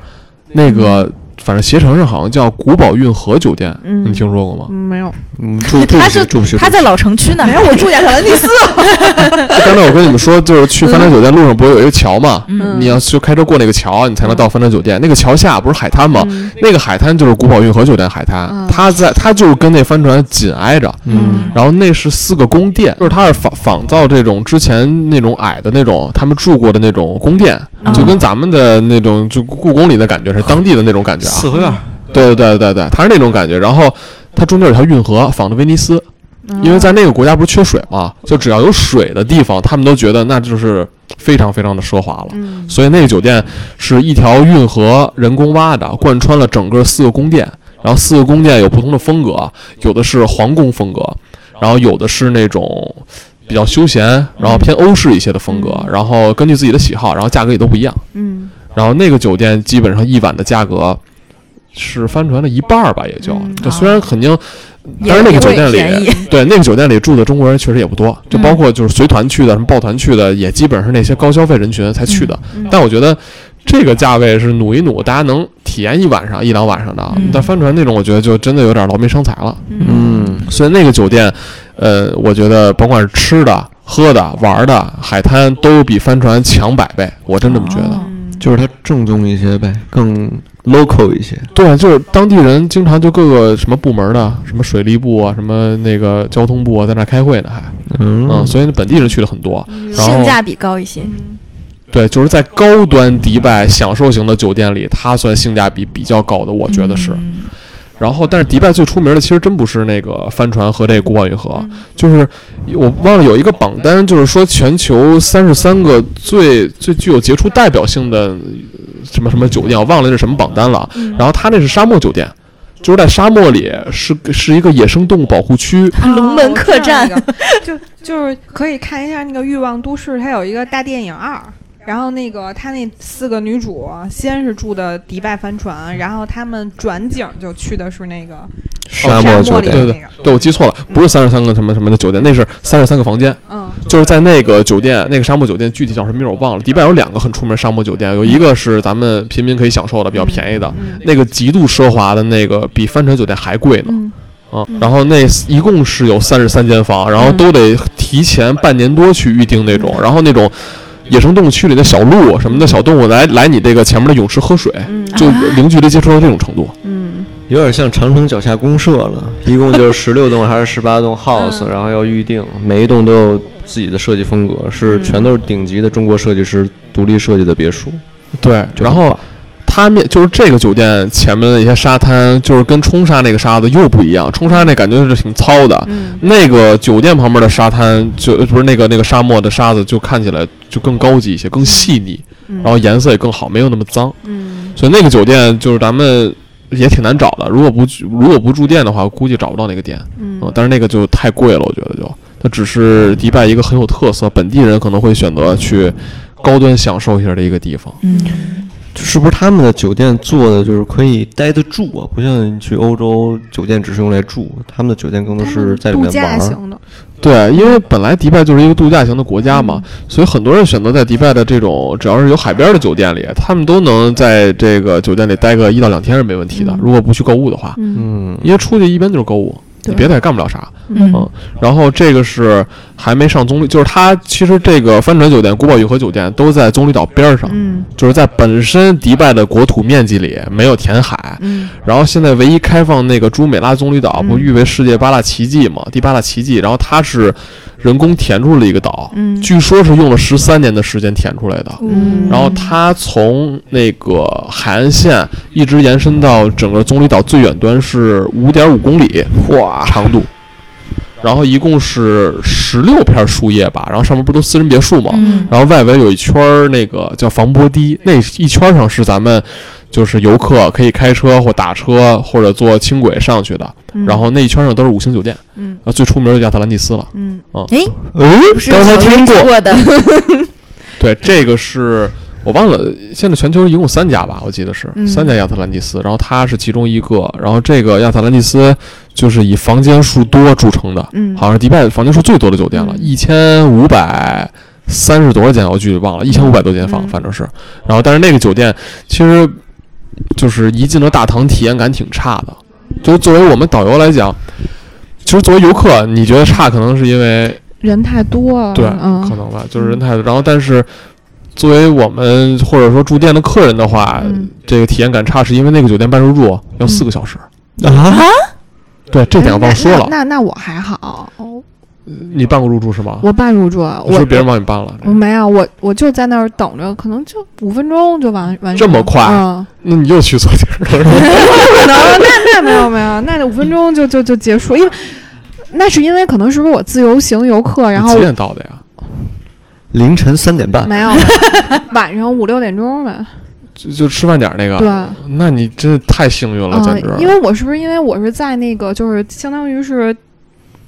Speaker 4: 那个反正携程上好像叫古堡运河酒店，
Speaker 3: 嗯
Speaker 4: 你听说过吗？
Speaker 3: 嗯，没有，
Speaker 2: 嗯，住住
Speaker 1: 他
Speaker 2: 不
Speaker 1: 是
Speaker 2: 起，住不起，
Speaker 1: 他在老城区呢，没有我住亚特兰蒂 (laughs) 斯。
Speaker 4: 刚才我跟你们说，就是去帆船酒店路上不是有一个桥吗？
Speaker 1: 嗯
Speaker 4: 你要去开车过那个桥，你才能到帆船酒店。那个桥下不是海滩吗？
Speaker 3: 嗯
Speaker 4: 那个海滩就是古堡运河酒店海滩，
Speaker 3: 嗯
Speaker 4: 它在它就是跟那帆船紧挨着。
Speaker 2: 嗯
Speaker 4: 然后那是四个宫殿，就是它是仿仿造这种之前那种矮的那种他们住过的那种宫殿，
Speaker 1: 嗯
Speaker 4: 就跟咱们的那种就故宫里的感觉是当地的那种感觉啊。
Speaker 2: 四合院儿，
Speaker 4: 对对对对对，它是那种感觉。然后它中间有条运河，仿的威尼斯，
Speaker 3: 嗯
Speaker 4: 因为在那个国家不是缺水嘛，就只要有水的地方，他们都觉得那就是非常非常的奢华了。
Speaker 3: 嗯
Speaker 4: 所以那个酒店是一条运河人工挖的，贯穿了整个四个宫殿。然后四个宫殿有不同的风格，有的是皇宫风格，然后有的是那种比较休闲，然后偏欧式一些的风格，然后根据自己的喜好，然后价格也都不一样。
Speaker 3: 嗯
Speaker 4: 然后那个酒店基本上一晚的价格是帆船的一半儿吧，也就、
Speaker 3: 嗯
Speaker 4: 就虽然肯定，
Speaker 1: 也
Speaker 4: 但是那个酒
Speaker 1: 也
Speaker 4: 店
Speaker 1: 会便
Speaker 4: 里
Speaker 1: 宜，嗯
Speaker 4: 对那个酒店里住的中国人确实也不多，就包括就是随团去的、什么抱团去的，也基本是那些高消费人群才去的。
Speaker 3: 嗯
Speaker 4: 但我觉得这个价位是努一努，大家能体验一晚上、一两晚上的啊。
Speaker 1: 嗯
Speaker 4: 但帆船那种，我觉得就真的有点劳民伤财了。
Speaker 2: 嗯
Speaker 4: 所以那个酒店，呃，我觉得甭管是吃的、喝的、玩的，海滩都比帆船强百倍，我真这么觉得。
Speaker 1: 哦
Speaker 3: 嗯
Speaker 2: 就是它正宗一些呗，更 local 一些。
Speaker 4: 对，就是当地人经常就各个什么部门的，什么水利部啊，什么那个交通部啊，在那儿开会呢，还嗯，
Speaker 2: 嗯，
Speaker 4: 所以本地人去了很多。然
Speaker 1: 性
Speaker 4: 后
Speaker 1: 价比高一些。
Speaker 3: 嗯
Speaker 4: 对，就是在高端迪拜享受型的酒店里，它算性价比比较高的，我觉得是。
Speaker 1: 嗯
Speaker 4: 然后，但是迪拜最出名的其实真不是那个帆船和这个古堡运河，啊就是我忘了有一个榜单，就是说全球三十三个最最具有杰出代表性的呃什么什么酒店，我忘了是什么榜单了。啊然后它那是沙漠酒店，就是在沙漠里是是一个野生动物保护区。
Speaker 3: 啊
Speaker 1: 龙门客栈
Speaker 3: 哦我知道那个 (laughs) 就就是可以看一下那个《欲望都市》，它有一个大电影二。然后那个他那四个女主先是住的迪拜帆船，然后他们转景就去的是那个
Speaker 2: 沙
Speaker 3: 哦漠
Speaker 2: 漠
Speaker 3: 酒
Speaker 2: 酒
Speaker 3: 店
Speaker 2: 店，
Speaker 4: 对对对，对我记错了，不是三十三个什么什么的酒店，那是三十三个房间。
Speaker 3: 嗯
Speaker 4: 就是在那个酒店，那个沙漠酒店具体叫什么名儿我忘了。迪拜有两个很出名的沙漠酒店，有一个是咱们平民可以享受的，比较便宜的，
Speaker 3: 嗯
Speaker 4: 那个极度奢华的那个比帆船酒店还贵呢。
Speaker 3: 嗯嗯
Speaker 4: 啊，然后那一共是有三十三间房，然后都得提前半年多去预定那种，然后那种野生动物区里的小鹿什么的小动物来来你这个前面的泳池喝水，
Speaker 3: 嗯
Speaker 4: 就零距离接触到这种程度。
Speaker 3: 嗯
Speaker 2: 有点像长城脚下公社 (laughs) 了，一共就是十六栋还是十八栋 house，然后要预定，每一栋都有自己的设计风格，是全都是顶级的中国设计师独立设计的别墅。
Speaker 4: 对，
Speaker 2: 就
Speaker 4: 然
Speaker 2: 很
Speaker 4: 后
Speaker 2: 棒
Speaker 4: 他面就是这个酒店前面的一些沙滩，就是跟冲沙那个沙子又不一样，冲沙那感觉是挺糙的。
Speaker 3: 嗯
Speaker 4: 那个酒店旁边的沙滩就呃不是那个那个沙漠的沙子，就看起来就更高级一些，更细腻，
Speaker 3: 嗯，
Speaker 4: 然后颜色也更好，没有那么脏。
Speaker 3: 嗯
Speaker 4: 所以那个酒店就是咱们也挺难找的，如果不如果不住店的话，估计找不到那个店。
Speaker 3: 嗯
Speaker 4: 嗯，但是那个就太贵了，我觉得就它只是迪拜一个很有特色，本地人可能会选择去高端享受一下的一个地方。
Speaker 1: 嗯，
Speaker 2: 是不是他们的酒店做的就是可以待得住啊？不像你去欧洲酒店只是用来住，他们的酒店更多
Speaker 3: 他们
Speaker 2: 是在里
Speaker 3: 度
Speaker 2: 面
Speaker 3: 假
Speaker 2: 玩儿。
Speaker 3: 型的，
Speaker 4: 对，因为本来迪拜就是一个度假型的国家嘛，所以很多人选择在迪拜的这种只要是有海边的酒店里，他们都能在这个酒店里待个一到两天是没问题的。如果不去购物的话，
Speaker 3: 嗯
Speaker 2: 嗯，
Speaker 4: 因为出去一般就是购物，你
Speaker 1: 对
Speaker 4: 别的也干不了啥。
Speaker 1: 嗯
Speaker 4: 然后这个是还没上棕榈，就是它其实这个帆船酒店、古堡运河酒店都在棕榈岛边儿上，
Speaker 3: 嗯
Speaker 4: 就是在本身迪拜的国土面积里没有填海，
Speaker 3: 嗯
Speaker 4: 然后现在唯一开放那个朱美拉棕榈岛，不
Speaker 3: 嗯
Speaker 4: 誉为世界八大奇迹嘛？第八大奇迹，然后它是人工填出了一个岛，
Speaker 3: 嗯
Speaker 4: 据说是用了十三年的时间填出来的。
Speaker 3: 嗯
Speaker 4: 然后它从那个海岸线一直延伸到整个棕榈岛最远端是五点五公里，哇，长度。然后一共是十六片树叶吧，然后上面不都私人别墅吗？
Speaker 1: 嗯
Speaker 4: 然后外围有一圈儿那个叫防波堤，那一圈儿上是咱们就是游客可以开车或打车或者坐轻轨上去的，
Speaker 3: 嗯
Speaker 4: 然后那一圈儿上都是五星酒店，
Speaker 3: 嗯
Speaker 4: 啊，最出名的叫亚特兰蒂斯了。
Speaker 3: 嗯，
Speaker 1: 哎，
Speaker 2: 嗯，
Speaker 1: 不
Speaker 3: 啊
Speaker 1: 是小时候过
Speaker 4: (laughs)
Speaker 1: 的，
Speaker 4: 对，这个是我忘了，现在全球一共三家吧，我记得是、
Speaker 3: 嗯
Speaker 4: 三家亚特兰蒂斯，然后它是其中一个，然后这个亚特兰蒂斯就是以房间数多著称的，
Speaker 3: 嗯
Speaker 4: 好像是迪拜房间数最多的酒店了，
Speaker 3: 嗯
Speaker 4: 一千五百。三十多少间我具体忘了，一千五百多间房，
Speaker 3: 嗯
Speaker 4: 反正是。然后，但是那个酒店其实就是一进了大堂，体验感挺差的。就作为我们导游来讲，其实作为游客，你觉得差，可能是因为
Speaker 3: 人太多了，
Speaker 4: 对，可
Speaker 3: 嗯
Speaker 4: 能吧，就是人太多。然后，但是作为我们或者说住店的客人的话，
Speaker 3: 嗯
Speaker 4: 这个体验感差，是因为那个酒店办入住要四个小时。
Speaker 2: 啊，
Speaker 4: 对，这点我忘说
Speaker 3: 嗯
Speaker 4: 了。
Speaker 3: 哎那那那我还好，
Speaker 4: 你办过入住是吗？
Speaker 3: 我半入住，
Speaker 4: 是不
Speaker 3: 我
Speaker 4: 是别人帮你办了？
Speaker 3: 我没有，我我就在那儿等着，可能就五分钟就完完事儿
Speaker 4: 这么快 (laughs)
Speaker 3: 嗯，
Speaker 4: 那你又去错地儿
Speaker 3: 不
Speaker 4: 了。
Speaker 3: 可能，那那没有没有，那五分钟就就就结束，因为那是因为可能是不是我自由行游客，然
Speaker 4: 你
Speaker 3: 后
Speaker 4: 几点到的呀？
Speaker 2: 凌晨三点半，
Speaker 3: 没
Speaker 4: (laughs)
Speaker 3: 有晚上五六点钟呗，
Speaker 4: 就就吃饭点儿那个。
Speaker 3: 对。
Speaker 4: 那你真的太幸运啊了，简直。
Speaker 3: 嗯，因为我是不是因为我是在那个就是相当于是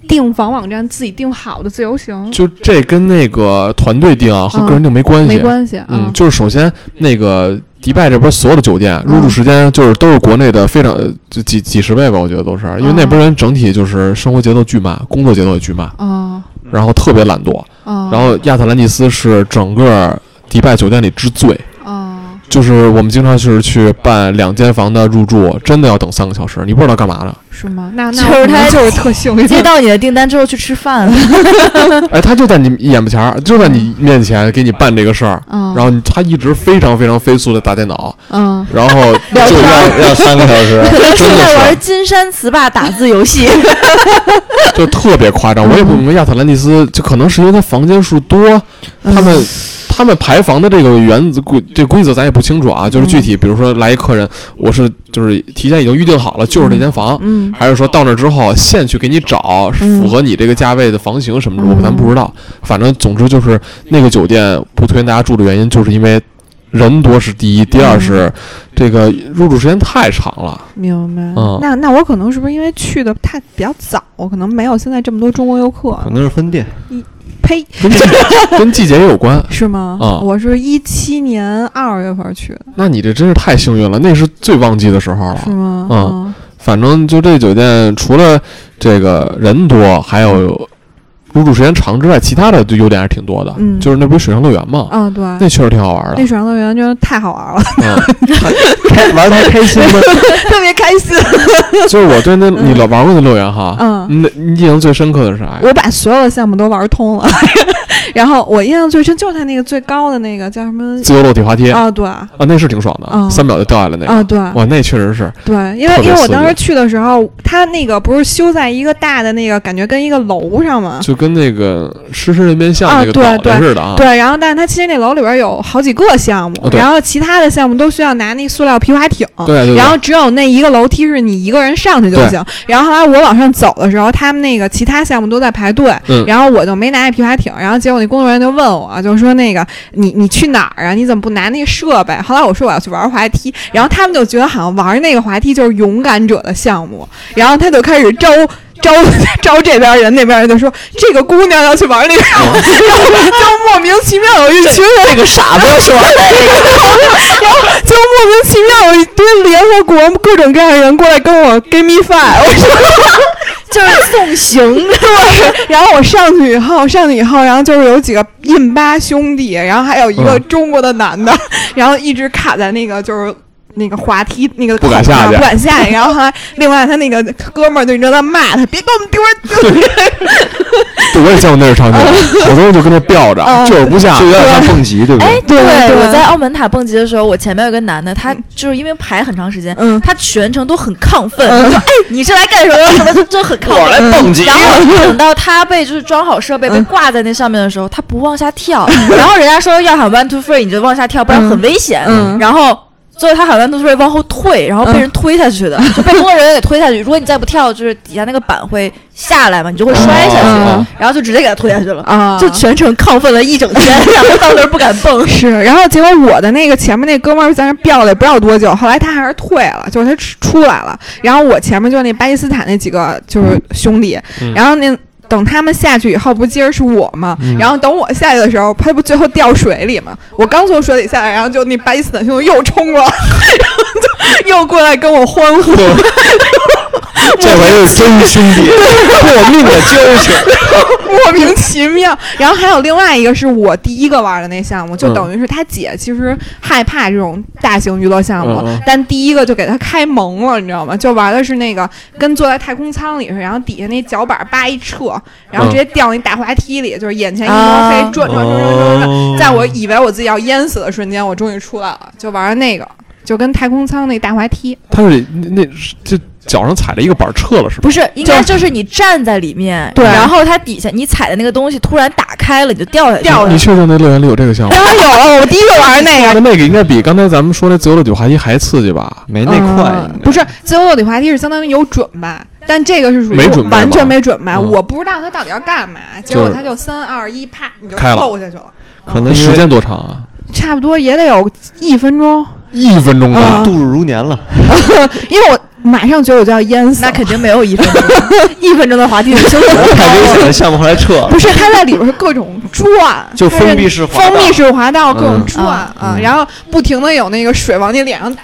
Speaker 3: 订房网站自己订好的自由行，
Speaker 4: 就这跟那个团队订啊和个人订没关
Speaker 3: 嗯
Speaker 4: 系。
Speaker 3: 没关系啊。
Speaker 4: 嗯，就是首先那个迪拜这边所有的酒店入住时间就是都是国内的非常呃就几几十倍吧，我觉得都是，因为那
Speaker 3: 哦
Speaker 4: 边人整体就是生活节奏巨慢，工作节奏也巨慢，
Speaker 3: 啊
Speaker 4: 然后特别懒惰。
Speaker 3: 啊，
Speaker 4: 然后亚特兰蒂斯是整个迪拜酒店里之最，
Speaker 3: 啊，
Speaker 4: 就是我们经常是去办两间房的入住，真的要等三个小时，你不知道干嘛呢。
Speaker 3: 是吗？那
Speaker 1: 就
Speaker 3: 那
Speaker 1: 是
Speaker 3: 我可能
Speaker 1: 他
Speaker 3: 就是特幸运，
Speaker 1: 接到你的订单之后去吃饭，
Speaker 4: 哎，他就在你眼巴前儿，就在你面前给你办这个事儿，
Speaker 3: 啊，
Speaker 4: 然后他一直非常非常飞速的打电脑，
Speaker 3: 嗯，
Speaker 4: 然后
Speaker 2: 就要要三个小时，
Speaker 1: 是
Speaker 4: 真的
Speaker 1: 在
Speaker 4: 是啊
Speaker 1: 玩金山词霸打字游戏， (laughs)
Speaker 4: 就特别夸张，我也不明白亚特兰蒂斯，就可能是因为它房间数多，他们他们排房的这个原则规这规则咱也不清楚啊，就是具体比如说来一客人，我是就是提前已经预定好了，就是这间房，
Speaker 3: 嗯
Speaker 4: 还是说到那之后现去给你找
Speaker 3: 嗯
Speaker 4: 符合你这个价位的房型什么的，
Speaker 3: 嗯
Speaker 4: 我咱不知道，反正总之就是那个酒店不推荐大家住的原因，就是因为人多是第一，第二
Speaker 3: 嗯
Speaker 4: 是这个入住时间太长了。
Speaker 3: 明白。
Speaker 4: 嗯
Speaker 3: 那那我可能是不是因为去的太比较早，我可能没有现在这么多中国游客
Speaker 4: 嗯
Speaker 2: 可？能是分店，
Speaker 3: 呸，(laughs)
Speaker 4: 跟季跟季节也有关，
Speaker 3: 是吗？
Speaker 4: 啊
Speaker 3: 我是一七年二月份去的，
Speaker 4: 那你这真是太幸运了，那是最旺季的时候
Speaker 3: 是
Speaker 4: 了。
Speaker 3: 吗？
Speaker 4: 嗯反正就这酒店，除了这个人多，还有入住时间长之外，其他的就优点还是挺多的。
Speaker 3: 嗯
Speaker 4: 就是那不是水上乐园
Speaker 3: 嗯
Speaker 4: 吗？
Speaker 3: 啊，对
Speaker 4: 那。确实挺好玩
Speaker 3: 那水
Speaker 4: 的。
Speaker 3: 上乐园真的太好玩了， (laughs)
Speaker 4: 嗯，
Speaker 2: 开玩的还开心吗？
Speaker 3: 特别开心。 (laughs)
Speaker 4: 就是我对那你老玩过那乐园哈，
Speaker 3: 嗯，
Speaker 4: 那你印象最深刻的是啥呀？
Speaker 3: 我把所有的项目都玩通了， (laughs) 然后我印象最深就是它那个最高的那个叫什么？
Speaker 4: 自由落体滑梯啊，
Speaker 3: 啊，对啊，
Speaker 4: 那是挺爽的，
Speaker 3: 啊
Speaker 4: 三秒就掉下来那个。
Speaker 3: 对啊
Speaker 4: 哇，那确实是，
Speaker 3: 对，因为
Speaker 4: 特别
Speaker 3: 因为我
Speaker 4: 刺激
Speaker 3: 当时去的时候，它那个不是修在一个大的那个感觉跟一个楼上嘛，
Speaker 4: 就跟那个狮身人面像
Speaker 3: 嗯啊
Speaker 4: 那个
Speaker 3: 对
Speaker 4: 岛
Speaker 3: 对
Speaker 4: 上似的啊。
Speaker 3: 对，然后但是它其实那楼里边有好几个项目，
Speaker 4: 哦对
Speaker 3: 然后其他的项目都需要拿那塑料皮划艇。
Speaker 4: 对对对，
Speaker 3: 然后只有那一个楼梯是你一个人上去就
Speaker 4: 对
Speaker 3: 行。然后后来我往上走的时候，他们那个其他项目都在排队，
Speaker 4: 嗯
Speaker 3: 然后我就没拿那皮划艇。然后结果那工作人员就问我，就说那个你你去哪儿啊？你怎么不拿那个设备？后来我说我要去玩滑梯，然后他们就觉得好像玩那个滑梯就是勇敢者的项目，然后他就开始招。招 (laughs) 招这边人，那边人就说这个姑娘要去玩那个， (laughs) 然后就莫名其妙有一群人，
Speaker 2: 这个傻子是吧？
Speaker 3: 就莫名其妙有一堆联合国各种各样的人过来跟我 give me five，我说
Speaker 1: 就是送行。
Speaker 3: 对， (laughs) 然后我上去以后，上去以后，然后就是有几个印巴兄弟，然后还有一个
Speaker 4: 嗯
Speaker 3: 中国的男的， (laughs) 然后一直卡在那个就是。那个滑梯那个
Speaker 4: 不敢
Speaker 3: 口上
Speaker 4: 下去
Speaker 3: 不敢下去。然后后来，另外他那个哥们儿就一直在骂他，别给我们丢人 (laughs) 丢人。
Speaker 4: 对，我也见过那个场景，
Speaker 3: 嗯
Speaker 4: (laughs) 好多人就跟那吊着，
Speaker 3: 啊
Speaker 4: 就是不下
Speaker 2: 就。有点像蹦极，对不
Speaker 1: 哎
Speaker 2: 对？，
Speaker 3: 对对
Speaker 1: 我在澳门塔蹦极的时候，我前面有个男的，他就是因为排很长时间，
Speaker 3: 嗯
Speaker 1: 他全程都很亢奋，
Speaker 3: 嗯
Speaker 1: 他说：“哎，你是来干什么的？”什么就很亢奋。
Speaker 2: 蹦极
Speaker 1: 然后等到他被就是装好设备被
Speaker 3: 嗯
Speaker 1: 挂在那上面的时候， (laughs) 他不往下跳，然后人家说要喊 one two three，你就往下跳，不然很危险
Speaker 3: 嗯。
Speaker 1: 然后所以他好像都是往后退，然后被人推下去的，就被工作人员给推下去。如果你再不跳，就是底下那个板会下来嘛，你就会摔下去，
Speaker 3: 嗯
Speaker 1: 然后就直接给他推下去了，
Speaker 3: 啊，
Speaker 1: 就全程亢奋了一整 (laughs) 天，然后到那儿不敢蹦。
Speaker 3: 是，然后结果我的那个前面那哥们儿在那儿吊了也不知道多久，后来他还是退了，就是他出出来了。然后我前面就那巴基斯坦那几个就是兄弟，
Speaker 4: 嗯
Speaker 3: 然后那等他们下去以后，不接着是我吗？然后等我下去的时候，他不最后掉水里吗？我刚从水里下来，然后就那巴基斯坦兄弟又冲了，然后 (laughs) 就又过来跟我欢呼。
Speaker 2: 这回又真兄弟，我命可交
Speaker 3: (laughs)
Speaker 2: 情。
Speaker 3: 莫名其妙。然后还有另外一个是我第一个玩的那项目，就
Speaker 4: 嗯
Speaker 3: 等于是他姐其实害怕这种大型娱乐项目，
Speaker 4: 嗯嗯
Speaker 3: 但第一个就给他开蒙了，你知道吗？就玩的是那个跟坐在太空舱里似的，然后底下那脚板叭一撤，然后直接掉那大滑梯里，就是眼前一摸黑，
Speaker 1: 啊
Speaker 3: 转转转转转转。
Speaker 4: 哦
Speaker 3: 在我以为我自己要淹死的瞬间，我终于出来了，就玩那个，就跟太空舱那大滑梯。
Speaker 4: 他是那那这脚上踩了一个板儿撤了是吧？
Speaker 1: 不是，应该就是你站在里面，
Speaker 3: 对
Speaker 1: 然后它底下你踩的那个东西突然打开了，你就掉下去
Speaker 3: 掉
Speaker 1: 了。
Speaker 3: 不
Speaker 4: 你确定那乐园里有这个项目？
Speaker 3: 然后有了，我第一个玩那个
Speaker 4: 那，那个应该比刚才咱们说那自由落体滑梯还刺激吧？
Speaker 2: 没那快
Speaker 3: 嗯，
Speaker 2: 应该
Speaker 3: 不是自由落体滑梯是相当于有准备，但这个是属于
Speaker 4: 没准备吧
Speaker 3: 完全没准备，
Speaker 4: 嗯
Speaker 3: 我不知道他到底要干嘛，结
Speaker 4: 就是
Speaker 3: 果他就三二一，啪，你就
Speaker 4: 开了
Speaker 3: 扣下去了，
Speaker 2: 可能
Speaker 4: 那
Speaker 2: 因
Speaker 4: 时
Speaker 2: 为
Speaker 4: 间多长啊？
Speaker 3: 差不多也得有一分钟， (laughs)
Speaker 4: 一分钟
Speaker 3: 啊
Speaker 2: 度日如年了。
Speaker 3: 因为我马上觉得我就要淹死
Speaker 1: (laughs) 那
Speaker 3: 了。
Speaker 1: 肯定没有一分 (laughs) 钟，一分钟的滑梯你休息
Speaker 2: 我感觉想的项目后来撤了，
Speaker 3: 不是，他在里边是各种转，
Speaker 2: 就
Speaker 3: 它是
Speaker 2: 封闭式滑道
Speaker 3: 封闭式滑道各种
Speaker 2: 嗯
Speaker 3: 转
Speaker 1: 啊
Speaker 3: 啊，然后不停的有那个水往你脸上打，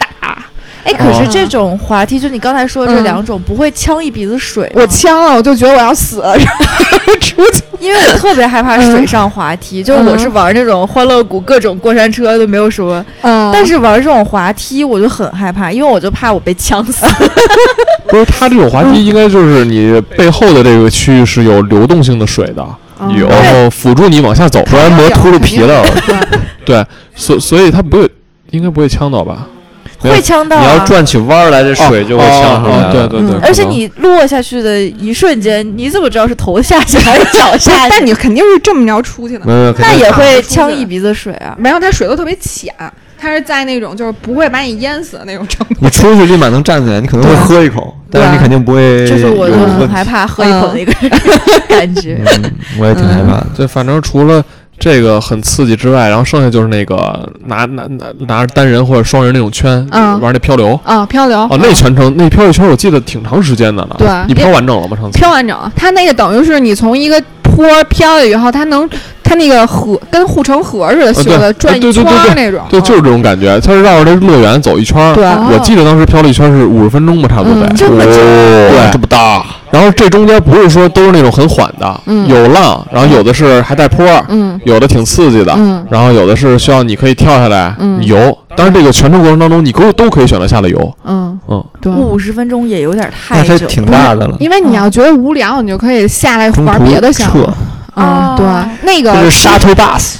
Speaker 1: 哎，可是这种滑梯，就你刚才说的这两种，不会嗯呛一鼻子水吗。
Speaker 3: 我呛了，我就觉得我要死了，然后出去。
Speaker 1: 因为我特别害怕水上滑梯，就是我是玩那种欢乐谷各种过山车都没有什么，
Speaker 3: 嗯
Speaker 1: 但是玩这种滑梯我就很害怕，因为我就怕我被呛死。
Speaker 4: 不是，它这种滑梯应该就是你背后的这个区域是有流动性的水的，
Speaker 3: 嗯
Speaker 2: 有
Speaker 4: 然后辅助你往下走。
Speaker 2: 不然磨秃噜皮了。
Speaker 4: 对，所所以它不会，应该不会呛到吧？
Speaker 2: 没有
Speaker 1: 会呛到、
Speaker 2: 你要
Speaker 1: 啊。
Speaker 2: 转起弯儿来，这水就会呛上来
Speaker 4: 哦哦
Speaker 2: 了。
Speaker 4: 对对对，
Speaker 3: 嗯
Speaker 4: 可
Speaker 1: 而且
Speaker 4: 能
Speaker 1: 你落下去的一瞬间，你怎么知道是头下去还是脚下 (laughs)
Speaker 3: 但
Speaker 1: 去？
Speaker 3: (laughs) 但你肯定是这么着出去的，
Speaker 2: 没有，没有，肯
Speaker 1: 那
Speaker 2: 定
Speaker 1: 也会呛一鼻子水啊！
Speaker 3: 没有，它水都特别浅，它是在那种就是不会把你淹死的那种程度。
Speaker 2: 你出去立马能站起来，你可能会喝一口，但是你肯定不会。
Speaker 1: 这是我
Speaker 2: 哎有
Speaker 1: 就很
Speaker 2: 问题
Speaker 1: 害怕喝一口的一个 (laughs) 感觉。
Speaker 2: 嗯，我也挺害怕的。
Speaker 4: 啊对，反正除了这个很刺激之外，然后剩下就是那个拿拿拿拿着单人或者双人那种圈、
Speaker 3: 嗯
Speaker 4: 玩那漂流。
Speaker 3: 啊，漂流
Speaker 4: 哦，那全程那漂流圈我记得挺长时间的呢。
Speaker 3: 对
Speaker 4: 你漂完整了吗？上次
Speaker 3: 漂完整，它那个等于是你从一个坡漂了以后，它能它那个河跟护城河似的
Speaker 4: 哦对
Speaker 3: 修的，转
Speaker 4: 对
Speaker 3: 一
Speaker 4: 对
Speaker 3: 圈
Speaker 4: 对
Speaker 3: 儿那种。
Speaker 4: 对，就是这种感觉，它是绕着这乐园走一圈儿。
Speaker 3: 对
Speaker 4: 我记得当时漂了一圈是五十分钟吧，差不多得。
Speaker 3: 哦嗯
Speaker 1: 这么
Speaker 2: 哦
Speaker 4: 对
Speaker 2: 这么大，
Speaker 4: 然后这中间不是说都是那种很缓的，
Speaker 3: 嗯
Speaker 4: 有浪，然后有的是还带坡，
Speaker 3: 嗯
Speaker 4: 有的挺刺激的，
Speaker 3: 嗯
Speaker 4: 然后有的是需要你可以跳下来、
Speaker 3: 嗯
Speaker 4: 你游。当然，这个全程过程当中，你都都可以选择下来游。
Speaker 3: 嗯
Speaker 4: 嗯，
Speaker 3: 对
Speaker 1: 五十分钟也有点
Speaker 2: 那
Speaker 1: 太
Speaker 2: 它
Speaker 1: 久了，
Speaker 2: 挺大的了。
Speaker 3: 因为你要觉得无聊，你就可以下来
Speaker 2: 中
Speaker 3: 玩
Speaker 2: 途
Speaker 3: 别的项目
Speaker 2: 撤，。
Speaker 3: 嗯，
Speaker 1: 哦
Speaker 3: 对，那
Speaker 2: 这
Speaker 3: 个
Speaker 2: 是 shuttle bus，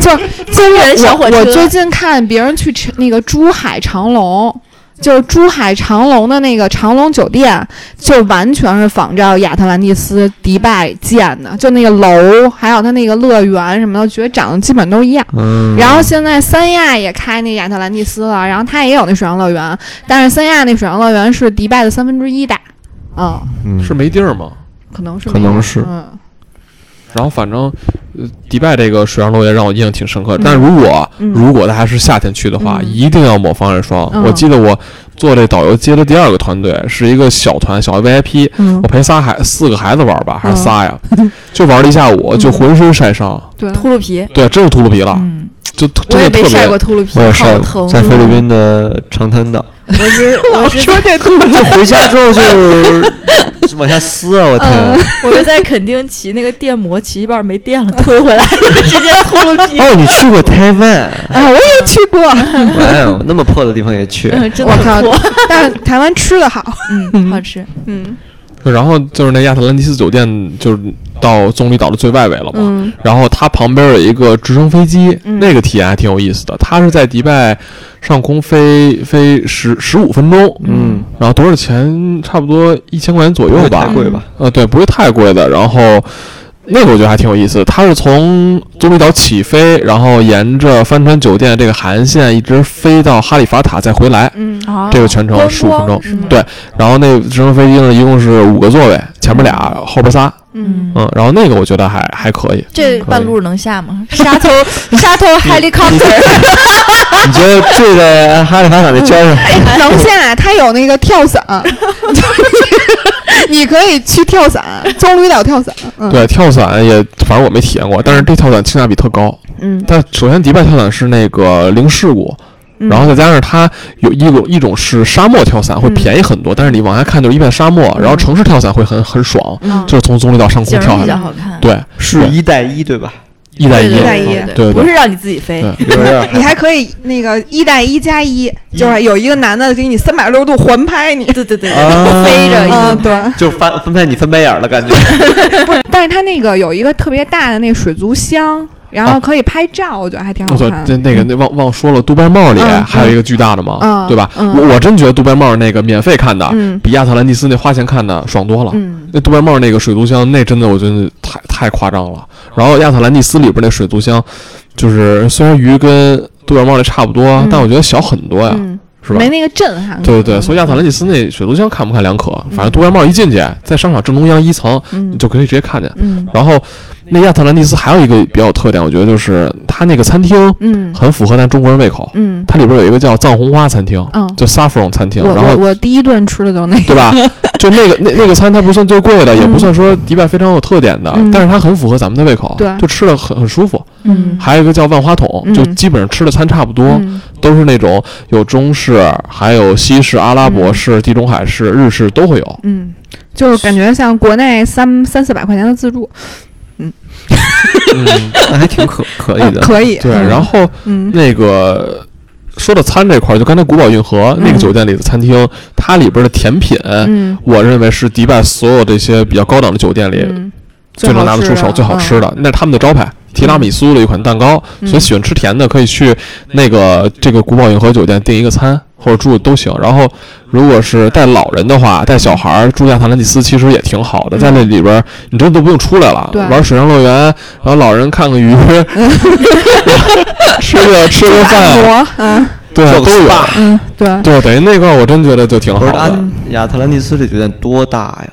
Speaker 3: 就
Speaker 1: 公园小火车。
Speaker 3: 我最近看别人去吃那个珠海长隆，就是珠海长隆的那个长隆酒店，就完全是仿照亚特兰蒂斯迪拜建的，就那个楼，还有它那个乐园什么的，我觉得长得基本都一样。
Speaker 2: 嗯，
Speaker 3: 然后现在三亚也开那亚特兰蒂斯了，然后它也有那水上乐园，但是三亚那水上乐园是迪拜的三分之一大，嗯，
Speaker 2: 嗯
Speaker 4: 是没地儿吗？
Speaker 3: 可能是
Speaker 2: 可能
Speaker 3: 没有
Speaker 2: 是
Speaker 3: 嗯
Speaker 4: 然后反正，呃，迪拜这个水上乐园让我印象挺深刻的。但如果、
Speaker 3: 嗯
Speaker 4: 如果大家是夏天去的话，
Speaker 3: 嗯
Speaker 4: 一定要抹防晒霜。
Speaker 3: 嗯
Speaker 4: 我记得我做这导游接的第二个团队是一个小团小 VIP，
Speaker 3: 嗯
Speaker 4: 我陪仨孩四个孩子玩吧，还是
Speaker 3: (laughs)
Speaker 4: 仨呀？就玩了一下午，就浑身晒伤，
Speaker 3: 对。
Speaker 1: 秃噜皮，
Speaker 4: 对，真是秃噜皮了，
Speaker 1: 嗯，
Speaker 4: 就特
Speaker 1: 我
Speaker 4: 真
Speaker 1: 也
Speaker 4: 的特
Speaker 1: 没晒过
Speaker 4: 别。
Speaker 1: 秃噜皮，
Speaker 2: 我也晒
Speaker 1: 好疼。
Speaker 2: 过，在菲律宾的长滩岛。
Speaker 1: 我
Speaker 2: (laughs)
Speaker 1: 是我是
Speaker 3: 说这都
Speaker 2: 就回家之后就就往下撕啊！我天，
Speaker 1: 我是在垦丁骑那个电摩，骑一半没电了，推回来直接秃噜
Speaker 2: (laughs)
Speaker 1: 皮，
Speaker 2: 哦，你去过台湾？
Speaker 3: 啊，我也去过，
Speaker 2: 哎呦，那么破的地方也去，
Speaker 1: 嗯真的
Speaker 3: 我靠
Speaker 1: 很破，
Speaker 3: 但是台湾吃的好，
Speaker 1: 嗯，好吃。
Speaker 3: 嗯
Speaker 4: 然后就是那亚特兰蒂斯酒店，就是到棕榈岛的最外围了嘛。
Speaker 3: 嗯，
Speaker 4: 然后它旁边有一个直升飞机，
Speaker 3: 嗯
Speaker 4: 那个体验还挺有意思的。它是在迪拜上空飞飞十十五分钟，
Speaker 2: 嗯，
Speaker 4: 然后多少钱？差不多一千块钱左右吧 (laughs)
Speaker 2: 太。贵吧？
Speaker 4: 呃，对，不是太贵的。然后那个我觉得还挺有意思的，它是从中立岛起飞，然后沿着帆船酒店这个航线一直飞到哈利法塔，再回来。
Speaker 3: 嗯，
Speaker 1: 啊
Speaker 4: 这个全程
Speaker 1: 观
Speaker 4: 15分
Speaker 1: 光
Speaker 4: 钟
Speaker 1: 是吗
Speaker 4: 对然后那直升飞机呢，一共是五个座位，前面俩，后边仨。
Speaker 3: 嗯，
Speaker 4: 嗯，然后那个我觉得还还可以。
Speaker 1: 这
Speaker 4: 可
Speaker 1: 半
Speaker 4: 以
Speaker 1: 路能下吗？Shuttle
Speaker 4: (laughs)
Speaker 1: Shuttle helicopter
Speaker 2: 你觉得这个哈利法塔那交上，
Speaker 3: 哎能下，它有那个跳
Speaker 4: (laughs)
Speaker 3: 伞，你可以去跳伞，棕榈岛跳伞，嗯
Speaker 4: 对，跳伞也，反正我没体验过，但是这跳伞性价比特高。
Speaker 3: 嗯，
Speaker 4: 但首先迪拜跳伞是那个零事故，
Speaker 3: 嗯
Speaker 4: 然后再加上它有一种一种是沙漠跳伞会
Speaker 3: 嗯
Speaker 4: 便宜很多，但是你往下看就是一片沙漠，然后城市跳伞会很很爽，
Speaker 1: 嗯
Speaker 4: 就是从棕榈到上
Speaker 1: 景
Speaker 4: 空
Speaker 1: 儿
Speaker 4: 跳下
Speaker 1: 比较
Speaker 4: 来。
Speaker 1: 好看，
Speaker 4: 对，
Speaker 3: 嗯
Speaker 2: 是一带一对吧？
Speaker 4: 一带
Speaker 1: 对
Speaker 4: 一，
Speaker 1: 对
Speaker 3: 一带一
Speaker 1: 对
Speaker 4: 对对
Speaker 1: 不是让你自己飞
Speaker 4: 对，
Speaker 2: 有点
Speaker 3: 你还可以那个一带一加一，就是有一个男的给你三百六十度环拍你，
Speaker 4: 嗯
Speaker 1: 对对对，
Speaker 2: 啊
Speaker 1: 对飞着一
Speaker 3: 嗯，
Speaker 1: 路。
Speaker 3: 对。
Speaker 2: (laughs) 就翻翻拍你翻白眼儿了，感觉。
Speaker 3: 但是它那个有一个特别大的那水族箱，然后可以拍照，我觉得还挺好
Speaker 4: 啊我操
Speaker 3: 看，的。
Speaker 4: 这那个那忘忘说了，杜拜帽里
Speaker 3: 嗯
Speaker 4: 还有一个巨大的嘛，
Speaker 3: 嗯
Speaker 4: 对吧？
Speaker 3: 嗯
Speaker 4: 我我真觉得杜拜帽那个免费看的，
Speaker 3: 嗯
Speaker 4: 比亚特兰蒂斯那花钱看的爽多了。
Speaker 3: 嗯，
Speaker 4: 那杜拜帽那个水族箱，那真的我觉得太太夸张了。然后亚特兰蒂斯里边那水族箱，就是虽然鱼跟杜拜帽那差不多，
Speaker 3: 嗯
Speaker 4: 但我觉得小很多呀，
Speaker 3: 嗯，
Speaker 4: 啊是吧
Speaker 3: 没？那个震撼。嗯
Speaker 4: 对对对，所以亚特兰蒂斯那水族箱看不看两可，反正杜拜帽一进去，在商场正中央一层，你
Speaker 3: 嗯
Speaker 4: 就可以直接看见。
Speaker 3: 嗯
Speaker 4: 然后那亚特兰蒂斯还有一个比较有特点，我觉得就是它那个餐厅
Speaker 3: 嗯
Speaker 4: 很符合咱中国人胃口。
Speaker 3: 嗯
Speaker 4: 它里边有一个叫藏红花餐厅，
Speaker 3: 嗯，
Speaker 4: 就 saffron 餐厅，
Speaker 3: 我
Speaker 4: 然后
Speaker 3: 我我第一顿吃的就是那个，(laughs)
Speaker 4: 对吧？就那个那那个餐，它不算最贵的，也不算说迪拜非常有特点的，
Speaker 3: 嗯
Speaker 4: 但是它很符合咱们的胃口，
Speaker 3: 对
Speaker 4: 就吃的很很舒服。
Speaker 3: 嗯
Speaker 4: 还有一个叫万花筒，
Speaker 3: 嗯
Speaker 4: 就基本上吃的餐差不多，
Speaker 3: 嗯
Speaker 4: 都是那种有中式，还有西式、阿拉伯式、地中海式、日式都会有。
Speaker 3: 嗯，就是感觉像国内三三四百块钱的自助，
Speaker 2: 嗯， (laughs) 那还挺可可以
Speaker 3: 嗯
Speaker 2: 的。
Speaker 3: 可以。
Speaker 4: 对，
Speaker 3: 嗯
Speaker 4: 然后
Speaker 3: 嗯
Speaker 4: 那个。说到餐这块儿，就刚才古堡运河那个酒店里的餐厅，它里边的甜品，
Speaker 3: 嗯
Speaker 4: 我认为是迪拜所有这些比较高档的酒店里
Speaker 3: 嗯，
Speaker 4: 最能拿得出手、最好吃
Speaker 3: 的
Speaker 4: 的，那是他们的招牌提拉米苏的一款蛋糕。
Speaker 3: 嗯
Speaker 4: 所以喜欢吃甜的，可以去那个这个古堡银河酒店订一个餐或者住都行。然后，如果是带老人的话，带小孩儿住亚特兰蒂斯其实也挺好的，在那里边儿你真的都不用出来了
Speaker 3: 对，
Speaker 4: 玩水上乐园，然后老人看看鱼，吃个吃个
Speaker 3: 按
Speaker 4: 饭，
Speaker 3: 摩，嗯
Speaker 4: 对
Speaker 2: 做，个
Speaker 4: 都有。
Speaker 2: SPA
Speaker 3: 嗯，对，
Speaker 4: 对，等于那块儿我真觉得就挺好
Speaker 2: 不是它
Speaker 4: 的。
Speaker 2: 亚特兰蒂斯这酒店多大呀？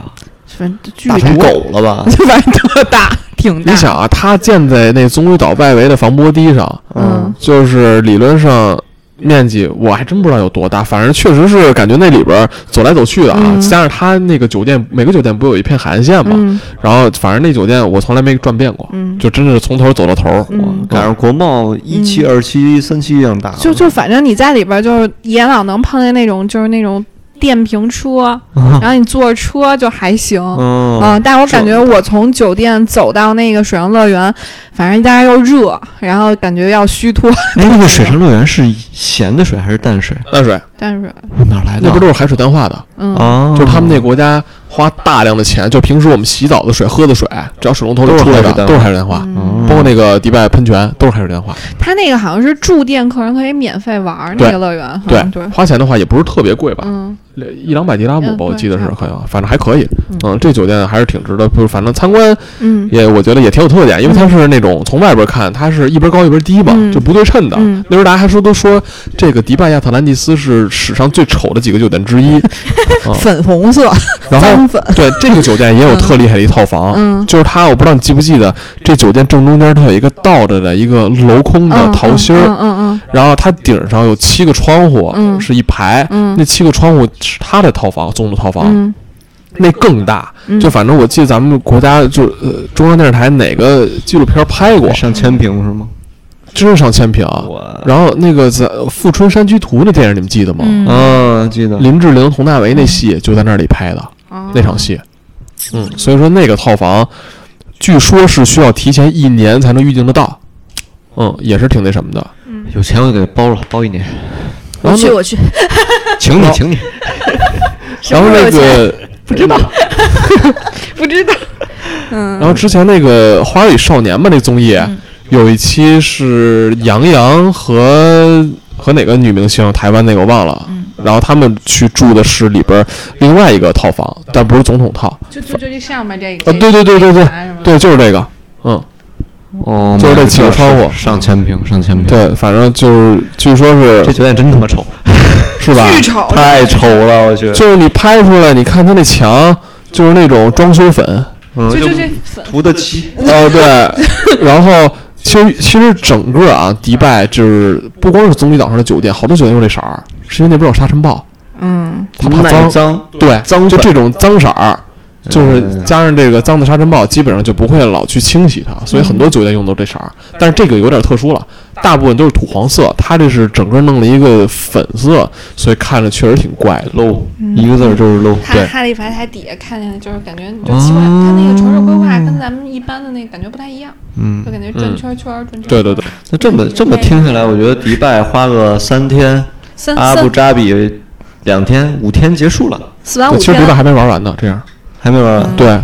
Speaker 3: 反正巨
Speaker 2: 大成狗了吧？
Speaker 3: 就反正特大， (laughs) 挺大。
Speaker 4: 你想啊，它建在那棕榈岛外围的防波堤上，
Speaker 3: 嗯，
Speaker 4: 就是理论上面积我还真不知道有多大，反正确实是感觉那里边儿走来走去的啊。
Speaker 3: 嗯
Speaker 4: 加上它那个酒店，每个酒店不有一片海岸线嘛，
Speaker 3: 嗯
Speaker 4: 然后反正那酒店我从来没转遍过，
Speaker 3: 嗯，
Speaker 4: 就真的是从头走到头儿。
Speaker 3: 嗯
Speaker 2: 赶上国贸一期、
Speaker 3: 嗯
Speaker 2: 二期、三期一样大了。
Speaker 3: 就就反正你在里边儿就是也老能碰见那种就是那种电瓶车，
Speaker 4: 嗯
Speaker 3: 然后你坐车就还行。
Speaker 2: 嗯
Speaker 3: 嗯，但我感觉我从酒店走到那个水上乐园，反正大家又热，然后感觉要虚脱，
Speaker 2: 哎，那个水上乐园是咸的水还是淡水？
Speaker 4: 淡水
Speaker 3: 但是
Speaker 2: 哪儿来的
Speaker 4: 哎那？边都是海水淡化的，
Speaker 3: 嗯，
Speaker 2: 啊，
Speaker 4: 啊就是他们那国家花大量的钱，就平时我们洗澡的水、喝的水，只要水龙头里出来的
Speaker 2: 都
Speaker 4: 都
Speaker 2: 是
Speaker 4: 是
Speaker 2: 海
Speaker 4: 海水淡化。
Speaker 2: 嗯
Speaker 4: 包括那个迪拜喷泉都是海水淡化，
Speaker 3: 他那个好像是住店客人可以免费玩儿
Speaker 4: 对
Speaker 3: 那个乐园，好
Speaker 4: 对
Speaker 3: 像，对，
Speaker 4: 花钱的话也不是特别贵吧，
Speaker 3: 嗯
Speaker 4: 一两百迪拉姆吧，
Speaker 3: 嗯
Speaker 4: 我记得是
Speaker 3: 对
Speaker 4: 好像，反正还可以。
Speaker 3: 嗯
Speaker 4: 嗯，这酒店还是挺值得，就是反正参观
Speaker 3: 嗯
Speaker 4: 也我觉得也挺有特点，因为它是那种从外边看，它是一边高一边低嘛，
Speaker 3: 嗯
Speaker 4: 就不对称的。
Speaker 3: 嗯
Speaker 4: 那时候大家还说都说这个迪拜亚特兰蒂斯是史上最丑的几个酒店
Speaker 3: (laughs)
Speaker 4: 之一，嗯
Speaker 3: 粉红色
Speaker 4: 然后
Speaker 3: 脏粉，
Speaker 4: 对这个酒店也有特厉害的一套房。
Speaker 3: 嗯
Speaker 4: 就是它，我不知道你记不记得，这酒店正中间它有一个倒着的一个镂空的
Speaker 3: 嗯
Speaker 4: 桃心儿，
Speaker 3: 嗯嗯
Speaker 4: 然后它顶上有七个窗户，
Speaker 3: 嗯
Speaker 4: 是一排，
Speaker 3: 嗯
Speaker 4: 那七个窗户是他的套房，总统套房，
Speaker 3: 嗯
Speaker 4: 那更大。
Speaker 3: 嗯，
Speaker 4: 就反正我记得咱们国家就呃中央电视台哪个纪录片拍过，
Speaker 2: 上千平是吗？
Speaker 4: 真是上千平。
Speaker 2: 我
Speaker 4: 啊然后那个在《富春山居图》那电影你们记得吗？
Speaker 1: 嗯
Speaker 2: 嗯，记得
Speaker 4: 林志玲、佟大为那戏就在那里拍的
Speaker 3: 嗯哦
Speaker 4: 那场戏。嗯，所以说那个套房，据说是需要提前一年才能预定得到。嗯，也是挺那什么的。
Speaker 2: 有钱我就给包了，包一
Speaker 4: (laughs)
Speaker 2: 年，
Speaker 1: 我
Speaker 4: 然后
Speaker 1: 去
Speaker 4: 那
Speaker 1: 我去，
Speaker 2: 请你，请你。
Speaker 1: 什
Speaker 4: 然
Speaker 1: 么
Speaker 4: 后
Speaker 1: 时候有
Speaker 4: 那
Speaker 1: 钱？
Speaker 4: (laughs) 个
Speaker 1: 不知道，
Speaker 3: 不知道，嗯，
Speaker 4: 然后之前那个《花儿与少年》吧，那综艺、有一期是杨洋和和哪个女明星，台湾那个我忘了。然后他们去住的是里边儿另外一个套房，但不是总统套。
Speaker 3: 就就就这上面这
Speaker 4: 啊，
Speaker 3: 个
Speaker 4: 对对对对对，对，就是这个，嗯，
Speaker 2: 哦，
Speaker 4: 就是这几个窗户
Speaker 2: 上千平，上千平。，
Speaker 4: 对，反正就是据说
Speaker 2: 这
Speaker 4: 是
Speaker 2: 酒店真他妈丑，
Speaker 4: 是吧？
Speaker 3: 巨丑，
Speaker 2: 太丑了，我去。
Speaker 4: 就是你拍出来，你看它那墙就是那种装修粉，
Speaker 2: 嗯，
Speaker 3: 就就这粉，
Speaker 2: 涂的漆，
Speaker 4: 哦，对，然后其实其实整个啊，迪拜就是不光是棕榈岛上的酒店，好多酒店用这色儿，是因为那边有沙尘暴，
Speaker 3: 嗯，
Speaker 4: 它怕脏，
Speaker 2: 脏，
Speaker 4: 对，
Speaker 2: 脏
Speaker 4: 就
Speaker 2: 粉
Speaker 4: 这种脏色儿，就是
Speaker 2: 嗯
Speaker 4: 加上这个脏的沙尘暴，基本上就不会老去清洗它，所以
Speaker 2: 嗯
Speaker 4: 很多酒店用都这色儿，但是这个有点特殊了，大部分都是土黄色，它这是整个弄了一个粉色，所以看着确实挺怪的。
Speaker 2: low，一
Speaker 3: 嗯
Speaker 2: 个字儿就是 low。
Speaker 4: 对
Speaker 3: 看
Speaker 4: 啊
Speaker 3: 哈利法塔底下看见的就是感觉你就奇怪，它那个城市规划跟咱们一般的那个感觉不太一样，
Speaker 2: 嗯
Speaker 3: 就，感觉转圈圈儿转圈。
Speaker 4: 对对对，，
Speaker 2: 那这
Speaker 3: 嗯
Speaker 2: 么这么听下来，我觉得迪拜花个三天，
Speaker 3: 嗯三
Speaker 2: 阿
Speaker 4: 啊
Speaker 2: 布
Speaker 3: 三
Speaker 2: 扎比两天，五天结束了，
Speaker 3: 四万
Speaker 4: 对
Speaker 3: 五
Speaker 4: 其实
Speaker 3: 千
Speaker 4: 迪拜
Speaker 3: 了，
Speaker 4: 还没玩完呢，这样。
Speaker 2: 还没玩完。
Speaker 4: 对，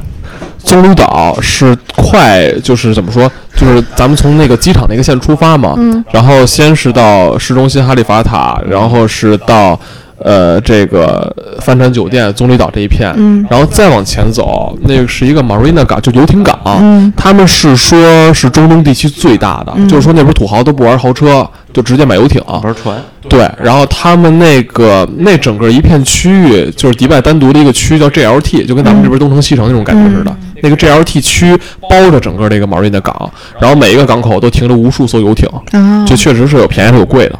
Speaker 4: 棕榈岛是快，就是怎么说，就是咱们从那个机场那个线出发嘛，
Speaker 3: 嗯
Speaker 4: 然后先是到市中心哈利法塔，然后是到呃这个帆船酒店棕榈岛这一片，
Speaker 3: 嗯
Speaker 4: 然后再往前走，那个是一个 marina 港，就游艇港，
Speaker 3: 嗯
Speaker 4: 他们是说是中东地区最大的，
Speaker 3: 嗯
Speaker 4: 就是说那边土豪都不玩豪车，就直接买游艇，
Speaker 2: 玩船，
Speaker 4: 对，然后他们那个那整个一片区域，就是迪拜单独的一个区叫 GLT，就跟咱们这边东城西城那种感觉似的。那个 GLT 区包着整个这个马瑞的港，然后每一个港口都停着无数艘游艇，
Speaker 3: 啊
Speaker 4: 这确实是有便宜的有贵的。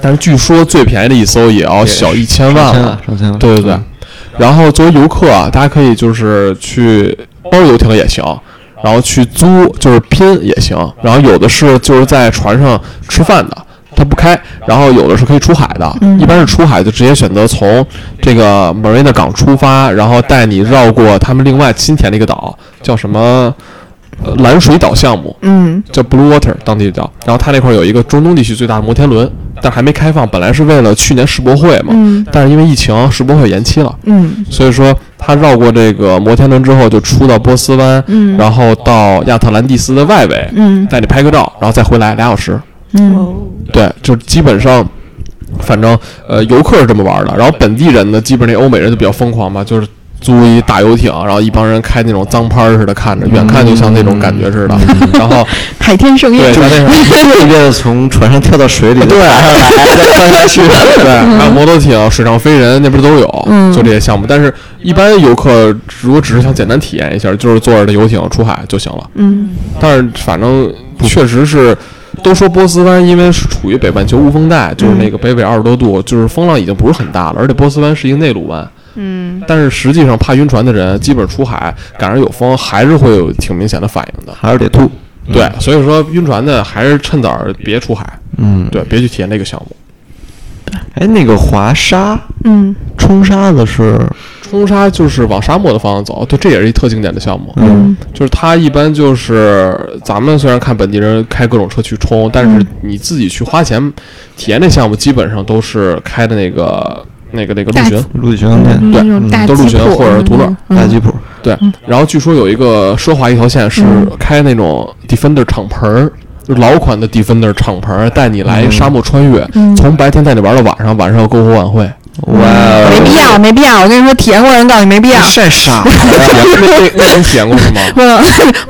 Speaker 4: 但是据说最便宜的一艘也要小一千万
Speaker 2: 上千
Speaker 4: 了，
Speaker 2: 万，上千万。
Speaker 4: 对对对。然后作为游客啊，大家可以就是去包游艇也行，然后去租就是拼也行，然后有的是就是在船上吃饭的。它不开，然后有的是可以出海的，一般是出海就直接选择从这个 Marina 港出发，然后带你绕过他们另外新填的一个岛，叫什么呃蓝水岛项目，
Speaker 3: 嗯
Speaker 4: 叫 Blue Water 当地叫，然后它那块儿有一个中东地区最大的摩天轮，但还没开放，本来是为了去年世博会嘛，
Speaker 3: 嗯
Speaker 4: 但是因为疫情，世博会延期了，
Speaker 3: 嗯
Speaker 4: 所以说它绕过这个摩天轮之后，就出到波斯湾，
Speaker 3: 嗯
Speaker 4: 然后到亚特兰蒂斯的外围，
Speaker 3: 嗯
Speaker 4: 带你拍个照，然后再回来俩小时，
Speaker 3: 嗯
Speaker 1: 哦
Speaker 4: 对，就基本上。反正呃，游客是这么玩的，然后本地人呢，基本上那欧美人就比较疯狂嘛，就是租一大游艇，然后一帮人开那种脏拍似的，看着远看就像那种感觉似的，然后
Speaker 3: 海天盛
Speaker 4: 对，
Speaker 3: 宴，
Speaker 4: 在那上
Speaker 2: 这一遍从船上跳到水里，
Speaker 4: 对，还有来，去， (laughs) 对，还有摩托艇、水上飞人，那边都有，
Speaker 3: 嗯
Speaker 4: 就这些项目。但是，一般游客如果只是想简单体验一下，就是坐着的游艇出海就行了。
Speaker 3: 嗯
Speaker 4: 但是，反正确实是，都说波斯湾因为是处于北半球无风带，就是
Speaker 3: 嗯
Speaker 4: 那个北纬二十多度，就是风浪已经不是很大了，而且波斯湾是一个内陆湾。
Speaker 3: 嗯
Speaker 4: 但是实际上，怕晕船的人，基本出海赶上有风，还是会有挺明显的反应的。
Speaker 2: 还是得吐。
Speaker 4: 对，所以说晕船的还是趁早别出海，
Speaker 2: 嗯，
Speaker 4: 对，别去体验这个项目。
Speaker 2: 哎，那个滑沙
Speaker 3: 嗯
Speaker 2: 冲沙子是，
Speaker 4: 冲沙就是往沙漠的方向走，对，这也是一特经典的项目。
Speaker 2: 嗯，
Speaker 4: 就是它一般就是咱们虽然看本地人开各种车去冲，但
Speaker 3: 嗯
Speaker 4: 是你自己去花钱体验这项目，基本上都是开的那个那个那个陆巡。
Speaker 2: 陆巡航
Speaker 3: 嗯
Speaker 2: 店、
Speaker 3: 那种大
Speaker 4: 都陆
Speaker 3: 吉
Speaker 4: 巡
Speaker 3: 普
Speaker 4: 或者
Speaker 3: 嗯
Speaker 4: 途乐
Speaker 3: 嗯
Speaker 2: 大
Speaker 3: 嗯嗯
Speaker 2: 吉普，
Speaker 4: 对，然后据说有一个奢华一条线是开那种 Defender 敞篷儿，就是老款的 Defender 敞篷儿，带你来沙漠穿越，
Speaker 3: 嗯
Speaker 4: 从白天带你玩到晚上，晚上有篝火晚会。
Speaker 2: 哇
Speaker 4: 呃
Speaker 2: 哦，
Speaker 3: 没必
Speaker 4: (laughs)
Speaker 3: 要，没必要。我跟你说，体验过的人告诉你没必要。
Speaker 2: 晒傻
Speaker 3: 嗯
Speaker 2: 了，
Speaker 4: 那那那你体验过是吗？
Speaker 3: 不，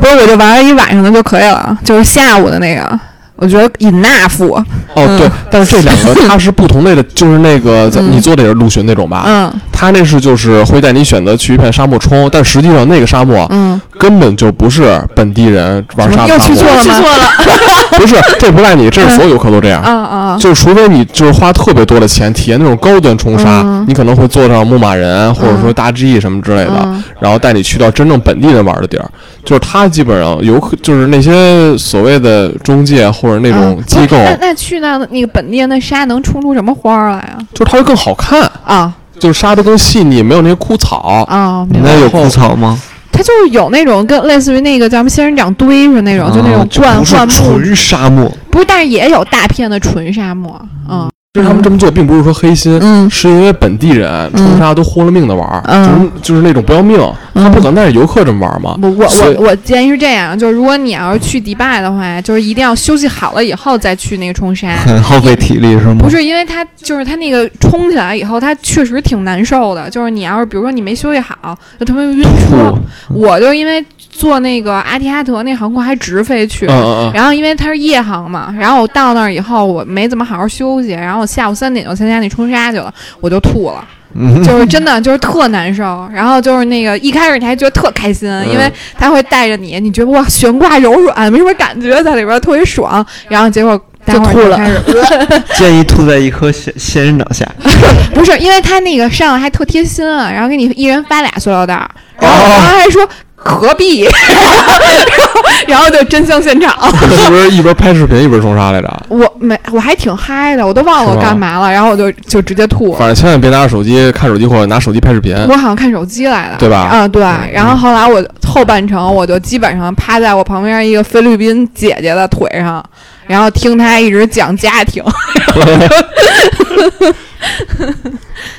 Speaker 3: 不是，我就玩了一晚上的就可以了，就是下午的那个，我觉得 enough。
Speaker 4: 哦，
Speaker 3: 嗯
Speaker 4: 对，但是这两个它是不同类的，就是那个在你做的也是陆巡那种吧？，
Speaker 3: 嗯
Speaker 4: 它那是就是会带你选择去一片沙漠冲，但实际上那个沙漠
Speaker 3: 嗯，
Speaker 4: 根本就不是本地人玩沙的
Speaker 3: 又
Speaker 4: 沙
Speaker 3: 去错
Speaker 4: 漠，
Speaker 3: 了吗？
Speaker 1: 去错
Speaker 3: 了。
Speaker 4: 不是，这不赖你，这是所有游客都这样。
Speaker 3: 嗯嗯
Speaker 4: 就除非你就是花特别多的钱体验那种高端冲沙，
Speaker 3: 嗯
Speaker 4: 你可能会坐上牧马人或者说搭 G 什么之类的，
Speaker 3: 嗯
Speaker 4: 然后带你去到真正本地人玩的地儿。就是他基本上游客，就是那些所谓的中介或者那种
Speaker 3: 嗯
Speaker 4: 机
Speaker 3: (laughs)
Speaker 4: 构，
Speaker 3: 那那去那那个本地人的沙能冲出什么花儿来啊？
Speaker 4: 就是它会更好看，
Speaker 3: 啊
Speaker 4: 就是沙得更细腻，没有那些枯草。
Speaker 3: 啊，
Speaker 2: 你
Speaker 3: 明白
Speaker 2: 那有枯草吗？
Speaker 3: 它就是有那种跟类似于那个叫什么仙人掌堆似的那种，就那
Speaker 2: 啊
Speaker 3: 种灌
Speaker 2: 不是
Speaker 3: 灌木，
Speaker 2: 纯沙漠，
Speaker 3: 不是，但是也有大片的纯沙漠。嗯
Speaker 4: 就是他们这么做，并不是说黑心，
Speaker 3: 嗯
Speaker 4: 是因为本地人冲沙都豁了命的玩儿，
Speaker 3: 嗯
Speaker 4: 就是就是那种不要命，
Speaker 3: 啊
Speaker 4: 他不可能带着游客这么玩儿嘛。
Speaker 3: 我我
Speaker 4: 所以
Speaker 3: 我我建议是这样，就是如果你要是去迪拜的话，就是一定要休息好了以后再去那个冲
Speaker 4: (laughs)
Speaker 3: 沙。
Speaker 2: 很耗费体力是吗？
Speaker 3: 不，是，因为它就是它那个冲起来以后，它确实挺难受的。就是你要是比如说你没休息好，就特别晕车。我就因为坐那个阿提哈德那航空还直飞去。
Speaker 4: 嗯
Speaker 1: 啊
Speaker 4: 嗯嗯，
Speaker 3: 然后因为它是夜航嘛，然后我到那儿以后我没怎么好好休息，然后我下午三点就参加那冲沙去了，我就吐了，
Speaker 2: 嗯
Speaker 3: 就是真的就是特难受。然后就是那个一开始你还觉得特开心，
Speaker 1: 嗯
Speaker 3: 因为它会带着你，你觉得哇悬挂柔软，没什么感觉，在里边儿特别爽。然后结果待
Speaker 1: 嗯
Speaker 3: 会儿
Speaker 1: 就吐了
Speaker 3: 开
Speaker 1: (laughs)
Speaker 3: 始
Speaker 2: 建议吐在一棵仙仙人掌下。
Speaker 3: 不是，因为他那个上来还特贴心啊，然后给你一人发俩塑料袋儿，然后
Speaker 2: 哦
Speaker 3: 我当时还说何必， (laughs) 然后然后就真香现场。
Speaker 4: 是不是一边拍视频一边冲沙来着？
Speaker 3: 我没，我还挺嗨的，我都忘了我
Speaker 4: 是吧
Speaker 3: 干嘛了，然后我就就直接吐了。
Speaker 4: 反正千万别拿着手机看手机或者拿手机拍视频，
Speaker 3: 我好像看手机来的，
Speaker 4: 对吧
Speaker 3: 啊、对
Speaker 4: 嗯。
Speaker 3: 然后后来我后半程我就基本上趴在我旁边一个菲律宾姐姐的腿上，然后听她一直讲家庭。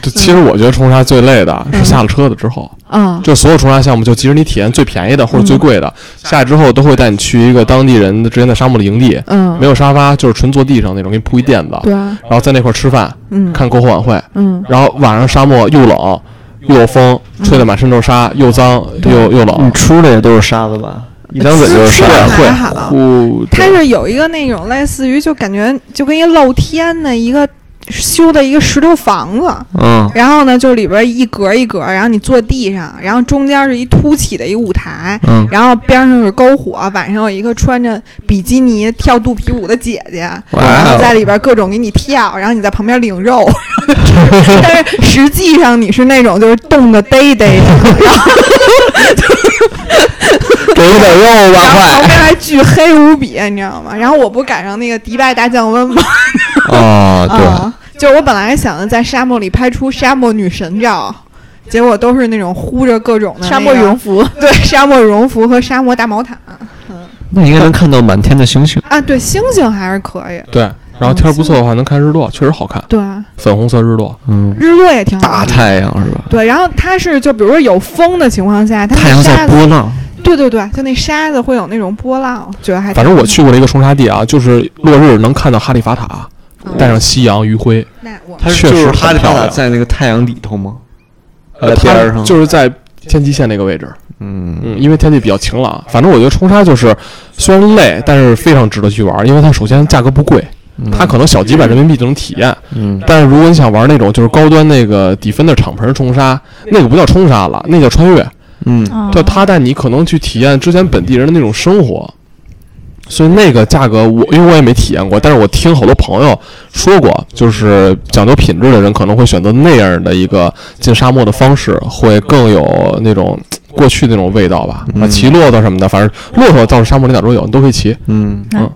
Speaker 4: 就其实我觉得冲沙最累的是下了车子之后，
Speaker 3: 嗯，
Speaker 4: 就所有冲沙项目，就即使你体验最便宜的或者最贵的，下来之后都会带你去一个当地人的之前在沙漠的营地，
Speaker 3: 嗯，
Speaker 4: 没有沙发，就是纯坐地上那种，给你铺一垫子，
Speaker 3: 对啊，
Speaker 4: 然后在那块儿吃饭，
Speaker 3: 嗯
Speaker 4: 看篝火晚会，
Speaker 3: 嗯，
Speaker 4: 然后晚上沙漠又冷又有风，吹得满身都是沙，又脏又又冷
Speaker 2: 你，出来也都是沙子吧？一张嘴就是沙
Speaker 3: 出来
Speaker 2: 子。
Speaker 4: 会
Speaker 3: 还好
Speaker 4: 呼，
Speaker 3: 它是有一个那种类似于就感觉就跟一露天的一个修的一个石头房子，
Speaker 2: 嗯，
Speaker 3: 然后呢就里边一格一格，然后你坐地上，然后中间是一凸起的一舞台，
Speaker 2: 嗯
Speaker 3: (laughs) 然后边上是篝火，晚上有一个穿着比基尼跳肚皮舞的姐姐，
Speaker 2: 哇
Speaker 3: 然后
Speaker 2: 哦
Speaker 3: 在里边各种给你跳，然后你在旁边
Speaker 2: (laughs)
Speaker 3: 领肉，但是实际上你是那种就是冻得嘚
Speaker 2: (laughs)
Speaker 3: 嘚的，
Speaker 2: 给你点肉吧，
Speaker 3: 然后旁
Speaker 2: 快！
Speaker 3: (laughs) 边还巨黑无比，你知道吗？然后我不赶上那个迪拜大降温吗？
Speaker 2: 哦，对， (laughs)
Speaker 3: 啊，就我本来想着在沙漠里拍出沙漠女神照，结果都是那种呼着各种的、
Speaker 1: 沙漠羽绒，服，
Speaker 3: 对，沙漠羽绒服和沙漠大毛毯
Speaker 2: 那应该能看到满天的星星。
Speaker 3: 啊，对，星星还是可以，
Speaker 4: 对，然后天儿不错的话能看日落，确实好看，
Speaker 3: 对，啊
Speaker 4: 粉红色日落，
Speaker 2: 嗯，
Speaker 3: 日落也挺好
Speaker 2: 大
Speaker 3: 看的。
Speaker 2: 太阳是吧？
Speaker 3: 对，然后它是就比如说有风的情况下，它
Speaker 2: 太阳
Speaker 3: 那
Speaker 2: 在
Speaker 3: 沙子，
Speaker 2: 波浪。
Speaker 3: 对对对，就那沙子会有那种波浪，觉得还挺
Speaker 4: 反正我
Speaker 3: 好
Speaker 4: 去过了一个冲沙地啊，就是落日能看到哈利法塔，
Speaker 3: 嗯
Speaker 4: 带上夕阳余晖，
Speaker 3: 那我
Speaker 2: 它是
Speaker 4: 确
Speaker 2: 就
Speaker 4: 实
Speaker 2: 是
Speaker 4: 很
Speaker 2: 哈利法
Speaker 4: 漂
Speaker 2: 塔
Speaker 4: 亮
Speaker 2: 在那个太阳里头吗？
Speaker 4: 呃，
Speaker 2: 在边
Speaker 4: 它
Speaker 2: 儿上
Speaker 4: 就是在天际线那个位置，
Speaker 2: 嗯，
Speaker 4: 嗯，因为天气比较晴朗。反正我觉得冲沙就是虽然累，但是非常值得去玩，因为它首先价格不贵，它可能小几百人民币就能体验。
Speaker 2: 嗯
Speaker 4: 但是如果你想玩那种就是高端那个底分的敞篷冲沙，那个不叫冲沙了，那叫穿越，
Speaker 2: 嗯，
Speaker 1: 哦
Speaker 4: 就它带你可能去体验之前本地人的那种生活。所以那个价格我因为我也没体验过，但是我听好多朋友说过，就是讲究品质的人可能会选择那样的一个进沙漠的方式，会更有那种嘖过去那种味道吧。啊，
Speaker 2: 嗯
Speaker 4: 骑骆驼什么的，反正骆驼到沙漠里哪儿都有，你都可以骑
Speaker 2: 嗯
Speaker 4: 啊，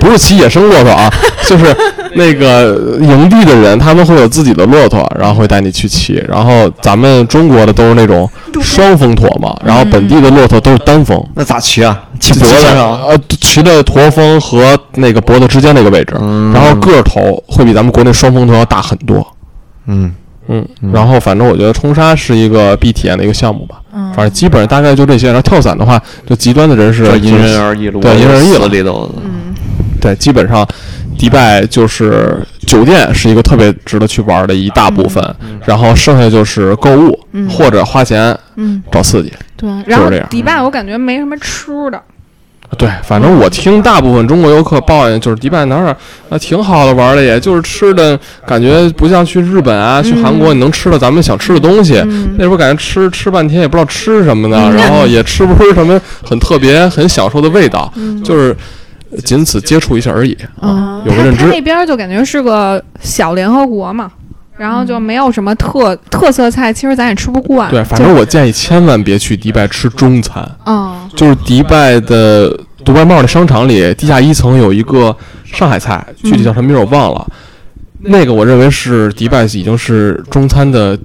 Speaker 4: 不是骑野生骆驼啊， (laughs) 就是那个营地的人，他们会有自己的骆驼，然后会带你去骑。然后咱们中国的都是那种双峰驼嘛，然后本地的骆驼都是单峰。
Speaker 2: 那咋骑啊？骑
Speaker 4: 就
Speaker 2: 脖子
Speaker 4: 骑在
Speaker 2: 上？
Speaker 4: 呃，骑在驼峰和那个脖子之间那个位置，
Speaker 2: 嗯
Speaker 4: 然后个头会比咱们国内双峰驼要大很多。
Speaker 2: 嗯，
Speaker 4: 嗯，然后反正我觉得冲沙是一个必体验的一个项目吧，
Speaker 1: 嗯
Speaker 4: 反正基本上大概就这些。然后跳伞的话，就极端的人是
Speaker 2: 这因
Speaker 4: 就是
Speaker 2: 人而异了，
Speaker 4: 对
Speaker 2: 我
Speaker 4: 因人而异了
Speaker 2: 死里头的。
Speaker 4: 对，基本上迪拜就是酒店是一个特别值得去玩的一大部分，然后剩下就是购物、
Speaker 3: 嗯
Speaker 4: 或者花钱
Speaker 3: 嗯
Speaker 4: 找刺激。
Speaker 3: 对，然后
Speaker 4: 这样嗯
Speaker 3: 迪拜我感觉没什么吃的，
Speaker 4: 对，反正我听大部分中国游客抱怨，就是迪拜哪儿啊、呃挺好的玩的也，就是吃的感觉不像去日本啊、去韩国你能吃到咱们想吃的东西。
Speaker 3: 嗯
Speaker 4: 那时候感觉吃吃半天也不知道吃什么的，
Speaker 3: (laughs)
Speaker 4: 然后也吃不出什么很特别、很享受的味道，就是仅此接触一下而已。
Speaker 3: 嗯，
Speaker 4: 有个
Speaker 3: 它
Speaker 4: 认
Speaker 3: 它
Speaker 4: 知
Speaker 3: 那边儿就感觉是个小联合国嘛，然后就没有什么特、特色菜，其实咱也吃不惯。
Speaker 4: 对，反正我建议千万别去迪拜吃中餐，
Speaker 3: 啊嗯
Speaker 4: 就是迪拜的独白帽的商场里，地下一层有一个上海菜，具
Speaker 3: 嗯
Speaker 4: 体叫什么名儿我忘了。那个我认为是迪拜已经是中餐的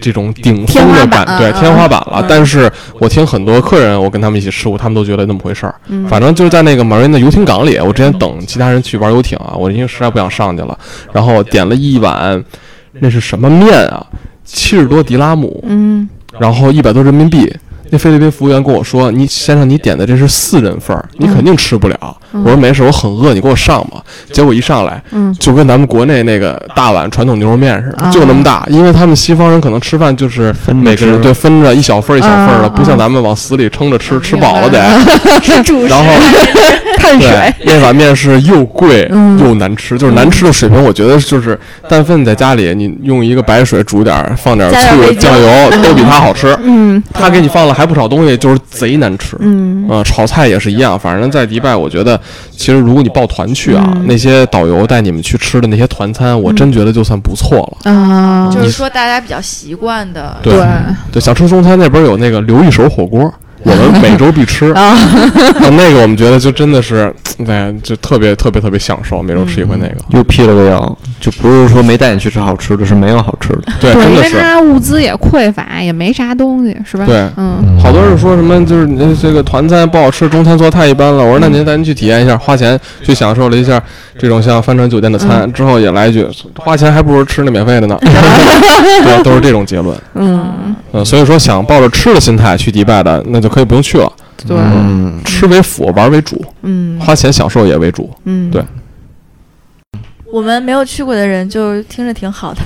Speaker 4: 这种顶峰的
Speaker 3: 天花
Speaker 4: 感，
Speaker 3: 板
Speaker 4: 对
Speaker 3: 嗯
Speaker 4: 天花板了
Speaker 3: 嗯。
Speaker 4: 但是我听很多客人，我跟他们一起吃过，他们都觉得那么回事儿。
Speaker 3: 嗯，
Speaker 4: 反正就是在那个马瑞的游艇港里，我之前等其他人去玩游艇啊，我因为实在不想上去了，然后点了一碗，那是什么面啊？七十多迪拉姆，
Speaker 3: 嗯
Speaker 4: 然后一百多人民币。那菲律宾服务员跟我说：“你先生，你点的这是四人份儿，你肯定吃不了。
Speaker 3: 嗯
Speaker 4: 我说没事，我很饿，你给我上吧。结果一上来
Speaker 3: 嗯，
Speaker 4: 就跟咱们国内那个大碗传统牛肉面似
Speaker 3: 啊
Speaker 4: 的，就那么大，因为他们西方人可能吃饭就是
Speaker 2: 分着
Speaker 4: 每个人
Speaker 2: 吃
Speaker 4: 对分着一小份儿一小份儿
Speaker 3: 啊
Speaker 4: 的，不像
Speaker 3: 啊
Speaker 4: 咱们往死里撑着
Speaker 3: 嗯
Speaker 4: 吃，吃饱了得。
Speaker 1: 嗯
Speaker 3: 是
Speaker 1: (laughs)
Speaker 3: 主
Speaker 4: 然后
Speaker 3: 碳
Speaker 4: 对，那碗面是又贵
Speaker 3: 嗯
Speaker 4: 又难吃，就是难吃的水平，我觉得就是，但凡你在家里，你用一个白水煮点儿，放点儿
Speaker 1: 加点儿
Speaker 4: 醋、
Speaker 1: 味精
Speaker 4: 酱油，都比它好吃。
Speaker 3: 嗯
Speaker 4: 他给你放了还不少东西，就是贼难吃。
Speaker 3: 嗯
Speaker 4: 啊、炒菜也是一样，反正在迪拜，我觉得其实如果你抱团去啊，
Speaker 3: 嗯
Speaker 4: 那些导游带你们去吃的那些团餐，我真觉得就算不错了。
Speaker 3: 啊，
Speaker 1: 就是
Speaker 4: 你
Speaker 1: 说大家比较习惯的，
Speaker 4: 对对，想吃中餐那边有那个刘一手火锅，我们每周必吃。
Speaker 3: 啊
Speaker 4: 啊那个我们觉得就真的是，哎，就特别特别特别享受，每周吃一回那个。
Speaker 3: 嗯
Speaker 2: 又辟了个谣，就不是说没带你去吃好吃的，是没有好吃的。
Speaker 4: (laughs) 对，真
Speaker 3: 因
Speaker 4: 的
Speaker 3: 为
Speaker 4: 是。
Speaker 3: 它物资也匮乏，也没啥东西，是吧？
Speaker 4: 对
Speaker 3: 嗯
Speaker 4: 好多人说什么就是你这个团餐不好吃，中餐做太一般了。我说那
Speaker 3: 嗯
Speaker 4: 您带您去体验一下，花钱去享受了一下这种像帆船酒店的
Speaker 3: 嗯
Speaker 4: 餐，之后也来一句花钱还不如吃那免费
Speaker 3: (laughs)
Speaker 4: 的呢，对，都是这种结论。
Speaker 3: 嗯，
Speaker 4: 嗯，所以说想抱着吃的心态去迪拜的，那就可以不用去了，
Speaker 3: 对，
Speaker 2: 嗯，
Speaker 4: 吃为辅，玩为主，
Speaker 3: 嗯
Speaker 4: 花钱享受也为主。
Speaker 3: 嗯，
Speaker 4: 对
Speaker 1: 我们没有去过的人就听着挺好的，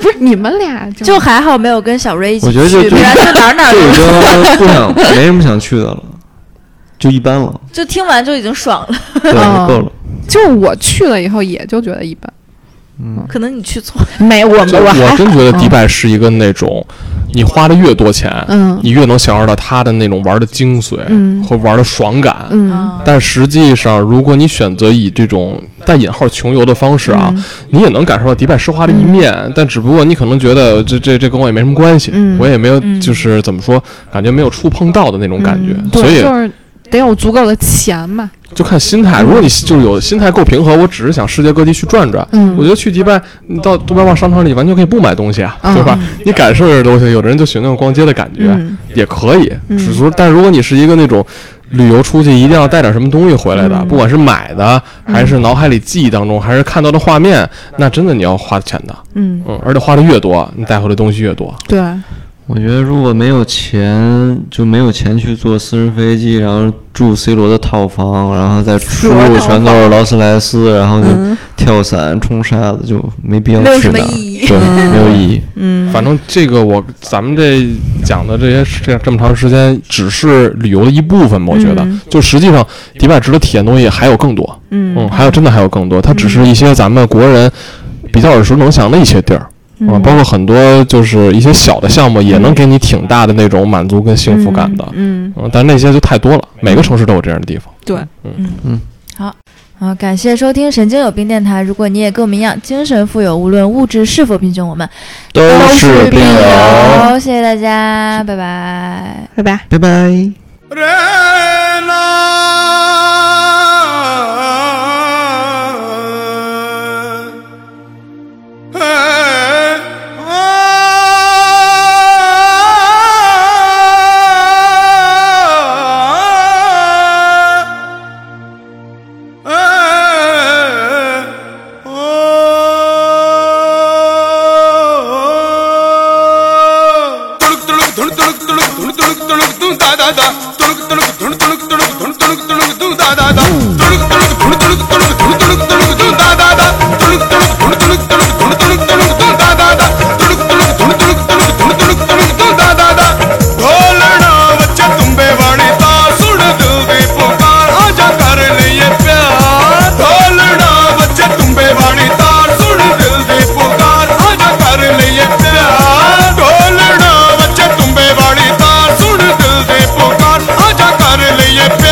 Speaker 3: 不是你们俩就
Speaker 1: 就还好没有跟小瑞一起去，
Speaker 2: 我觉得就
Speaker 1: 不然就哪儿哪儿
Speaker 2: 就已
Speaker 1: 都
Speaker 2: 经不想没什么想去的了，就一般了，
Speaker 1: 就听完就已经爽了。
Speaker 2: 对，
Speaker 3: 哦
Speaker 2: 就够了。
Speaker 3: 就是我去了以后，也就觉得一般。
Speaker 1: 可能你去错，
Speaker 3: 没，我
Speaker 4: 就我真觉得迪拜是一个那种，你花的越多钱，
Speaker 3: 嗯
Speaker 4: 你越能享受到它的那种玩的精髓
Speaker 3: 嗯
Speaker 4: 和玩的爽感。
Speaker 3: 嗯
Speaker 4: 但实际上，如果你选择以这种带引号穷游的方式啊，
Speaker 3: 嗯
Speaker 4: 你也能感受到迪拜奢华的一面，但只不过你可能觉得这这这跟我也没什么关系，
Speaker 3: 嗯
Speaker 4: 我也没有、
Speaker 1: 嗯
Speaker 4: 就是怎么说，感觉没有触碰到的那种感觉，
Speaker 3: 嗯
Speaker 4: 所
Speaker 3: 对
Speaker 4: 以
Speaker 3: 就是得有足够的钱嘛。
Speaker 4: 就看心态。如果你就是有心态够平和，我只是想世界各地去转转。
Speaker 3: 嗯
Speaker 4: 我觉得去迪拜，你到东边旺商场里完全可以不买东西啊，
Speaker 3: 嗯
Speaker 4: 对吧？你感受这东西，有的人就喜欢那种逛街的感觉，
Speaker 3: 嗯
Speaker 4: 也可以。
Speaker 3: 嗯
Speaker 4: 只是说，但如果你是一个那种旅游出去一定要带点什么东西回来的，
Speaker 3: 嗯
Speaker 4: 不管是买的还是脑海里记忆当中，还是看到的画面，那真的你要花钱的，
Speaker 3: 嗯，
Speaker 4: 嗯，而且花的越多，你带回来的东西越
Speaker 3: (laughs)
Speaker 4: 多。
Speaker 3: 对，
Speaker 2: 我觉得如果没有钱，就没有钱去坐私人飞机，然后住 C 罗的套房，然后再出入全都是劳斯莱斯，然后就
Speaker 3: 嗯
Speaker 2: 跳伞、冲沙子，就没必要
Speaker 1: 没有
Speaker 2: 去
Speaker 1: 什么
Speaker 2: 那儿，
Speaker 1: 意义
Speaker 2: 对，
Speaker 3: 嗯
Speaker 2: 没有意义。
Speaker 3: 嗯，
Speaker 4: 反正这个我咱们这讲的这些事这这么长时间，只是旅游的一部分吧，我觉得
Speaker 3: 嗯。
Speaker 4: 就实际上，迪拜值得体验的东西还有更多，嗯，
Speaker 3: 嗯
Speaker 4: 还有真的还有更多，它只是一些咱们国人比较耳熟能详的一些地儿。
Speaker 2: 嗯
Speaker 4: 啊，
Speaker 3: 嗯
Speaker 4: 包括很多就是一些小的项目，也能给你挺大的那种满足跟幸福感的。
Speaker 3: 嗯，
Speaker 4: 嗯，但那些就太多了，每个城市都有这样的地方。
Speaker 3: 对，
Speaker 1: 好，啊感谢收听《神经有病电台》。如果你也跟我们一样精神富有，无论物质是否贫穷，我们
Speaker 2: 都是病友。
Speaker 1: 友。谢谢大家，拜拜。
Speaker 3: 拜拜。
Speaker 2: 拜拜。
Speaker 5: Eh, oh. ਢੋਲਣਾ ਵੱਜੇ ਤੁੰਬੇ ਵਾਲੀ ਤਾਂ ਸੁਣ ਦਿਲ ਦੀ ਪੁਕਾਰ ਆ ਜਾ ਕਰ ਲਈਏ ਪਿਆਰ ਢੋਲਣਾ ਵੱਜੇ ਤੁੰਬੇ ਵਾਲੀ ਤਾਂ ਸੁਣ ਦਿਲ ਦੀ ਪੁਕਾਰ ਆ ਜਾ ਕਰ ਲਈਏ ਪਿਆਰ ਢੋਲਣਾ ਵੱਜੇ ਤੁੰਬੇ ਵਾਲੀ ਤਾਂ ਸੁਣ ਦਿਲ ਦੀ ਪੁਕਾਰ ਆ ਜਾ ਕਰ ਲਈਏ ਪਿਆਰ